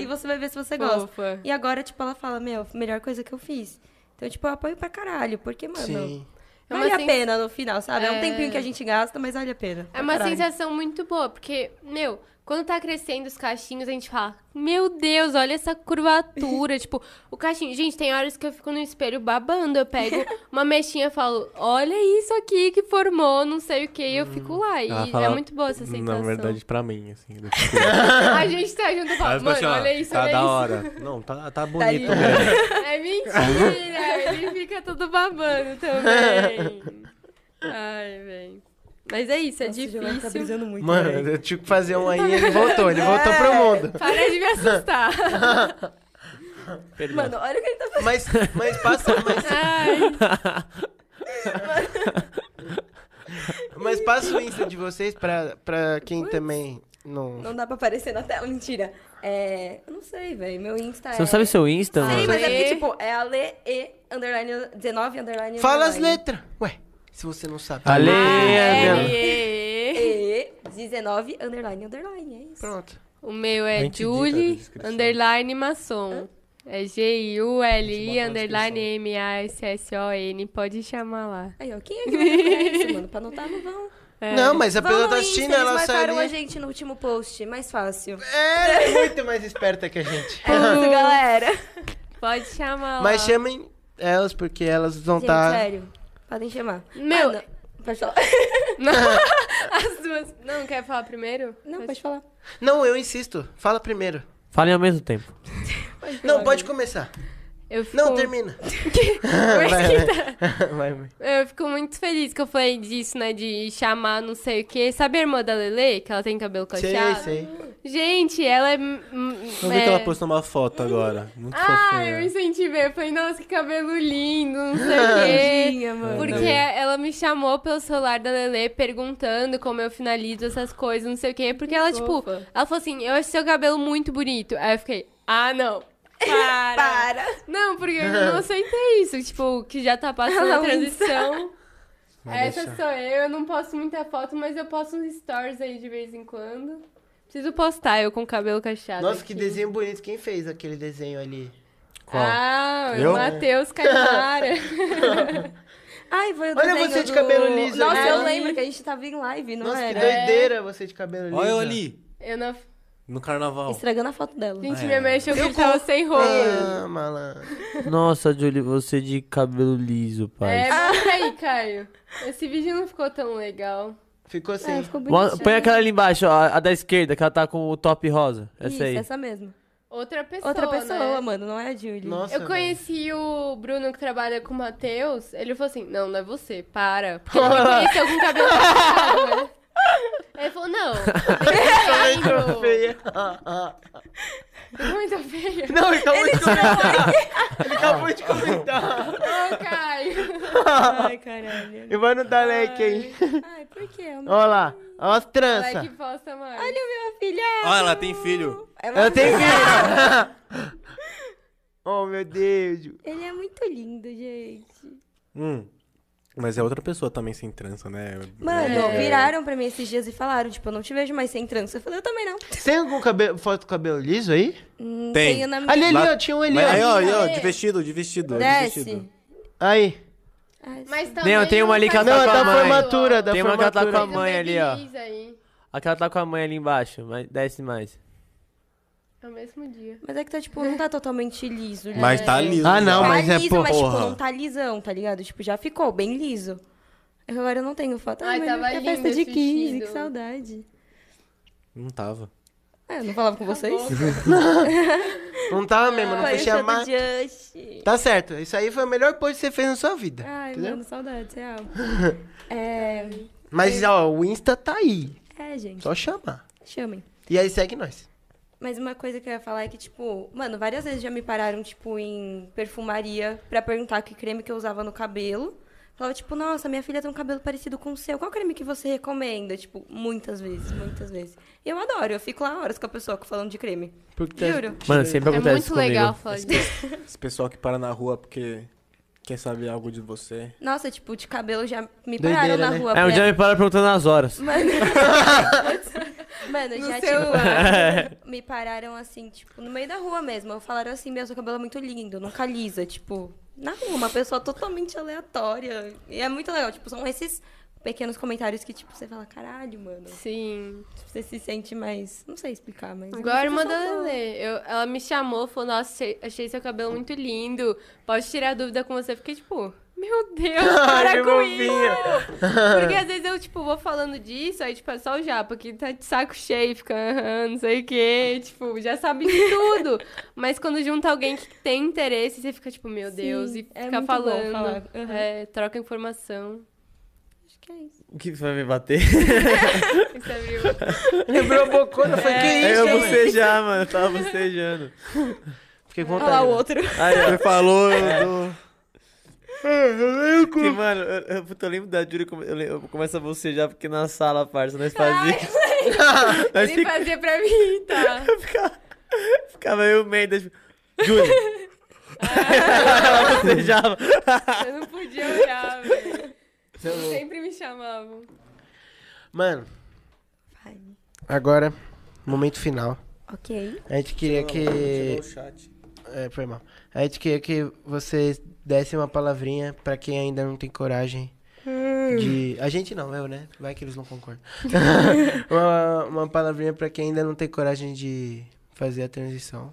e você vai ver se você gosta.
Fofa.
E agora, tipo, ela fala, meu, melhor coisa que eu fiz. Então, tipo, eu apoio pra caralho, porque, mano,
Sim.
É
vale
uma
a
sens-
pena no final, sabe? É...
É.
um tempinho que a gente gasta, mas vale a pena.
É
pra
uma
caralho.
sensação muito boa, porque, meu, quando tá crescendo os cachinhos, a gente fala, meu Deus, olha essa curvatura. tipo, o cachinho. Gente, tem horas que eu fico no espelho babando. Eu pego uma mexinha e falo, olha isso aqui que formou, não sei o que, e eu
Uhum.
fico lá. E
Ela fala-
é muito boa essa sensação.
Na verdade, pra mim, assim. do-
a gente tá junto e
Aí
fala,
eu fico
mano,
assim, ó,
olha isso,
tá
olha
da
isso.
hora. Não, tá, tá
Tá
bonito
lindo.
mesmo.
É mentira, ele fica todo babando também. Ai, velho. Mas é isso, é
Nossa, o Giovanni tá
difícil.
brisando muito,
Mano,
velho.
eu tive que fazer um aí, ele voltou, ele voltou pro mundo.
Para de me assustar.
Mano, olha o que ele tá
Mas, mas passa, mas,
Ai,
mas passa o Insta de vocês pra, pra quem também não...
Não dá pra aparecer na tela, mentira. É. Eu não sei, velho. Meu Insta é.
Você não sabe o seu Insta,
Sei,
mano?
mas é porque, tipo, é a Le E underline 19 underline.
Fala as
underline.
letras. Ué, se você não sabe.
Ale,
L,
é,
E.
E 19 underline underline, é isso.
Pronto.
O meu
A
é
gente edita a
Julie
tá, descrição.
underline maçom. É
gente
G-I-U-L-I
bota na
underline
descrição.
M-A-S-S-O-N. Pode chamar lá.
Aí, ó, quem é que vai procurar isso, mano? Pra anotar, não vão.
É.
Não, mas a
Vão
pessoa
no
tá
Insta,
assistindo,
eles
ela sai
marcaram a
ali.
gente no último post, mais fácil.
É, é muito mais esperta que a gente.
É isso, galera.
Pode chamar
Mas
lá.
chamem elas, porque elas vão tá
Gente, é.
estar...
sério. Podem chamar.
Meu-
Ah, não. Pode falar.
As duas. Não, quer falar primeiro?
Não, pode falar.
Não, eu insisto. Fala primeiro.
Falem ao mesmo tempo.
Não, pode começar.
Eu fico...
Não, termina.
Eu
Vai,
esqueci.
vai. vai, vai.
Eu fico muito feliz que eu falei disso, né? De chamar não sei o quê. Sabe a irmã da Lele, que ela tem cabelo
Sei,
cacheado?
sei.
Gente, ela é. Não
Eu vi que ela postou uma
É.
foto agora. Muito
Ah, eu
fofinha.
incentivei. Eu falei, nossa, que cabelo lindo, não sei o quê.
mano.
Porque ela me chamou pelo celular da Lele perguntando como eu finalizo essas coisas, não sei o quê. Porque ela, tipo,
fofa.
ela falou assim: eu acho seu cabelo muito bonito. Aí eu fiquei, ah, não. Para.
Para.
Não, porque eu ainda não aceitei isso. Tipo, que já tá passando a
Não,
transição.
Vou
Essa
deixar.
sou eu. Eu não posto muita foto, mas eu posto uns stories aí de vez em quando. Preciso postar eu com o cabelo cacheado.
Nossa, que
aqui.
desenho bonito. Quem fez aquele desenho ali?
Qual?
Ah,
Eu?
o Matheus Caimara.
Ai, foi o
Olha
desenho
você de
do-
cabelo liso
Nossa,
ali.
eu lembro que a gente tava em live, não
Nossa, que
era?
doideira você de cabelo liso.
Olha eu ali,
eu não...
no carnaval.
Estragando a foto dela.
Gente,
É.
minha mãe achou que ele tava sem roupa.
Ah, malandro.
Nossa, Julie, você de cabelo liso, pai.
É, mostra aí, Caio. Esse vídeo não ficou tão legal.
Ficou
Ah,
assim.
Mo- Põe aquela ali embaixo, ó, a da esquerda, que ela tá com o top rosa. Essa
Isso,
aí.
essa mesma.
Outra pessoa,
Outra pessoa,
né?
mano, não é a Julie.
Nossa,
Eu
velho.
conheci o Bruno que trabalha com o Matheus. Ele falou assim: Não, não é você, para. Porque ele me conheceu com o cabelo cacheado. né? Ele falou: Não, eu
é
Também tô
lembro.
feia.
Ficou muito feio.
Não, ele acabou de comentar. Ele acabou de comentar.
Não, Caio.
Ai, caralho.
E vai no dar like aí.
Ai, por quê?
Olha lá. Olha as
Vai que
tranças.
posta mais.
Olha o meu É filho.
Olha, Ah, ela tem filho.
Eu tenho que. oh, meu Deus.
Ele é muito lindo, gente.
Hum. Mas é outra pessoa também sem trança, né?
Mano,
É.
viraram pra mim esses dias e falaram, tipo, eu não te vejo mais sem trança. Eu falei, eu também não.
Tem algum cabelo, foto com cabelo liso aí?
Hum,
Tem.
Tenho na minha...
Ali, ali,
Lá-
ó, tinha um ali,
Mas aí,
ó.
ó, aí, ó, de vestido, de vestido. De
né? Desce.
vestido.
Aí.
Ai,
Mas
sim.
também
Não, tem uma ali que
faz
ela
Não, é
tá com
tanto
a
da
mãe.
formatura, da
Tem uma que ela tá
formatura.
com a
Fez um
mãe ali, ó.
babyliss aí.
Aquela tá com a mãe ali embaixo, mas desce mais.
É o mesmo dia.
Mas é que tá, tipo, não tá totalmente liso.
Mas tá liso.
Ah, não,
já.
É. Tá
mas é
liso, mas, tipo,
porra.
não tá lisão, tá ligado? Tipo, já ficou bem liso. É que Agora eu não tenho foto.
Ai,
mas
tava
é
lindo
festa de
esse
15,
vestido.
que saudade.
Não tava.
Ah, eu não falava
Tá
com vocês?
Não tava mesmo, não fechei a marca.
Just.
Tá certo, isso aí foi a melhor coisa que você fez na sua vida.
Ai,
entendeu?
mano, saudade, real. é,
Mas, ó, o Insta tá aí.
é, gente,
Só chamar.
chamem.
E aí segue nós.
Mas uma coisa que eu ia falar é que, tipo, mano, várias vezes já me pararam, tipo, em perfumaria pra perguntar que creme que eu usava no cabelo. Falava, tipo, nossa, minha filha tem um cabelo parecido com o seu. Qual creme que você recomenda? Tipo, muitas vezes, muitas vezes. E eu adoro, eu fico lá horas com a pessoa falando de creme. Juro.
Mano, sempre
É
acontece isso
muito legal
comigo.
falar disso.
tá-
Esse pessoal que para na rua porque quer saber algo de você.
Nossa, tipo, de cabelo já me
Doideira,
pararam na
né?
rua.
É, um
pra-
dia me pararam perguntando as horas.
Mano, Mano
No
já
seu
tipo, me pararam assim, tipo, no meio da rua mesmo. Falaram assim, meu, seu cabelo é muito lindo, nunca lisa, tipo, na rua, uma pessoa totalmente aleatória. E é muito legal, tipo, são esses pequenos comentários que, tipo, você fala, caralho, mano.
Sim.
Tipo, você se sente mais. Não sei explicar, mas. é
Agora uma da
Pessoa boa.
Lele. Eu- Ela me chamou, falou, nossa, achei- achei seu cabelo muito lindo. Posso tirar dúvida com você? Fiquei tipo, meu Deus, para com isso. Porque às vezes eu, tipo, vou falando disso, aí, tipo, é só o japa, que tá de saco cheio, fica, "Aham, não sei o quê, tipo, já sabe de tudo. Mas quando junta alguém que tem interesse, você fica, tipo, meu
Sim,
Deus, e
é
fica
muito bom
falando.
falar. Aham.
É, troca informação.
Acho que é isso.
O que vai me bater?
Isso é meio-
Lembrou o Bocona, foi que
É,
isso,
eu
hein?
bocejar, mano. Eu tava bocejando.
Fiquei com
Olha
vontade.
lá o
né?
outro.
Aí, ó. É.
Você falou do...
Que, mano, eu, eu, puta, eu lembro da Júlia, eu, eu, eu começo a bocejar porque na sala, parça, nós fazia. nós
Ele
fica-
fazia pra mim, tá?
ficava, ficava eu e o Mendes. tipo, Júlia. Ela bocejava.
Eu não podia olhar, velho. Sempre me chamavam.
Mano,
Vai.
agora, momento final.
Ok.
A gente queria que. É, foi mal. A gente queria que você desse uma palavrinha pra quem ainda não tem coragem
Hum.
de. A gente não, eu, né? Vai que eles não concordam. uma, uma palavrinha pra quem ainda não tem coragem de fazer a transição.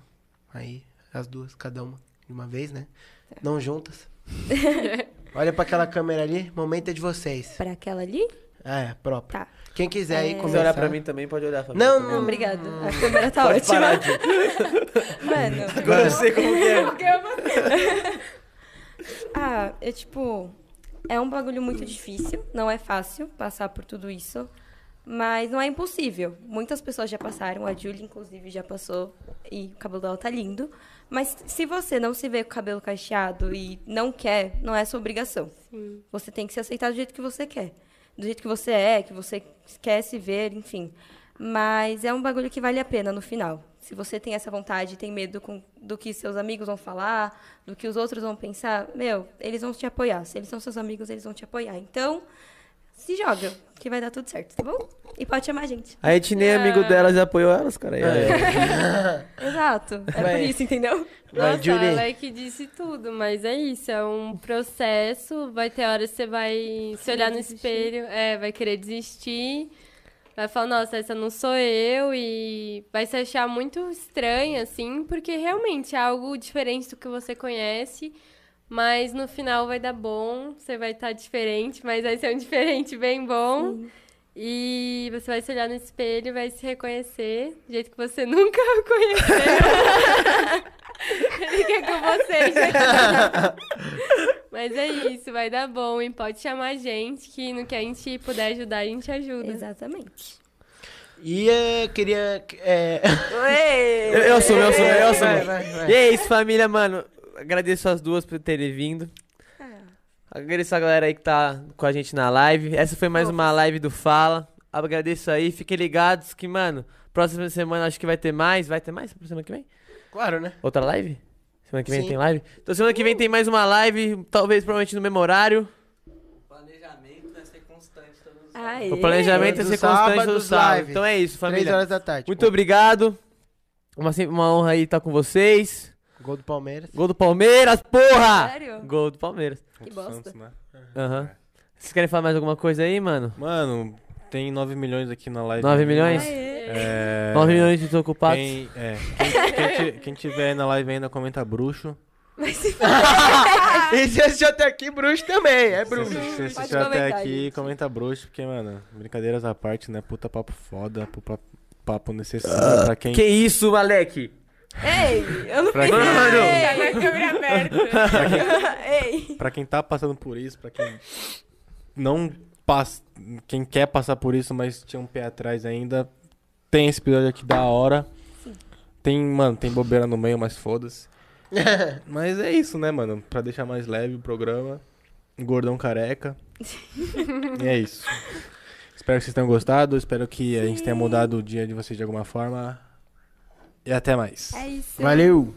Aí, as duas, cada uma, de uma vez, né?
Tá.
Não juntas. Olha pra aquela câmera ali, momento é de vocês.
Pra aquela ali?
Ah, é, próprio.
Tá.
Quem quiser aí
É.
Se olhar
começar.
pra mim também, pode olhar. família,
Não,
também.
Não,
não.
Ah, obrigada.
Ah.
A câmera tá
Pode
ótima.
parar, Júlia.
Mano.
Agora eu sei como que é.
Ah, é tipo. É um bagulho muito difícil, não é fácil passar por tudo isso, mas não é impossível. Muitas pessoas já passaram, a Julie, inclusive, já passou, e o cabelo dela tá lindo. Mas se você não se vê com o cabelo cacheado e não quer, não é sua obrigação. Você tem que se aceitar do jeito que você quer. Do jeito que você é, que você quer se ver, enfim. Mas é um bagulho que vale a pena no final. Se você tem essa vontade, tem medo com- do que seus amigos vão falar, do que os outros vão pensar, meu, eles vão te apoiar. Se eles são seus amigos, eles vão te apoiar. Então, se joga, que vai dar tudo certo, tá bom? E pode chamar a gente.
A gente nem é amigo delas e apoiou elas, cara. Aí, aí.
Exato. É
Vai.
por isso, entendeu?
Vai,
Nossa,
Julie.
a Alec disse tudo, mas é isso, é um processo. Vai ter horas que você vai se olhar no espelho, é, vai querer desistir, vai falar, nossa, essa não sou eu, e vai se achar muito estranha, assim, porque realmente é algo diferente do que você conhece. Mas no final vai dar bom, você vai estar diferente, mas vai ser um diferente bem bom. E você vai se olhar no espelho, vai se reconhecer do jeito que você nunca conheceu. Ele quer com você, gente. Mas é isso, vai dar bom, hein? Pode chamar a gente, que no que a gente puder ajudar, a gente ajuda.
Exatamente.
E eu queria. É...
Eu, eu sou, eu sou, eu sou.
Vai, vai, vai.
E é isso, família, mano. Agradeço as duas por terem vindo. Agradeço a galera aí que tá com a gente na live. Essa foi mais uma live do Fala. Agradeço aí. Fiquem ligados que, mano, próxima semana acho que vai ter mais. Vai ter mais semana que vem?
Claro, né?
Outra live? Semana que vem
Sim.
tem live? Então semana que vem tem mais uma live, talvez provavelmente no mesmo horário.
Planejamento deve ser constante. Todos os
Ai.
O planejamento é
Todos
ser
os
constante todo
sábados,
sábado.
live.
Então é isso,
Três
família.
horas da tarde.
Muito obrigado. Uma, sem- uma honra aí estar com vocês.
Gol do Palmeiras.
Gol do Palmeiras, porra!
Sério?
Gol do Palmeiras.
Que bosta.
né?
Aham. Vocês querem falar mais alguma coisa aí, mano?
Mano, tem 9 milhões aqui na live.
9 milhões?
Aê.
É...
9 milhões de desocupados.
Quem, é, quem, quem ti- quem tiver aí na live ainda, comenta bruxo.
E se assistiu até aqui, bruxo também. É bruxo.
Se você
Pode
assistiu até
comentar,
aqui,
gente.
comenta bruxo, porque, mano, brincadeiras à parte, né? Puta papo foda, pu- pa- papo necessário pra quem,
Que isso, Malek?
Ei, eu não
Pra
fiz
quem- Mano!
nada. Ei, com a câmera aberta. Ei.
pra quem tá passando por isso, pra quem não passa. Quem quer passar por isso, mas tinha um pé atrás ainda. Tem esse episódio aqui da hora. Tem, mano, tem bobeira no meio, mas foda-se. mas é isso, né, mano? Pra deixar mais leve o programa. Gordão careca. e é isso. Espero que vocês tenham gostado. Espero que a gente tenha mudado o dia de vocês de alguma forma. E até mais.
É isso.
Valeu.